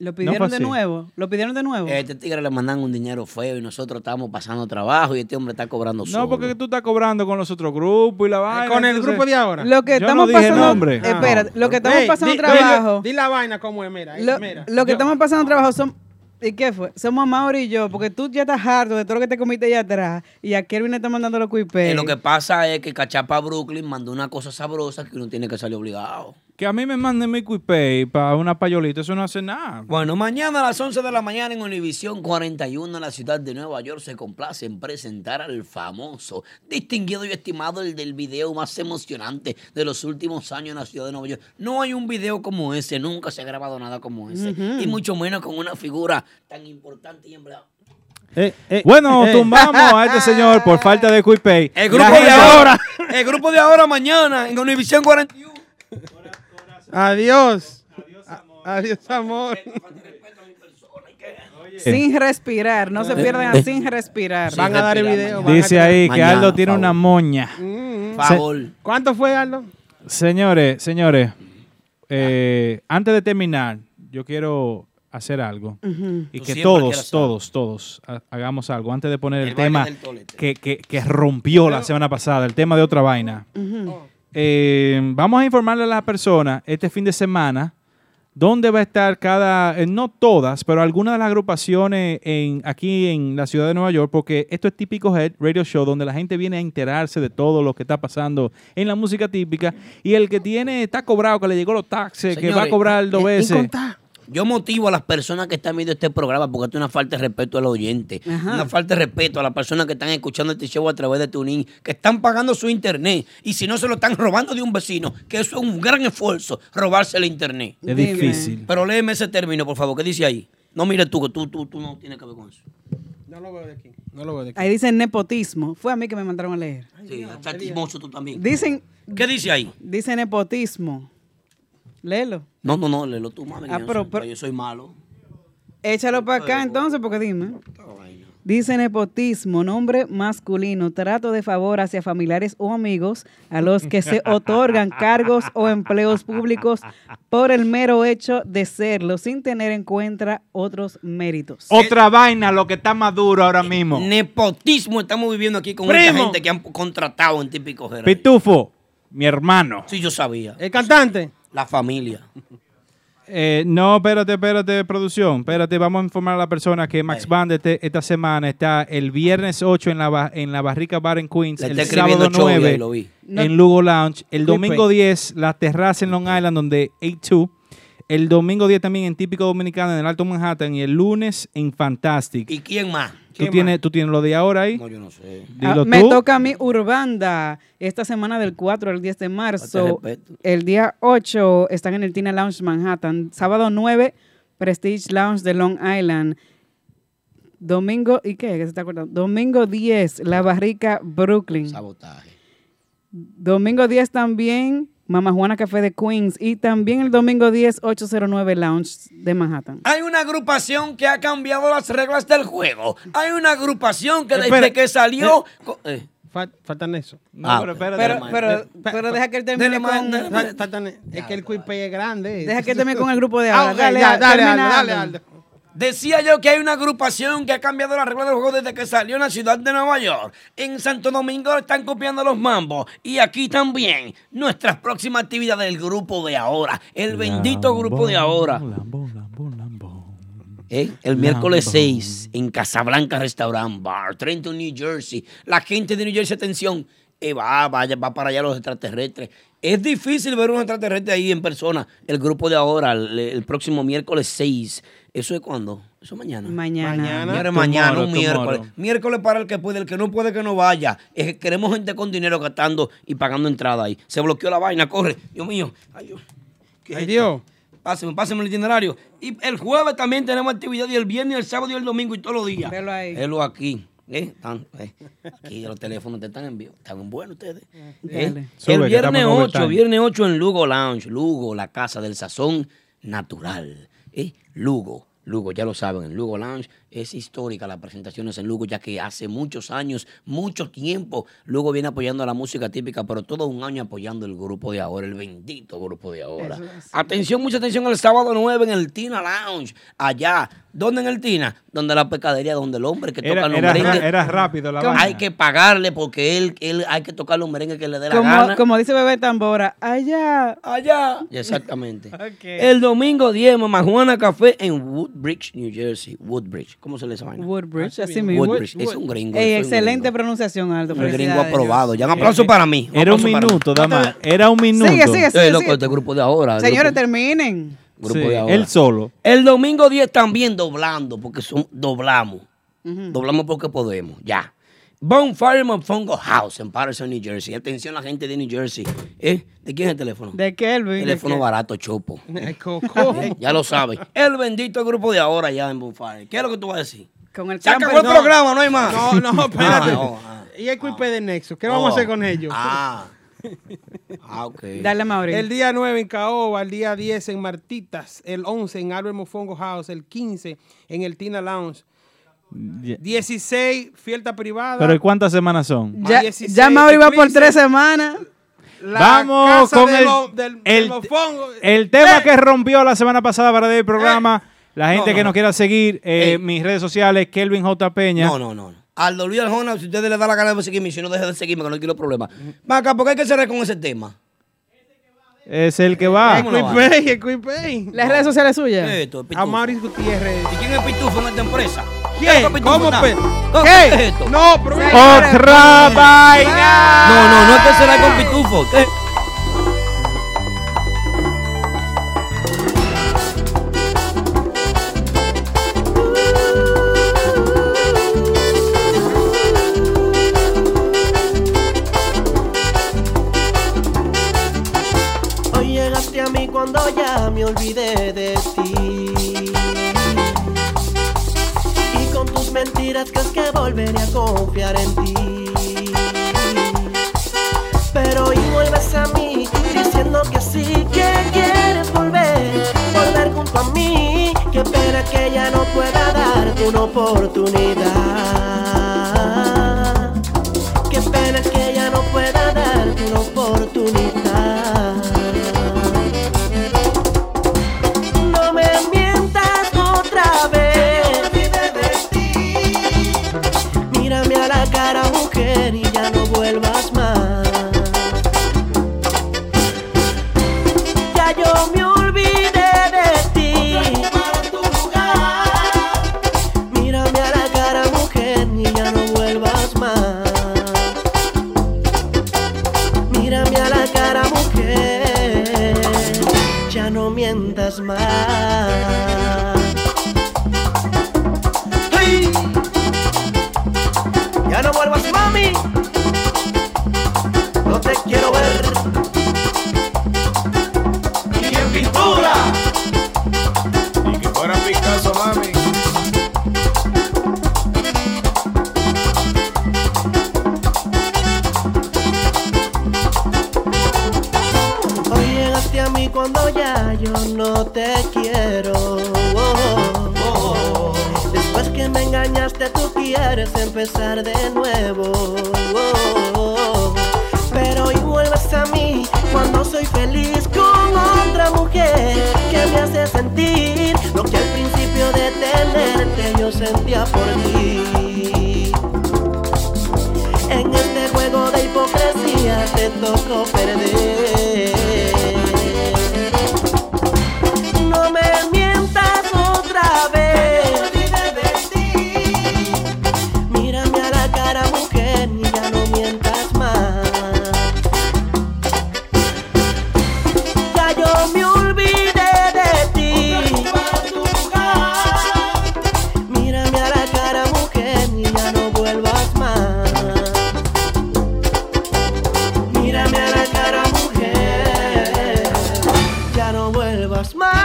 Speaker 2: ¿Lo
Speaker 4: fue
Speaker 2: pidieron de
Speaker 4: así.
Speaker 2: nuevo? ¿Lo pidieron de nuevo?
Speaker 1: Este tigre le mandan un dinero feo y nosotros estamos pasando trabajo y este hombre está cobrando solo.
Speaker 4: No, porque tú estás cobrando con los otros grupos
Speaker 2: Eh,
Speaker 4: y la vaina.
Speaker 3: con el
Speaker 4: entonces-
Speaker 3: grupo de ahora.
Speaker 2: Lo que
Speaker 4: Yo no
Speaker 2: estamos
Speaker 4: dije
Speaker 2: pasando,
Speaker 4: nombre.
Speaker 2: espera, lo que estamos
Speaker 3: Ey,
Speaker 2: pasando
Speaker 3: di-
Speaker 2: trabajo.
Speaker 3: Di, di la vaina como es, mira. ahí,
Speaker 2: Lo,
Speaker 3: mira.
Speaker 2: lo que
Speaker 3: Yo-
Speaker 2: estamos pasando trabajo son. ¿Y qué fue? Somos Mauri y yo, porque tú ya estás harto de todo lo que te comiste allá atrás. Y a Kelvin le está mandando los cuipes.
Speaker 1: Eh, lo que pasa es que Cachapa Brooklyn mandó una cosa sabrosa que uno tiene que salir obligado.
Speaker 4: Que a mí me manden mi cuipé para una payolita, eso no hace nada.
Speaker 1: Bueno, mañana a las 11 de la mañana en Univisión 41 en la ciudad de Nueva York se complace en presentar al famoso, distinguido y estimado el del video más emocionante de los últimos años en la ciudad de Nueva York. No hay un video como ese, nunca se ha grabado nada como ese,
Speaker 4: Ujú.
Speaker 1: y mucho menos con una figura tan importante y emblemática.
Speaker 4: bueno,
Speaker 1: eh.
Speaker 4: tumbamos a este señor por falta de cuipé.
Speaker 1: El grupo de ahora, el grupo de ahora mañana en Univisión 41.
Speaker 3: Adiós. A- Adiós, amor.
Speaker 2: Sin respirar, no se pierdan a Eh, sin respirar.
Speaker 3: Van a dar el video. van a
Speaker 4: Dice
Speaker 3: tirar-
Speaker 4: ahí que Aldo tiene una moña.
Speaker 8: Mm,
Speaker 3: Favor. ¿Cuánto fue, Aldo?
Speaker 4: Señores, señores, eh, antes de terminar, yo quiero hacer algo.
Speaker 8: Ujú.
Speaker 4: Y
Speaker 8: Tú
Speaker 4: que
Speaker 8: siempre quieres
Speaker 4: todos,
Speaker 8: hacer
Speaker 4: todos, todos ha- hagamos algo. Antes de poner el,
Speaker 8: El baile
Speaker 4: tema
Speaker 8: del tolete.
Speaker 4: que, que- que rompió la semana pasada, el tema de otra vaina. Eh, vamos a informarle a las personas este fin de semana dónde va a estar cada, eh, no todas, pero algunas de las agrupaciones en, aquí en la ciudad de Nueva York, porque esto es típico Head Radio Show, donde la gente viene a enterarse de todo lo que está pasando en la música típica. Y el que tiene está cobrado, que le llegó los taxes, que va a
Speaker 1: Señores,
Speaker 4: cobrar dos
Speaker 1: eh,
Speaker 4: veces.
Speaker 1: incontar. Yo motivo a las personas que están viendo este programa porque esto es una falta de respeto al oyente,
Speaker 4: Ajá.
Speaker 1: una falta de respeto a las personas que están escuchando este show a través de TuneIn, que están pagando su internet y si no se lo están robando de un vecino, que eso es un gran esfuerzo, robarse el internet.
Speaker 4: Es Dime. difícil.
Speaker 1: Pero léeme ese término, por favor, ¿qué dice ahí? No mire tú, que tú, tú, tú no tienes que ver con eso.
Speaker 3: No lo veo de aquí. No lo veo de aquí.
Speaker 2: Ahí dice nepotismo. Fue a mí que me mandaron a leer.
Speaker 1: Sí, está chismoso tú también.
Speaker 2: Dicen,
Speaker 1: ¿Qué dice ahí?
Speaker 2: dice nepotismo. Léelo.
Speaker 1: No, no, no, léelo tú, mami. que
Speaker 2: Ah,
Speaker 1: yo,
Speaker 2: pero-
Speaker 1: no soy, yo soy malo.
Speaker 2: Échalo para acá entonces, porque dime. Dice nepotismo, nombre masculino, trato de favor hacia familiares o amigos a los que se otorgan cargos o empleos públicos por el mero hecho de serlo, sin tener en cuenta otros méritos.
Speaker 4: Otra vaina, lo que está más duro ahora mismo.
Speaker 1: Nepotismo estamos viviendo aquí con
Speaker 4: Primo.
Speaker 1: mucha gente que han contratado en típico Gerard.
Speaker 4: Pitufo, mi hermano.
Speaker 1: Sí, yo sabía.
Speaker 3: ¿El cantante?
Speaker 1: La familia.
Speaker 4: Eh, no, espérate, espérate, producción. Espérate, vamos a informar a la persona que
Speaker 1: Eh.
Speaker 4: Max Band este- esta semana está el viernes 8 en la, ba- en la Barrica Bar en Queens,
Speaker 1: Le
Speaker 4: el
Speaker 1: está escribiendo
Speaker 4: sábado
Speaker 1: Chovy, ahí
Speaker 4: 9
Speaker 1: lo vi.
Speaker 4: en Lugo Lounge, el
Speaker 1: Clipe.
Speaker 4: domingo 10 la terraza en Long Island donde A2, el domingo 10 también en Típico Dominicano en el Alto Manhattan y el lunes en Fantastic.
Speaker 1: ¿Y quién más?
Speaker 4: ¿Tú tienes, ¿Tú tienes lo de ahora ahí?
Speaker 1: No, yo no sé.
Speaker 2: Ah,
Speaker 4: Dilo
Speaker 2: me
Speaker 4: tú.
Speaker 2: toca a mí Urbanda esta semana del 4 al 10 de marzo.
Speaker 1: respeto.
Speaker 2: El día 8 están en el Tina Lounge Manhattan. Sábado 9, Prestige Lounge de Long Island. Domingo, ¿y qué? ¿Qué se está acordando? Domingo 10, La Barrica, Brooklyn.
Speaker 1: Sabotaje.
Speaker 2: Domingo 10 también, Mama Juana Café de Queens. Y también el domingo 10, 809 Lounge de Manhattan.
Speaker 1: Hay una agrupación que ha cambiado las reglas del juego. Hay una agrupación que desde
Speaker 3: Espera.
Speaker 1: que salió. co- eh,
Speaker 3: Fal- Faltan eso.
Speaker 1: No, Ah, pero espérate, pero- hermano. pero-
Speaker 2: pero deja que él termine
Speaker 3: Eh, Dele, man,
Speaker 2: con-
Speaker 3: dele, fal- faltan- es que el cuipé es grande.
Speaker 2: Deja que él termine con el grupo de ahora.
Speaker 3: Ah, ok,
Speaker 2: Dale,
Speaker 3: ya,
Speaker 2: Aldo,
Speaker 3: dale,
Speaker 2: termina,
Speaker 3: Aldo, dale,
Speaker 2: Aldo.
Speaker 3: Aldo.
Speaker 1: Decía yo que hay una agrupación que ha cambiado las reglas del juego desde que salió en la ciudad de Nueva York. En Santo Domingo están copiando los mambos. Y aquí también. Nuestra próxima actividad del grupo de ahora. El bendito grupo de ahora. ¿Eh? El miércoles 6 en Casablanca Restaurant Bar, Trenton, New Jersey. La gente de New Jersey, atención, eh, va, vaya, va para allá los extraterrestres. Es difícil ver un extraterrestre ahí en persona. El grupo de ahora, el, el próximo miércoles 6. ¿Eso es cuándo? Eso es mañana.
Speaker 2: Mañana.
Speaker 1: Señores,
Speaker 2: Tomorrow,
Speaker 1: mañana, un
Speaker 2: tomorrow.
Speaker 1: miércoles. Miércoles para el que puede, el que no puede que no vaya. Es que queremos gente con dinero gastando y pagando entrada ahí. Se bloqueó la vaina, corre. Dios mío. Ay, Dios. ¿Qué es
Speaker 3: Dios.
Speaker 1: Pásame, pásame el itinerario. Y el jueves también tenemos actividad y el viernes, el sábado y el domingo y todos los días.
Speaker 2: Velo ahí.
Speaker 1: Velo aquí. ¿eh? Tan- eh. Aquí los teléfonos te están en vivo. Están buenos ustedes. ¿eh?
Speaker 2: Dale.
Speaker 4: Sube,
Speaker 1: el
Speaker 4: que estamos
Speaker 1: viernes
Speaker 4: en
Speaker 1: 8,
Speaker 4: overtime.
Speaker 1: viernes 8 en Lugo Lounge. Lugo, la casa del sazón natural. ¿eh? Lugo. Lugo, ya lo saben, en Lugo Lounge es histórica las presentaciones en Lugo, ya que hace muchos años, mucho tiempo, Lugo viene apoyando a la música típica, pero todo un año apoyando el grupo de ahora, el bendito grupo de ahora. Atención, mucha atención el sábado 9 en el Tina Lounge, allá. ¿Dónde en el Tina? Donde la pecadería, donde el hombre que
Speaker 4: Era,
Speaker 1: toca los
Speaker 4: era ra-
Speaker 1: merengues-
Speaker 4: era rápido la
Speaker 1: hay
Speaker 4: vaina.
Speaker 1: que pagarle porque él, él hay que tocar los merengues que le dé la
Speaker 2: Como,
Speaker 1: gana.
Speaker 2: como dice Bebé Tambora, allá.
Speaker 1: Allá. Exactamente. El domingo 10, Mamá Juana Café en Woodbridge, New Jersey. Woodbridge. ¿Cómo se le llama?
Speaker 2: Woodbridge, así mismo.
Speaker 1: Ah, Woodbridge. Es un gringo.
Speaker 2: Ey,
Speaker 1: es un gringo.
Speaker 2: excelente pronunciación, Aldo.
Speaker 1: Un gringo
Speaker 2: felicidades. Eh,
Speaker 1: aprobado. Ya un aplauso para mí.
Speaker 4: Era un
Speaker 1: aplauso para
Speaker 4: minuto,
Speaker 1: mí.
Speaker 3: Ah,
Speaker 4: dama. Era un minuto.
Speaker 2: Sigue, sigue, sigue,
Speaker 1: Eh, loco,
Speaker 2: sigue.
Speaker 1: este grupo de ahora.
Speaker 2: Señores,
Speaker 1: grupo-
Speaker 2: terminen.
Speaker 1: grupo
Speaker 4: Sí,
Speaker 1: de ahora.
Speaker 4: él solo.
Speaker 1: El domingo 10 también doblando, porque son, doblamos. Doblamos porque podemos, ya. Bonfire Mofongo House en Patterson, New Jersey. Atención la gente de New Jersey. ¿Eh? ¿De quién es el teléfono?
Speaker 2: De Kelvin. de
Speaker 1: Teléfono
Speaker 2: Kelvin.
Speaker 1: barato, chopo.
Speaker 3: Coco.
Speaker 1: Ya lo saben. El bendito grupo de ahora ya en Bonfire. ¿Qué es lo que tú vas a decir?
Speaker 2: Con el
Speaker 1: Se acabó el
Speaker 2: camper-
Speaker 1: programa, no hay más.
Speaker 3: No, no, espérate.
Speaker 1: Ah, no, ah.
Speaker 3: Y el cuipé de Nexo. ¿Qué vamos a hacer con ellos?
Speaker 1: Ah. Ah, ok.
Speaker 2: Dale, Mauri.
Speaker 3: Eh, El día 9 en Caoba, el día 10 en Martitas, el 11 en Albert Mofongo House, el 15 en el Tina Lounge, 16 fiesta privada.
Speaker 4: Pero ¿y ¿cuántas semanas son?
Speaker 3: Más
Speaker 2: Ya,
Speaker 3: 16
Speaker 2: ya Mauri va por
Speaker 3: eclipses.
Speaker 2: tres semanas.
Speaker 3: La
Speaker 4: Vamos
Speaker 3: casa
Speaker 4: con
Speaker 3: de
Speaker 4: el,
Speaker 3: lo- del- de
Speaker 4: el,
Speaker 3: los fongos.
Speaker 4: el tema que rompió la semana pasada para el programa. La gente
Speaker 1: Eh. No, no,
Speaker 4: que
Speaker 1: no.
Speaker 4: nos quiera seguir, eh, mis redes sociales, Kelvin J. Peña.
Speaker 1: No, no, no. Aldo Luis Arjona, si ustedes les da la gana de seguirme, si no dejen de seguirme, que no quiero problemas. Más acá, ¿por qué hay que cerrar con ese tema?
Speaker 4: Es el que va.
Speaker 3: El cuipé, el cuipé.
Speaker 2: Las redes sociales suyas.
Speaker 1: Esto,
Speaker 3: A Maurice Gutiérrez.
Speaker 1: ¿Y quién es Pitufo en esta empresa?
Speaker 3: ¿Quién?
Speaker 1: ¿Qué Pitufo
Speaker 3: ¿Cómo
Speaker 1: está?
Speaker 3: pe-
Speaker 1: ¿Cómo
Speaker 3: ¿Qué?
Speaker 1: es esto?
Speaker 3: No, pero-
Speaker 4: Otra vaina.
Speaker 1: No, no, no es que será con Pitufo. ¿Qué?
Speaker 19: Hoy llegaste a mí cuando ya me olvidé de ti. Y con tus mentiras crees que volveré a confiar en ti. Pero hoy vuelves a mí diciendo que sí, que quieres volver, volver junto a mí. Que pena que ya no pueda darte una oportunidad. soledad. ¡Hey! Ya no vuelvas, mami. No te quiero ver. Y en pintura.
Speaker 17: Y que fuera Picasso, mami.
Speaker 19: Hoy llegaste a mí cuando ya yo no te quiero. Oh, oh, oh. Después que me engañaste, tú quieres empezar de nuevo. Oh, oh, oh. Pero hoy vuelves a mí cuando soy feliz con otra mujer que me hace sentir lo que al principio de tenerte yo sentía por ti. En este juego de hipocresía te tocó perder. No me mientas otra vez. Mírame a la cara, mujer, y ya no mientas más. Ya yo me olvidé de ti. Mírame a la cara, mujer, y ya no vuelvas más. Mírame a la cara, mujer, ya no vuelvas más.